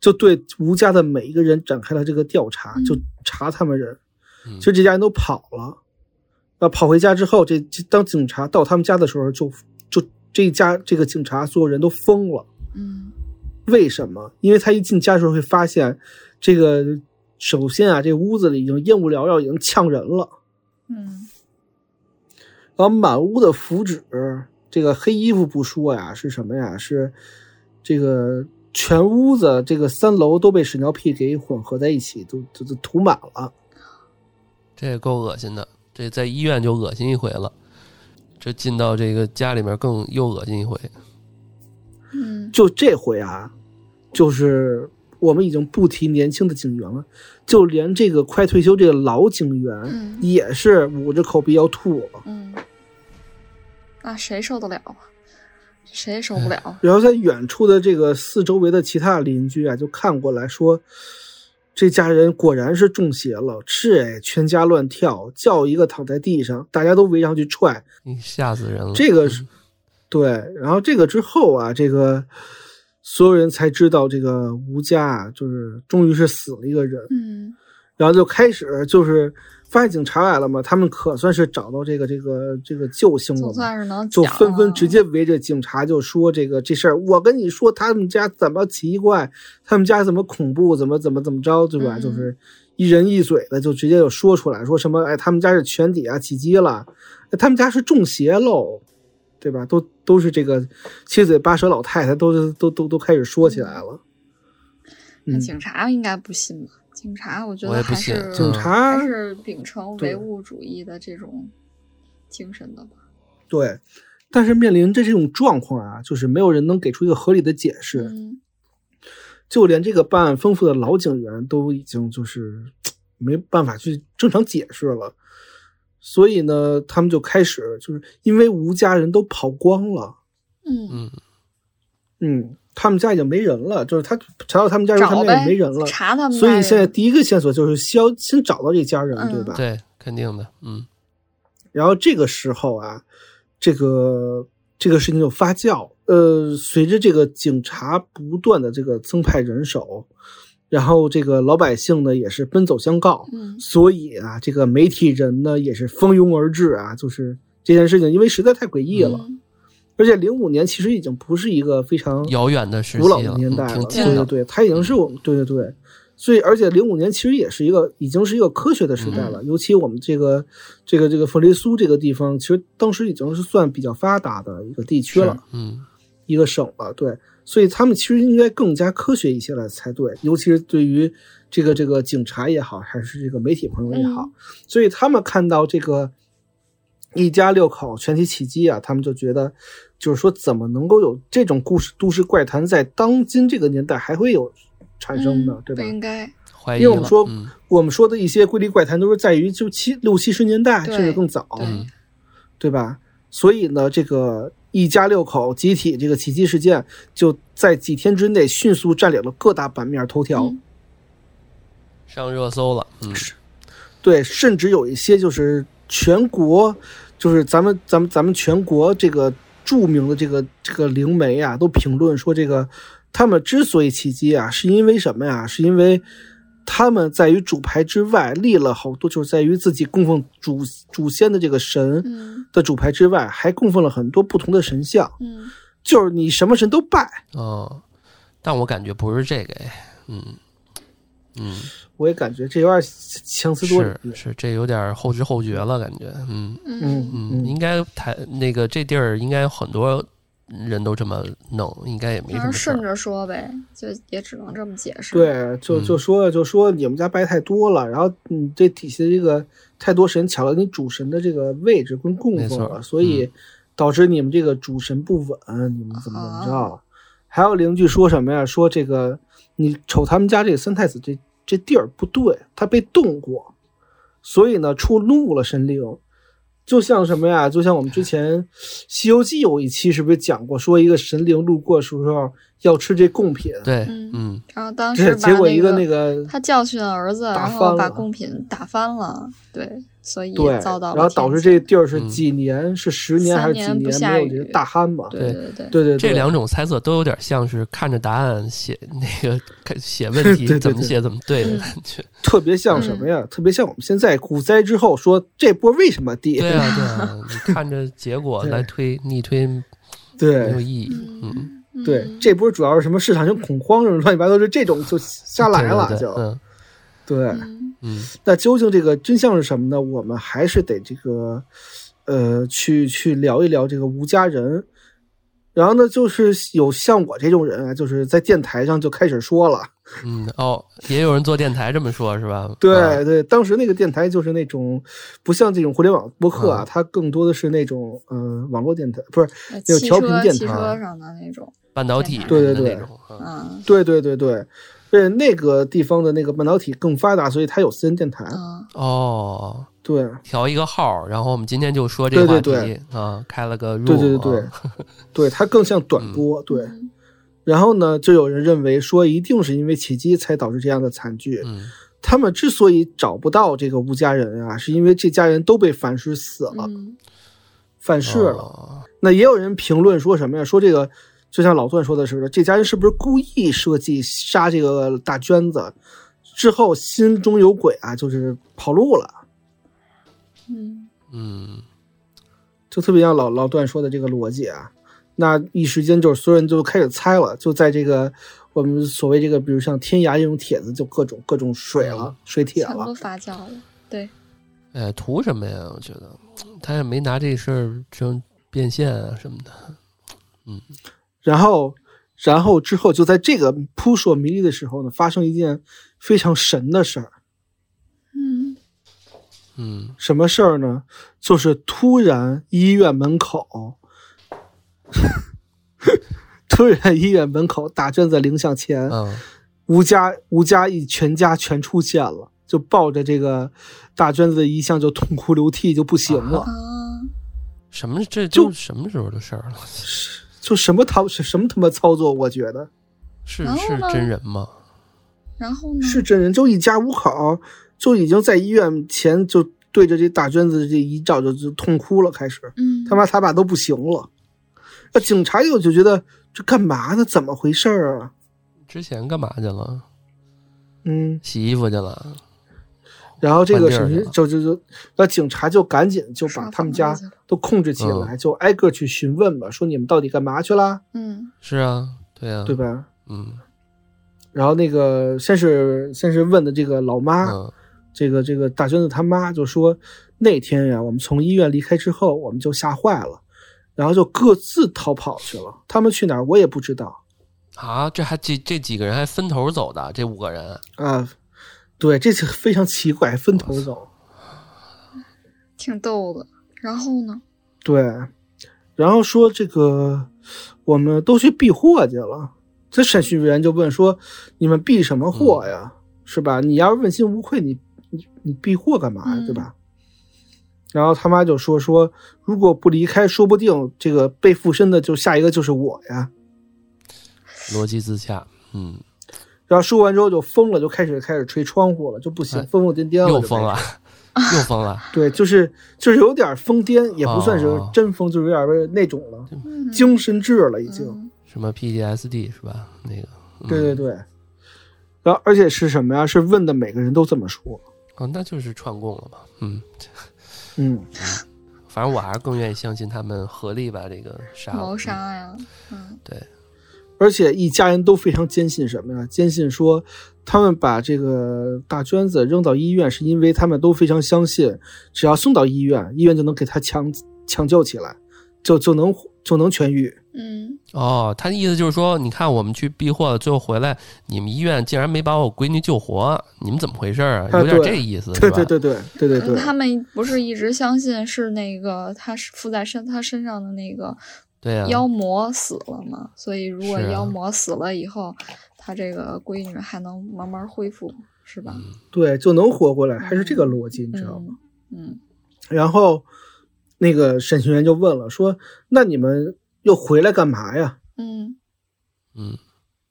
S1: 就对吴家的每一个人展开了这个调查，
S2: 嗯
S1: 就查他们人。
S3: 嗯
S1: 其实这家人都跑了，那跑回家之后，这这当警察到他们家的时候就，就这一家这个警察所有人都疯了。
S2: 嗯
S1: 为什么？因为他一进家的时候会发现，这个首先啊，这屋子里已经烟雾缭绕，已经呛人了。
S2: 嗯
S1: 然后啊满屋的符纸，这个黑衣服不说呀，是什么呀？是这个全屋子这个三楼都被屎尿屁给混合在一起，都都都涂满了。
S3: 这也够恶心的，这在医院就恶心一回了，这进到这个家里面更又恶心一回。
S2: 嗯
S1: 就这回啊，就是我们已经不提年轻的警员了，就连这个快退休这个老警员
S2: 嗯
S1: 也是捂着口鼻要吐了。
S2: 嗯，那谁受得了啊？谁也受不了。啊
S1: 然后在远处的这个四周围的其他邻居啊，就看过来说，这家人果然是中邪了，是哎，全家乱跳，叫一个躺在地上，大家都围上去踹。
S3: 你吓死人了！
S1: 这个是，对，然后这个之后啊，这个所有人才知道，这个吴家啊，就是终于是死了一个人，
S2: 嗯
S1: 然后就开始就是发现警察来了嘛，他们可算是找到这个这个这个救星了
S2: 总
S1: 嘛。
S2: 算是能
S1: 就
S2: 讲啊
S1: 纷纷
S2: 了
S1: 直接围着警察就说这个这事儿。我跟你说，他们家怎么奇怪，他们家怎么恐怖，怎么怎么怎么着，对吧？
S2: 嗯
S1: 就是一人一嘴的就直接就说出来，说什么哎，他们家是全体啊起鸡了，哎他们家是中邪喽，对吧？都都是这个七嘴八舌老太太都都都都开始说起来了。
S2: 那
S1: 嗯
S2: 警察应该不信吧？警察，我觉
S3: 我也
S2: 得
S3: 不
S2: 还
S3: 信
S2: 是
S1: 警
S3: 嗯
S1: 察
S2: 还是秉承
S1: 啊对
S2: 唯物主义的这种精神的吧。
S1: 对，但是面临着这种状况啊，就是没有人能给出一个合理的解释。
S2: 嗯
S1: 就连这个办案丰富的老警员都已经就是没办法去正常解释了，所以呢，他们就开始就是因为吴家人都跑光了，
S2: 嗯，
S3: 嗯，
S1: 嗯，他们家已经没人了，就是他查到他们家时候，他
S2: 找
S1: 们家
S2: 呗
S1: 也没人了，，
S2: 查他们
S1: 所
S2: 家
S1: 以现在
S2: 人
S1: 第一个线索就是消先找到这家人，
S2: 嗯
S1: 对吧？
S3: 对，肯定的，嗯
S1: 然后这个时候啊，这个这个事情就发酵。呃，随着这个警察不断的这个增派人手，然后这个老百姓呢也是奔走相告，
S2: 嗯
S1: 所以啊，这个媒体人呢也是蜂拥而至啊，就是这件事情，因为实在太诡异了。
S2: 嗯
S1: 而且零五年其实已经不是一个非常
S3: 遥远的时期
S1: 古老
S3: 了，
S1: 的年代
S3: 嗯挺
S1: 对
S3: 近
S1: 对
S3: 的，
S1: 对，它已经是我们对对对，所以而且零五年其实也是一个已经是一个科学的时代了，
S3: 嗯
S1: 尤其我们这个这个这个弗雷苏这个地方，其实当时已经是算比较发达的一个地区了
S3: 是，，嗯
S1: 一个省了，对，所以他们其实应该更加科学一些了才对，尤其是对于这个这个警察也好，还是这个媒体朋友也好，
S2: 嗯
S1: 所以他们看到这个一家六口全体起击啊，他们就觉得，就是说怎么能够有这种故事都市怪谈在当今这个年代还会有产生呢？
S2: 嗯
S1: 对
S2: 不
S1: 吧？
S2: 应该，
S3: 怀
S1: 因
S3: 疑
S1: 为我们
S3: 了
S1: 说
S3: 嗯
S1: 我们说的一些瑰丽怪谈都是在于就七六七十年代
S2: 对
S1: 甚至更早，
S2: 对
S3: 嗯
S1: 对吧？所以呢，这个一家六口集体这个起击事件，就在几天之内迅速占领了各大版面头条，
S2: 嗯
S3: 上热搜了，嗯
S1: 对，甚至有一些就是全国，就是咱们咱们咱们全国这个著名的这个这个灵媒啊，都评论说这个他们之所以起击啊，是因为什么呀？是因为他们在于主牌之外立了好多，就是在于自己供奉主祖先的这个神
S2: 嗯
S1: 的主牌之外，还供奉了很多不同的神像，
S2: 嗯，
S1: 就是你什么神都拜。
S3: 哦，但我感觉不是这个，哎，嗯嗯，
S1: 我也感觉这有点强词夺理
S3: 是。是，这有点后知后觉了，感觉，嗯
S2: 嗯
S3: 嗯，应该台那个这地儿应该很多人都这么弄，应该也没什
S2: 反正
S3: 么事
S2: 顺
S3: 儿，
S2: 着说呗，就也只能这么解释。，
S1: 对，就
S3: 嗯
S1: 就说就说你们家拜太多了，然后你这底下这个太多神抢了你主神的这个位置跟供
S3: 没
S1: 奉
S3: 错嗯
S1: 了，所以导致你们这个主神不稳，你们怎么怎么着
S2: 啊？
S1: 还有邻居说什么呀？说这个你瞅他们家这三太子这这地儿不对，他被动过，所以呢触怒了神灵。就像什么呀？就像我们之前《西游记》有一期是不是讲过，说一个神灵路过的时候要吃这贡品，
S3: 对，
S2: 嗯
S3: 嗯，
S2: 然后当
S1: 对
S2: 时把
S1: 结果一
S2: 个
S1: 那个
S2: 他教训了儿子，
S1: 打
S2: 然
S1: 翻
S2: 后把
S1: 了
S2: 贡品打翻了，对，所以
S1: 对，
S2: 遭到了
S1: 然后导
S2: 天
S1: 致这
S2: 谴
S1: 地儿是
S3: 嗯
S1: 几年、是十年还是几
S2: 三年不下
S1: 没有这个
S2: 雨
S1: 大旱嘛？
S2: 对对对，
S1: 对对对，
S3: 这两种猜测都有点像是看着答案写那个看写 问题
S1: 对对
S3: 怎么
S1: 对
S3: 写怎么对的感觉。
S1: 特别像什
S2: 嗯
S1: 么呀？特别像我们现在股灾之后说这波为什么跌？
S3: 对啊，对啊，你看着结果
S1: 对
S3: 来推逆推没有
S1: 对
S3: 意义。嗯，
S2: 嗯
S1: 对，这波主要是什么市场性恐慌什么乱七八糟，就这种就下来了
S3: 对对
S1: 就
S3: 对嗯
S1: 对。
S2: 嗯
S3: 嗯
S1: 那究竟这个真相是什么呢？我们还是得这个，呃，去去聊一聊这个吴家人。然后呢，就是有像我这种人啊，就是在电台上就开始说了。
S3: 嗯哦，也有人做电台这么说，是吧？
S1: 对
S3: 啊
S1: 对，当时那个电台就是那种不像这种互联网播客啊，
S3: 嗯
S1: 它更多的是那种嗯、呃网络电台，不是？
S2: 呃
S1: 有
S2: 汽
S1: 调频
S2: 车
S1: 电
S2: 汽
S1: 台
S2: 车上的那种，
S3: 半导体
S2: 电台
S3: 什么
S1: 对
S3: 的
S1: 对对
S3: 那种。啊
S2: 嗯
S1: 对对对对，对那个地方的那个半导体更发达，所以它有私人电台。
S2: 嗯，
S3: 哦，
S1: 对
S3: 调一个号，然后我们今天就说这个话题
S1: 对对
S3: 啊，开了个 room，
S1: 对对对对
S3: 啊，
S1: 对，它更像短波。对，
S2: 嗯
S1: 然后呢，就有人认为说，一定是因为起机才导致这样的惨剧。
S3: 嗯
S1: 他们之所以找不到这个吴家人啊，是因为这家人都被反噬死了，
S2: 嗯
S1: 反噬了。
S3: 哦
S1: 那也有人评论说什么呀？说这个就像老段说的似的，这家人是不是故意设计杀这个大娟子，之后心中有鬼啊，就是跑路了，
S2: 嗯
S3: 嗯，
S1: 就特别像老老段说的这个逻辑啊。那一时间就是所有人就开始猜了，就在这个我们所谓这个，比如像天涯这种帖子，就各种各种水了，水帖
S2: 嗯全都
S1: 了。
S2: 发酵了，对，
S3: 哎，图什么呀？我觉得他也没拿这事儿争变现啊什么的。
S1: 然后，然后之后就在这个扑朔迷离的时候呢，发生一件非常神的事儿。
S2: 嗯
S3: 嗯，
S1: 什么事儿呢？就是突然医院门口，突然医院门口打卷子铃响前，
S3: 嗯，
S1: 吴家吴家一全家全出现了，就抱着这个大娟子的遗像就痛哭流涕，就不行了。
S2: 啊，
S3: 什么这
S1: 就
S3: 都什么时候的事儿了？
S1: 就什么操什么他妈操作，我觉得
S3: 是
S2: 然后
S3: 是
S2: 呢
S3: 真人吗？
S2: 然后呢？
S1: 是真人。就一家五口就已经在医院前就对着这大娟子这遗照就就痛哭了，开始
S2: 嗯，
S1: 他妈他爸都不行了。那警察又就觉得这干嘛呢？怎么回事儿啊？
S3: 之前干嘛去了？
S1: 嗯，
S3: 洗衣服去了？
S1: 然后这个
S3: 换地儿
S1: 什
S3: 去
S1: 么
S3: 了
S1: 就就就，那警察就赶紧就
S2: 刷
S1: 把
S2: 房
S1: 他们
S2: 子
S1: 家
S2: 去了
S1: 都控制起
S3: 嗯
S1: 来，就挨个去询问吧，说你们到底干嘛去啦，
S2: 嗯
S3: 是啊，对啊，
S1: 对吧？
S3: 嗯
S1: 然后那个先是先是问的这个老妈，
S3: 嗯
S1: 这个这个大娟子他妈就说，那天呀、我们从医院离开之后，我们就吓坏了，然后就各自逃跑去了。他们去哪儿我也不知道
S3: 啊，这还这这几个人还分头走的，这五个人
S1: 啊。对，这是非常奇怪，分头走。
S2: 挺逗的。然后呢？
S1: 对，然后说这个我们都去避祸去了。这审讯员就问说：“你们避什么祸
S3: 嗯
S1: 呀？是吧？你要是问心无愧，你你你避祸干嘛呀？
S2: 嗯
S1: 对吧？”然后他妈就说：“说如果不离开，说不定这个被附身的就下一个就是我呀。
S3: 逻辑自洽，嗯，”
S1: 然后说完之后就疯了，就开始开始捶窗户了，就不行
S3: 哎，
S1: 疯疯癫癫了，就开
S3: 又
S1: 始
S3: 疯了，又疯了，
S1: 对，就是就是有点疯癫，也不算是
S3: 哦
S1: 真疯，就是有点那种了，
S2: 嗯，
S1: 精神质了已经。
S2: 嗯
S3: 什么 PTSD 是吧？那个，嗯、
S1: 对对对，然后而且是什么呀？是问的每个人都这么说，
S3: 哦，那就是串供了嘛，嗯，
S1: 嗯，
S3: 反正我还是更愿意相信他们合力把这个杀了
S2: 谋，杀呀，嗯
S1: 而且一家人都非常坚信什么呀？坚信说他们把这个大娟子扔到医院，是因为他们都非常相信，只要送到医院，医院就能给他抢抢救起来，就就能就能痊愈。
S2: 嗯
S3: 哦，他的意思就是说，你看我们去避祸，最后回来，你们医院竟然没把我闺女救活，你们怎么回事儿啊？
S1: 啊
S3: 有点
S1: 对
S3: 这意思，
S1: 对对
S3: 是吧，
S1: 对对对对
S2: 嗯，
S1: 对
S2: 他们不是一直相信是那个他是附在身他身上的那个
S3: 对呀、
S2: 妖魔死了嘛？所以如果
S3: 嗯是啊
S2: 妖魔死了以后，他这个闺女还能慢慢恢复，是吧？
S1: 对，就能活过来，还是这个逻辑，你知道吗？
S2: 嗯嗯
S1: 然后那个审讯员就问了，说那你们又回来干嘛呀？
S2: 嗯
S3: 嗯，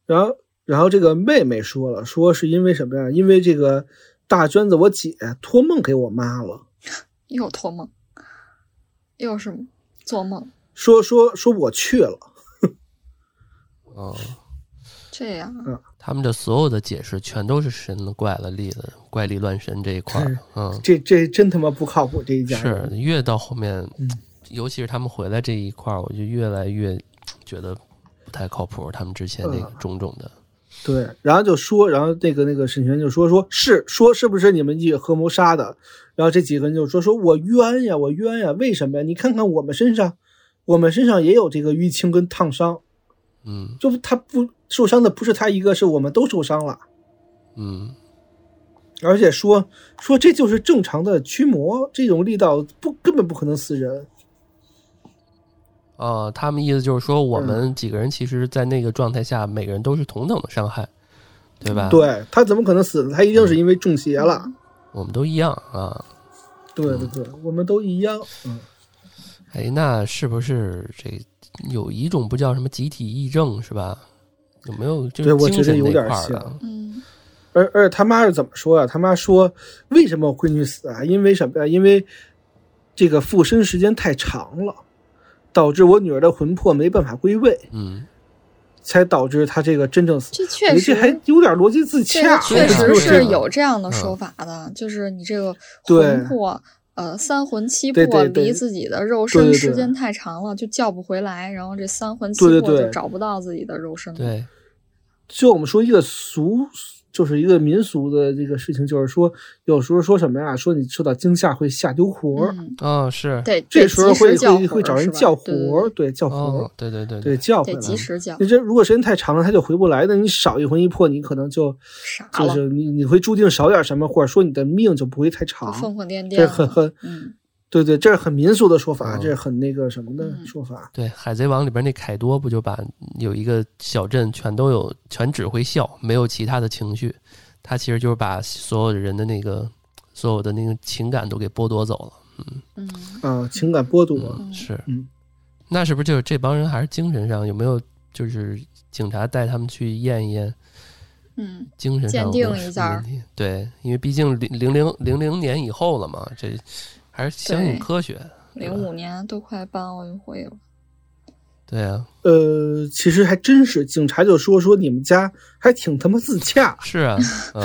S1: 然后，然后这个妹妹说了，说是因为什么呀？因为这个大娟子我姐托梦给我妈了，
S2: 又托梦，又是做梦，
S1: 说说说我去了，
S3: 哦，
S2: 这样啊
S3: 他们这所有的解释全都是神怪了力的怪力乱神这一块儿，嗯，
S1: 这这真他妈不靠谱，这一家
S3: 是
S1: 人。
S3: 越到后面
S1: 嗯，
S3: 尤其是他们回来这一块儿，我就越来越觉得不太靠谱，他们之前那个
S1: 嗯
S3: 种种的，
S1: 对，然后就说，然后那个那个沈泉就说，说是说是不是你们一起合谋杀的？然后这几个人就说，说我冤呀，我冤呀，为什么呀？你看看我们身上，我们身上也有这个淤青跟烫伤，
S3: 嗯
S1: 就他不受伤的不是他一个，是我们都受伤了。
S3: 嗯，
S1: 而且说说这就是正常的驱魔，这种力道不根本不可能死人。
S3: 哦、他们意思就是说，我
S1: 嗯
S3: 们几个人其实，在那个状态下，每个人都是同等的伤害，对吧？，
S1: 对他怎么可能死呢？他一定是因为中邪了。
S2: 啊嗯
S3: 我们都一样啊。
S1: 对对对，我们都一样。嗯，
S3: 哎，那是不是这有一种不叫什么集体癔症是吧？有没有就
S1: 对
S3: 是
S1: 我觉
S3: 精
S1: 得
S3: 神
S1: 有
S3: 那
S1: 点
S3: 块儿的
S1: 像？
S2: 嗯
S1: 而而他妈是怎么说啊呀、他妈说为什么我闺女死啊？因为什么呀、因为这个附身时间太长了，导致我女儿的魂魄没办法归位，
S3: 嗯，
S1: 才导致她这个真正死。
S2: 这
S1: 我
S2: 确
S1: 觉
S2: 实
S1: 得这还有点逻辑自
S2: 这个
S1: 洽。
S2: 确
S3: 对
S2: 实
S3: 对
S2: 是
S3: 对
S2: 有这样的说法的，就是你这个
S1: 嗯对
S2: 魂魄，呃，三魂七
S1: 对
S2: 魄
S1: 对对
S2: 离自己的肉
S1: 对
S2: 身
S1: 对
S2: 时
S1: 对
S2: 间太长了，就叫不回来，然后这三魂七
S1: 对对
S2: 魄就
S1: 对
S2: 找不到自己的肉身了。
S3: 对，
S1: 就我们说一个俗，就是一个民俗的这个事情，就是说有时候说什么呀？说你受到惊吓会吓丢魂儿，
S2: 嗯，
S3: 哦，是，
S2: 对，
S1: 这时候
S2: 得及
S1: 会
S2: 时叫
S1: 会
S2: 魂
S1: 会找
S2: 儿
S1: 人
S2: 是吧
S1: 叫
S2: 对对
S1: 魂儿，对，叫魂
S3: 哦
S1: 儿，，
S3: 对对对
S1: 对，叫回
S2: 对得
S1: 来
S2: 及。时叫
S1: 你，这如果时间太长了，他就回不来。那你少一魂一魄，你可能就
S2: 傻
S1: 就
S2: 了，
S1: 是你你会注定少点什么，或者说你的命就不会太
S2: 都
S1: 长。
S2: 疯疯癫癫
S1: 这
S2: 了，
S1: 很很
S2: 嗯，
S1: 对对，这是很民俗的说法，
S3: 嗯
S1: 这是很那个什么的
S2: 嗯
S1: 说法。
S3: 对，《海贼王》里边那凯多不就把有一个小镇全都有全只会笑，没有其他的情绪，他其实就是把所有的人的那个所有的那个情感都给剥夺走了。
S2: 嗯，
S1: 啊，情感剥夺，
S3: 嗯，是，
S1: 嗯，
S3: 那是不是就是这帮人还是精神上有没有就是警察带他们去验一验
S2: 嗯，
S3: 精神上有没有
S2: 鉴定一下
S3: 什么问题？对，因为毕竟零零零零零年以后了嘛，这还是相信
S2: 对
S3: 科学。
S2: 零五年都快办奥运会了，
S3: 对啊，
S1: 呃，其实还真是，警察就说说你们家还挺他妈自洽，
S3: 是啊，嗯，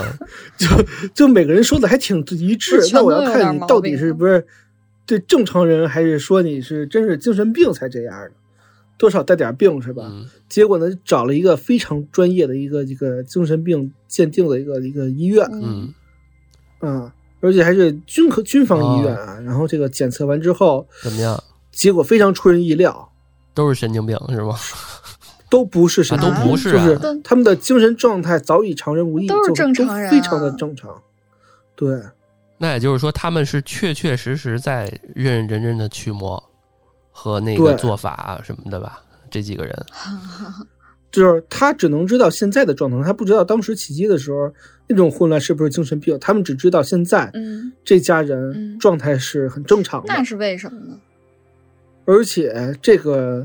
S1: 就每个人说的还挺一致
S2: 不是。全
S1: 那
S2: 都
S1: 我要
S2: 有
S1: 看
S2: 点
S1: 你
S2: 毛
S1: 到底
S2: 病啊
S1: 是
S2: 吗
S1: 不是对正常人，还是说你是真是精神病才这样的，多少带点病是吧？
S3: 嗯
S1: 结果呢，找了一个非常专业的一个一个精神病鉴定的一个一个医院，
S3: 嗯，
S2: 嗯
S1: 啊，而且还是军科军方医院啊。然后这个检测完之后，
S3: 怎么样？
S1: 结果非常出人意料，
S3: 都是神经病是吗？
S1: 都不是神
S3: 啊
S1: 经
S2: 都
S1: 病，
S2: 不
S3: 是
S1: 就
S3: 啊
S1: 是他们的精神状态早已常人无异，
S2: 都是
S1: 就
S2: 正常人啊
S1: 非常的正常。对，
S3: 那也就是说，他们是确确实实在认认真真的驱魔和那个
S1: 对
S3: 做法啊什么的吧？这几个人，
S1: 就是他只能知道现在的状态，他不知道当时起机的时候那种混乱是不是精神病，他们只知道现在
S2: 嗯，
S1: 这家人
S2: 嗯
S1: 状态是很正常的。
S2: 那是为什么呢？
S1: 而且这个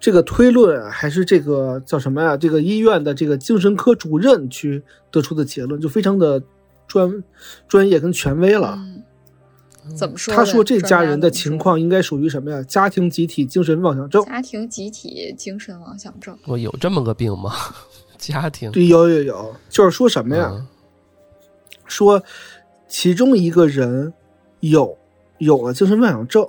S1: 这个推论啊，还是这个叫什么呀？这个医院的这个精神科主任去得出的结论，就非常的专专业跟权威了。
S2: 嗯，怎么说呢？
S1: 啊他说这家
S2: 专
S1: 人的
S2: 怎么
S1: 情
S2: 说
S1: 况应该属于什么呀？家庭集体精神妄想症。
S2: 家庭集体精神妄想症，
S3: 我有这么个病吗？ 家庭
S1: 对，有有有，就是说什么呀？
S3: 嗯
S1: 说其中一个人有有了精神妄想症，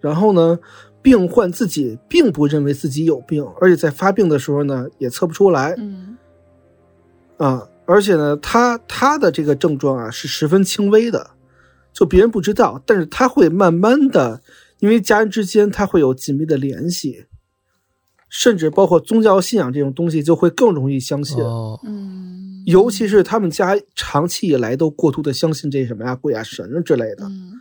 S1: 然后呢，病患自己并不认为自己有病，而且在发病的时候呢，也测不出来。
S2: 嗯
S1: 啊，而且呢，他他的这个症状啊是十分轻微的，就别人不知道，但是他会慢慢的，因为家人之间他会有紧密的联系，甚至包括宗教信仰这种东西就会更容易相信，
S3: 哦，
S2: 嗯，
S1: 尤其是他们家长期以来都过度的相信这什么呀鬼啊神啊之类的，
S2: 嗯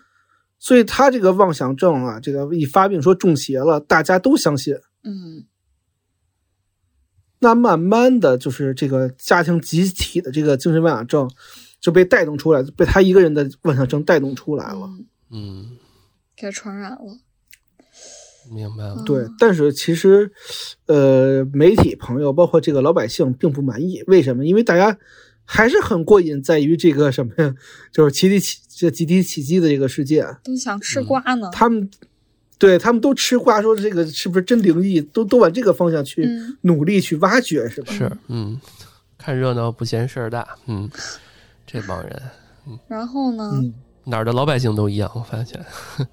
S1: 所以他这个妄想症啊，这个一发病说中邪了，大家都相信，
S2: 嗯
S1: 那慢慢的就是这个家庭集体的这个精神妄想症就被带动出来，被他一个人的妄想症带动出来了。
S2: 嗯，
S3: 嗯，
S2: 给传染了，
S3: 明白了。
S1: 对，但是其实，呃，媒体朋友包括这个老百姓并不满意，为什么？因为大家还是很过瘾，在于这个什么呀，就是集体起这集体起机的这个事件，
S2: 都想吃瓜呢。
S1: 嗯他们对他们都吃瓜，说这个是不是真灵异，都都往这个方向去、
S2: 嗯
S1: 努力去挖掘，是吧？
S3: 是，嗯，看热闹不嫌事儿大，嗯，这帮人
S2: 然后呢？
S1: 嗯，
S3: 哪儿的老百姓都一样，我发现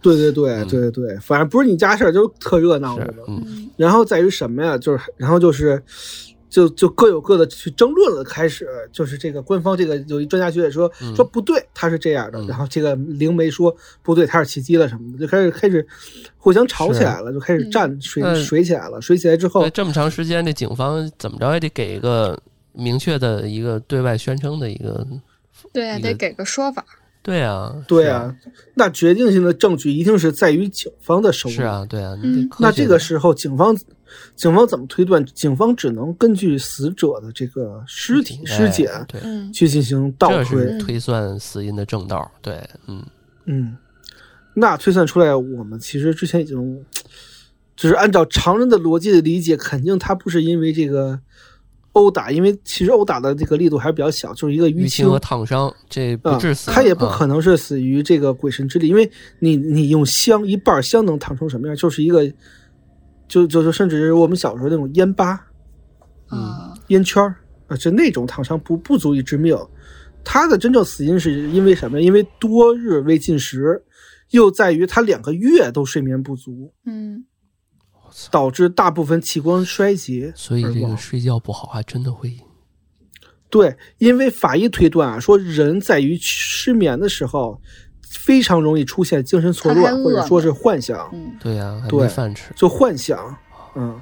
S1: 对对对对对，反正不是你家事儿，就是特热闹的
S3: 是，。嗯
S2: 嗯
S1: 然后在于什么呀？就是然后就是，就就各有各的去争论了。开始就是这个官方这个有一专家学者说、说不对，他是这样的。
S3: 嗯
S1: 然后这个灵媒说不对，他是起机了什么的，就开始开始互相吵起来了，就开始战水、
S3: 嗯
S1: 水起来了。水起来之后
S3: 对，，这么长时间，这警方怎么着也得给一个明确的一个对外宣称的一个，
S2: 对，
S3: 一
S2: 得
S3: 个
S2: 给个说法。
S3: 对啊，
S1: 对
S3: 是，
S1: 啊，那决定性的证据一定是在于警方的手里。
S3: 是啊，对啊，
S2: 嗯
S3: 你得科
S1: 那
S3: 学
S1: 这个
S3: 的
S1: 时候，警方，警方怎么推断？警方只能根据死者的这个尸体尸
S3: 哎
S1: 检
S3: 对，
S2: 嗯
S1: 去进行倒推
S3: 这是。推算死因的正道，对，嗯，
S1: 嗯，那推算出来，我们其实之前已经，就是按照常人的逻辑的理解，肯定他不是因为这个殴打，因为其实殴打的这个力度还是比较小，就是一个淤
S3: 淤
S1: 青
S3: 青和烫伤这不
S1: 啊
S3: 致，死，
S1: 他也不
S3: 啊
S1: 可能是死于这个鬼神之力，因为你你用香一半香能烫成什么样，就是一个，就就就甚至是我们小时候那种烟疤、
S2: 啊，
S1: 烟圈儿啊，就那种烫伤不不足以致命。他的真正死因是因为什么？因为多日未进食，又在于他两个月都睡眠不足，
S2: 嗯，
S1: 导致大部分器官衰竭。
S3: 所以这
S1: 而
S3: 个
S1: 亡
S3: 睡觉不好还真的会，
S1: 对，因为法医推断啊，说人在于失眠的时候，非常容易出现精神错
S2: 他还
S1: 乱，
S2: 饿
S1: 或者说
S2: 呢
S1: 是幻想，
S2: 嗯
S3: 对啊，还
S1: 对
S3: 没饭吃，
S1: 就幻想，嗯。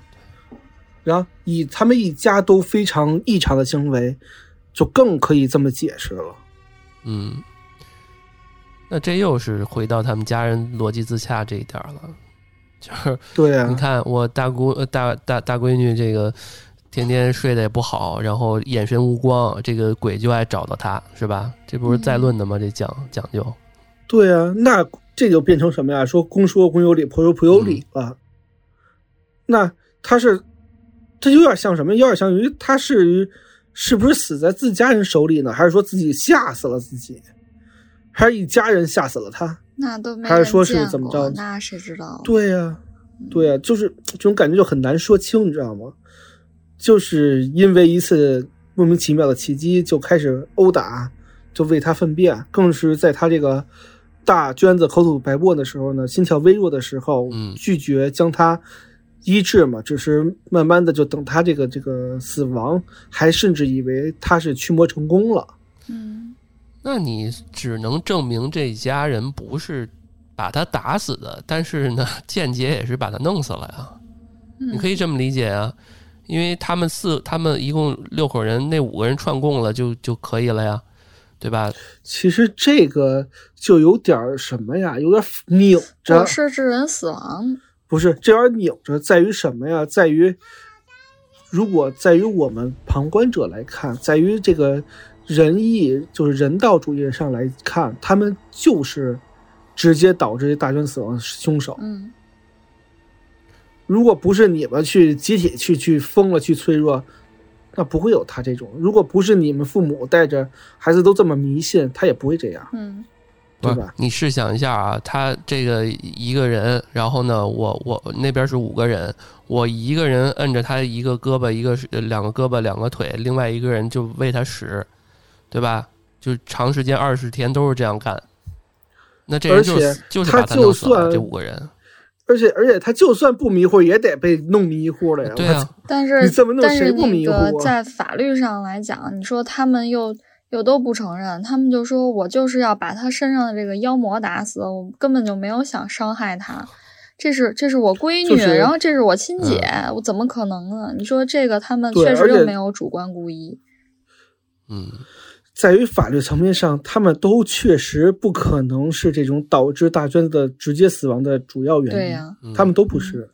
S1: 然后以他们一家都非常异常的行为，就更可以这么解释了。
S3: 嗯，那这又是回到他们家人逻辑自洽这一点儿了，就是
S1: 对啊，
S3: 你看我大姑呃大大大闺女这个天天睡得也不好，然后眼神无光，这个鬼就爱找到他，是吧？这不是再论的吗？这讲讲究，
S1: 对啊，那这就变成什么呀？说公说公有理，婆说婆有理了。那他是，这有点像什么？有点像于他是于是不是死在自家人手里呢？还是说自己吓死了自己？还是一家人吓死了他？
S2: 那都没
S1: 还是
S2: 人
S1: 说是
S2: 见
S1: 怎么
S2: 过
S1: 着
S2: 那谁知道？
S1: 对呀、对呀、就是这种感觉就很难说清，你知道吗？就是因为一次莫名其妙的契机就开始殴打，就为他粪便，更是在他这个大娟子口吐白沫的时候呢，心跳微弱的时候，
S3: 嗯
S1: 拒绝将他医治嘛，只是慢慢的就等他这个这个死亡，还甚至以为他是驱魔成功了。
S2: 嗯，
S3: 那你只能证明这家人不是把他打死的，但是呢，间接也是把他弄死了呀。你
S2: 你
S3: 可以这么理解啊，因为他们四，他们一共六口人，那五个人串供了就就可以了呀，对吧？
S1: 其实这个就有点儿什么呀，有点儿扭着。
S2: 我哦是致人死亡，
S1: 不是，这玩意儿扭着在于什么呀？在于，如果在于我们旁观者来看，在于这个仁义就是人道主义上来看，他们就是直接导致大军死亡的凶手。
S2: 嗯
S1: 如果不是你们去集体去去疯了去脆弱，那不会有他这种。如果不是你们父母带着孩子都这么迷信，他也不会这样，
S2: 嗯
S3: 不
S1: 对
S3: 是
S1: 吧？
S3: 你试想一下啊，他这个一个人，然后呢，我我那边是五个人，我一个人摁着他一个胳膊，一个是呃两个胳膊，两个腿，另外一个人就喂他屎，对吧？就长时间二十天都是这样干，那这人就
S1: 而且
S3: 就是
S1: 他
S3: 把弄死
S1: 就
S3: 了
S1: 算
S3: 这五个人，
S1: 而且而且他就算不迷糊，也得被弄迷糊了呀。
S3: 对啊，
S2: 但是
S1: 你这么弄
S2: 但
S1: 谁
S2: 是
S1: 不迷
S2: 那
S1: 糊啊
S2: 个在法律上来讲，你说他们又又都不承认，他们就说我就是要把他身上的这个妖魔打死，我根本就没有想伤害他。这是这是我闺女，
S1: 就是嗯
S2: 然后这是我亲姐，我怎么可能呢？你说这个他们
S1: 对
S2: 确
S1: 而
S2: 实
S1: 且
S2: 又没有主观故意，
S3: 嗯，
S1: 在于法律层面上，他们都确实不可能是这种导致大娟子的直接死亡的主要原因。
S2: 对呀
S3: 嗯
S1: 他们都不是。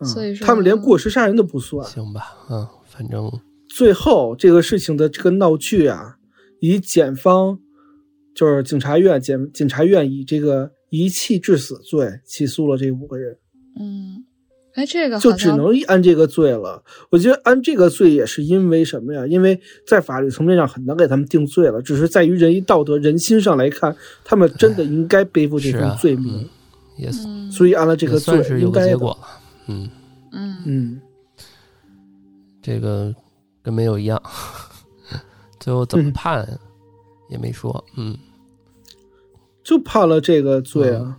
S1: 嗯
S2: 所以说
S1: 他们连过失杀人都不算。
S3: 行吧，嗯，反正
S1: 最后这个事情的这个闹剧啊，以检方就是警察院检检察院以这个遗弃致死罪起诉了这五个人，
S2: 嗯，哎，这个
S1: 就
S2: 好
S1: 只
S2: 像
S1: 能按这个罪了。我觉得按这个罪也是因为什么呀？因为在法律层面上很难给他们定罪了，只是在于仁义道德、人心上来看，他们真的应该背负这
S3: 是
S1: 份
S3: 啊
S1: 罪名。
S3: 嗯也算
S2: 嗯
S1: 所以按了这
S3: 也
S1: 个罪
S3: 算是有
S1: 应
S3: 个
S1: 该
S3: 结
S1: 的
S3: 果了，嗯，
S2: 嗯
S1: 嗯，
S3: 这个跟没有一样， 最后怎么
S1: 嗯
S3: 判、也没说，嗯，
S1: 就判了这个罪啊，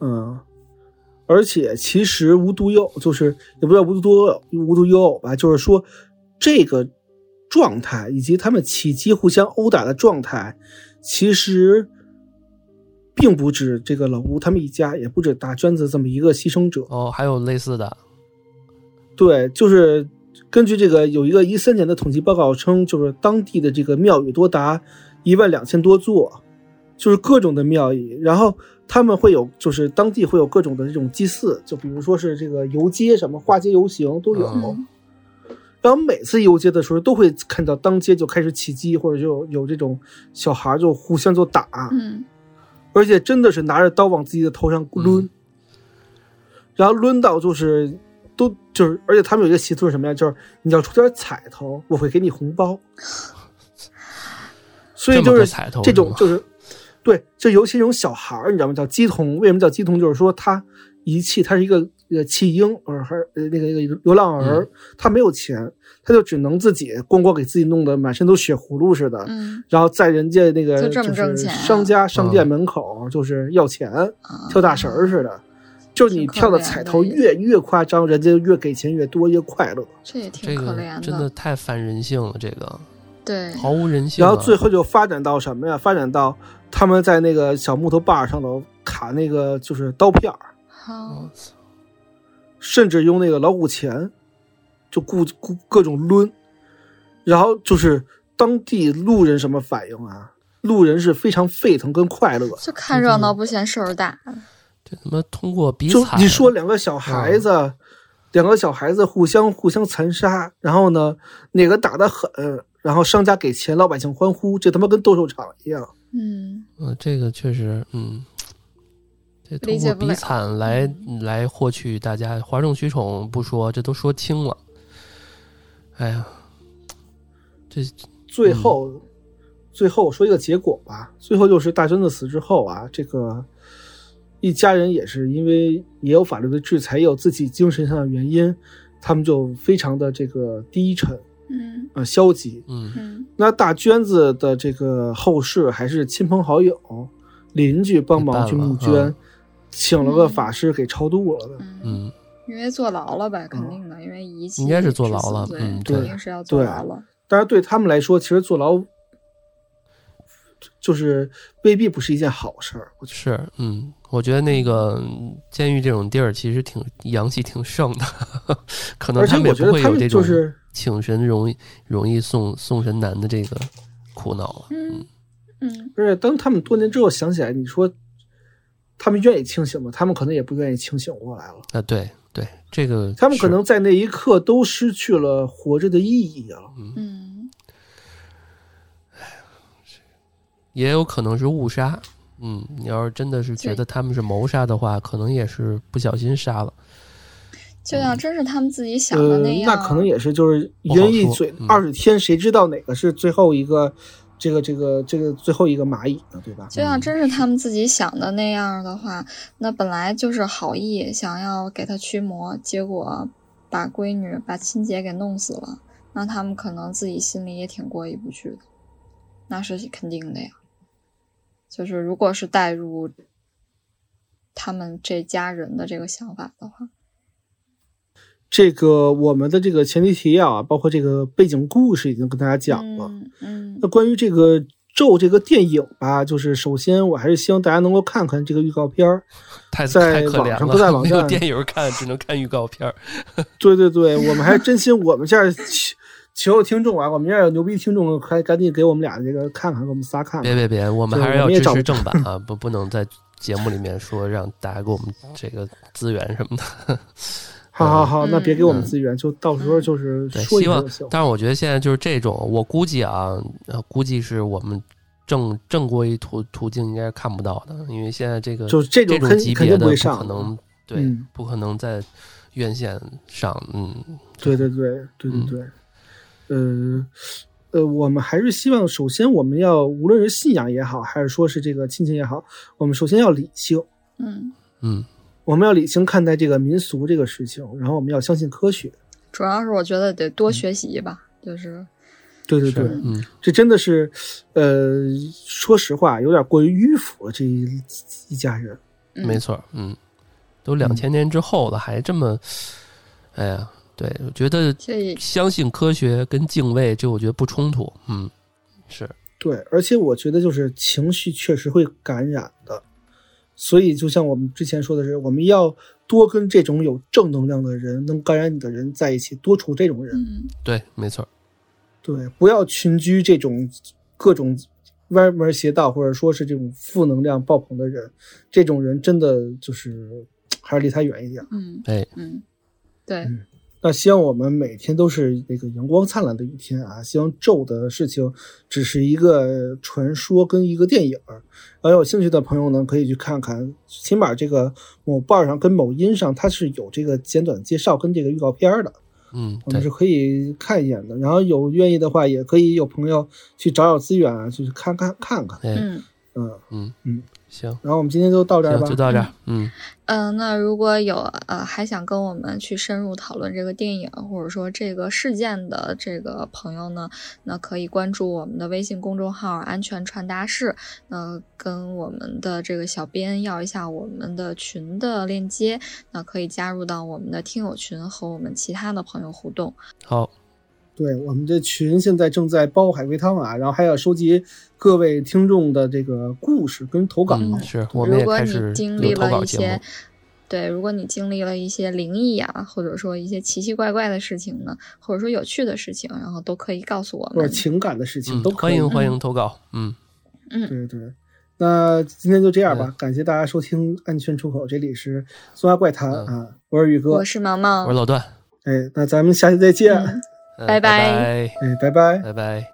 S1: 嗯，而且其实无独有，偶，就是也不叫无独有偶，无独有偶吧，就是说这个状态以及他们起机互相殴打的状态，其实并不止这个老吴他们一家，也不止大娟子这么一个牺牲者，
S3: 哦，还有类似的，
S1: 对，就是根据这个有一个一三年的统计报告称，就是当地的这个庙宇多达一万两千多座，就是各种的庙宇，然后他们会有就是当地会有各种的这种祭祀，就比如说是这个游街什么花街游行都有。
S3: 哦
S2: 嗯
S1: 然后每次游街的时候，都会看到当街就开始起鸡，或者就有这种小孩儿就互相就打，
S2: 嗯
S1: 而且真的是拿着刀往自己的头上抡，
S3: 嗯
S1: 然后抡到就是都就是，而且他们有一个习俗是什么呀？就是你要出点彩头，我会给你红 包。所以
S3: 这
S1: 就
S3: 么个
S1: 是
S3: 彩头
S1: 这
S3: 是
S1: 种
S3: 吗
S1: 就是，对，就尤其这种小孩儿，你知道吗？叫鸡童。为什么叫鸡童？就是说他遗弃，他是一个呃弃婴，呃还是呃那个那个流浪儿，
S3: 嗯
S1: 他没有钱，他就只能自己光光给自己弄得满身都血葫芦似的。
S2: 嗯
S1: 然后在人家那个
S2: 就这么
S1: 是
S2: 挣钱啊
S1: 商家商店门口就是要钱，
S2: 啊
S1: 跳大神儿似的，就是你跳的彩头越越夸张，人家越给钱越多越快乐。
S2: 这也
S3: 这
S2: 挺可
S3: 个
S2: 怜
S3: 真的太反人性了，这个
S2: 对，
S3: 毫无人性、啊。
S1: 然后最后就发展到什么呀？发展到他们在那个小木头把儿上头卡那个就是刀片儿，
S3: 哦嗯
S2: 好，
S1: 甚至用那个老虎钳，就雇雇各种抡，然后就是当地路人什么反应啊？路人是非常沸腾跟快乐的，
S2: 就看热闹不嫌事儿大。
S3: 这他妈通过比
S1: 就
S3: 惨，
S1: 你说两个小孩子，两个小孩子互相互相残杀，然后呢，哪个打得狠，然后商家给钱，老百姓欢呼，这他妈跟斗兽场一样。
S2: 嗯，
S3: 嗯，这个确实，嗯，这
S2: 理
S3: 通
S2: 解
S3: 过
S2: 不
S3: 比
S2: 了嗯
S3: 惨来来获取大家哗众取宠不说，这都说清了。哎呀，这
S1: 最后，最后我说一个结果吧。最后就是大真的死之后啊，这个一家人也是因为也有法律的制裁，也有自己精神上的原因，他们就非常的这个低沉
S2: 嗯
S1: 呃消极。
S3: 嗯
S2: 嗯
S1: 那大娟子的这个后事还是亲朋好友、邻居帮忙去募
S3: 给办
S1: 捐，
S3: 了嗯
S1: 请了个法师给超度了的。
S2: 嗯，
S3: 嗯，
S2: 因为坐牢了吧，肯定的，因为遗弃
S3: 应该是坐
S2: 致
S3: 牢
S2: 死
S3: 了
S2: 罪
S3: 嗯
S1: 对
S2: 肯定是要坐
S1: 对
S2: 牢了。
S1: 当然，对他们来说，其实坐牢就是未必不是一件好事儿。我觉得
S3: 是，嗯，我觉得那个嗯监狱这种地儿其实挺阳气挺盛的， 可能
S1: 而且
S3: 他们也
S1: 我觉
S3: 不
S1: 得
S3: 会
S1: 他
S3: 有
S1: 们
S3: 这
S1: 就
S3: 种
S1: 是
S3: 请神容易容易送送神难的这个苦恼了。
S2: 嗯嗯，
S1: 不是，当他们多年之后想起来，你说他们愿意清醒吗？他们可能也不愿意清醒过来了。
S3: 啊，对对，这个
S1: 他们可
S3: 是
S1: 能在那一刻都失去了活着的意义啊了。
S2: 嗯，
S3: 也有可能是误杀。嗯，你要是真的是觉
S2: 对
S3: 得他们是谋杀的话，可能也是不小心杀了。
S2: 就
S3: 嗯
S2: 像真是他们自己想的
S1: 呃，
S2: 样儿，
S1: 那可能也是就是一
S3: 不好
S1: 人一
S3: 说
S1: 嘴
S3: 嗯
S1: 二十天，谁知道哪个是最后一个，这个这个这个最后一个蚂蚁呢？对吧？
S2: 就像真是他们自己想的那样的话，那本来就是好意，想要给他驱魔，结果把闺女、把亲姐给弄死了，那他们可能自己心里也挺过意不去的，那是肯定的呀。就是如果是带入他们这家人的这个想法的话，
S1: 这个我们的这个前提提要啊，包括这个背景故事已经跟大家讲了。
S2: 嗯嗯
S1: 那关于这个《咒》这个电影吧，就是首先我还是希望大家能够看看这个预告片儿。
S3: 太
S1: 在
S3: 太可
S1: 网
S3: 怜
S1: 上
S3: 了，
S1: 不在网
S3: 没有
S1: 站
S3: 电影看，只能看预告 片儿。
S1: 对对对，我们还真心，我们这儿求求听众啊，我们这儿有牛逼听众，还赶紧给我们俩这个看看，给我们仨看
S3: 别
S1: 看。
S3: 别别，我们
S1: 对
S3: 还是
S1: 我
S3: 要
S1: 们也
S3: 支
S1: 找
S3: 持
S1: 不
S3: 正版啊，不不能在节目里面说让大家给我们这个资源什么的。
S1: 好好好，
S2: 嗯
S1: 那别给我们资源，就到时候就是
S3: 对，
S1: 说一
S3: 希
S1: 说
S3: 望
S1: 就行，。
S3: 但是我觉得现在就是这种，我估计啊，呃，估计是我们正正规途途径应该是看不到的，因为现在这个
S1: 就是这种肯
S3: 级
S1: 肯
S3: 别
S1: 定不
S3: 的
S1: 会
S3: 不
S1: 上
S3: 可能，对，
S1: 嗯
S3: 不可能在院线上，嗯，
S1: 对对对对对对，呃呃，我们还是希望，首先我们要无论是信仰也好，还是说是这个亲情也好，我们首先要理性，
S2: 嗯，
S3: 嗯，
S1: 我们要理性看待这个民俗这个事情，然后我们要相信科学。
S2: 主要是我觉得得多学习吧，就是
S1: 对对
S3: 是
S1: 对，
S3: 嗯，
S1: 这真的是，呃，说实话，有点过于迂腐了。这一一家人，
S2: 嗯
S3: 没错，嗯，都两千年之后了，还这么，哎呀，对，我觉得
S2: 这也
S3: 相信科学跟敬畏，这我觉得不冲突，嗯，是，
S1: 对，而且我觉得就是情绪确实会感染的，所以就像我们之前说的是，我们要多跟这种有正能量的人、能感染你的人在一起，多处这种人，
S2: 嗯
S3: 对，没错，
S1: 对，不要群居这种各种歪门邪道或者说是这种负能量爆棚的人，这种人真的就是还是离他远一点。
S2: 嗯
S3: 哎，
S2: 嗯，对，
S1: 那希望我们每天都是那个阳光灿烂的一天啊！希望咒的事情只是一个传说跟一个电影儿，然后有兴趣的朋友呢，可以去看看，起码这个某瓣上跟某音上它是有这个简短介绍跟这个预告片儿的，
S3: 嗯，
S1: 我
S3: 对
S1: 们是，可以看一眼的。然后有愿意的话，也可以有朋友去找找资源啊，去看看看看，
S3: 哎，
S2: 嗯。
S1: 嗯
S3: 嗯
S1: 嗯。
S3: 行。
S1: 然后我们今天就到这儿
S3: 行，
S1: 吧
S3: 就。到这儿。嗯，
S2: 嗯、那如果有呃还想跟我们去深入讨论这个电影或者说这个事件的这个朋友呢，那可以关注我们的微信公众号“安全传达室”，那跟我们的这个小编要一下我们的群的链接，那可以加入到我们的听友群和我们其他的朋友互动。
S3: 好，
S1: 对我们这群现在正在煲海龟汤啊，然后还要收集各位听众的这个故事跟投稿。
S3: 嗯，是我们
S2: 如
S3: 也
S2: 果
S3: 开
S2: 你
S3: 始
S2: 经历
S3: 有投
S2: 了
S3: 稿
S2: 一
S3: 节
S2: 些
S3: 目，，
S2: 对，如果你经历了一些灵异啊，或者说一些奇奇怪怪的事情呢，或者说有趣的事情，然后都可以告诉我
S1: 或者
S2: 们。
S1: 情感的事情
S3: 嗯
S1: 都，可
S3: 欢
S1: 以。
S3: 迎欢迎投稿，嗯，
S2: 嗯，
S1: 对对，那今天就这样吧，感谢大家收听《安全出口》，这里是《松花怪谈》
S3: 嗯
S1: 啊，我是宇哥
S2: 我，是毛
S3: 我
S2: 毛
S3: 是，老段，
S1: 哎，那咱们下期再见，
S2: 嗯
S3: 嗯
S2: 拜
S3: 拜
S1: 哎，拜拜。
S3: 拜拜。拜拜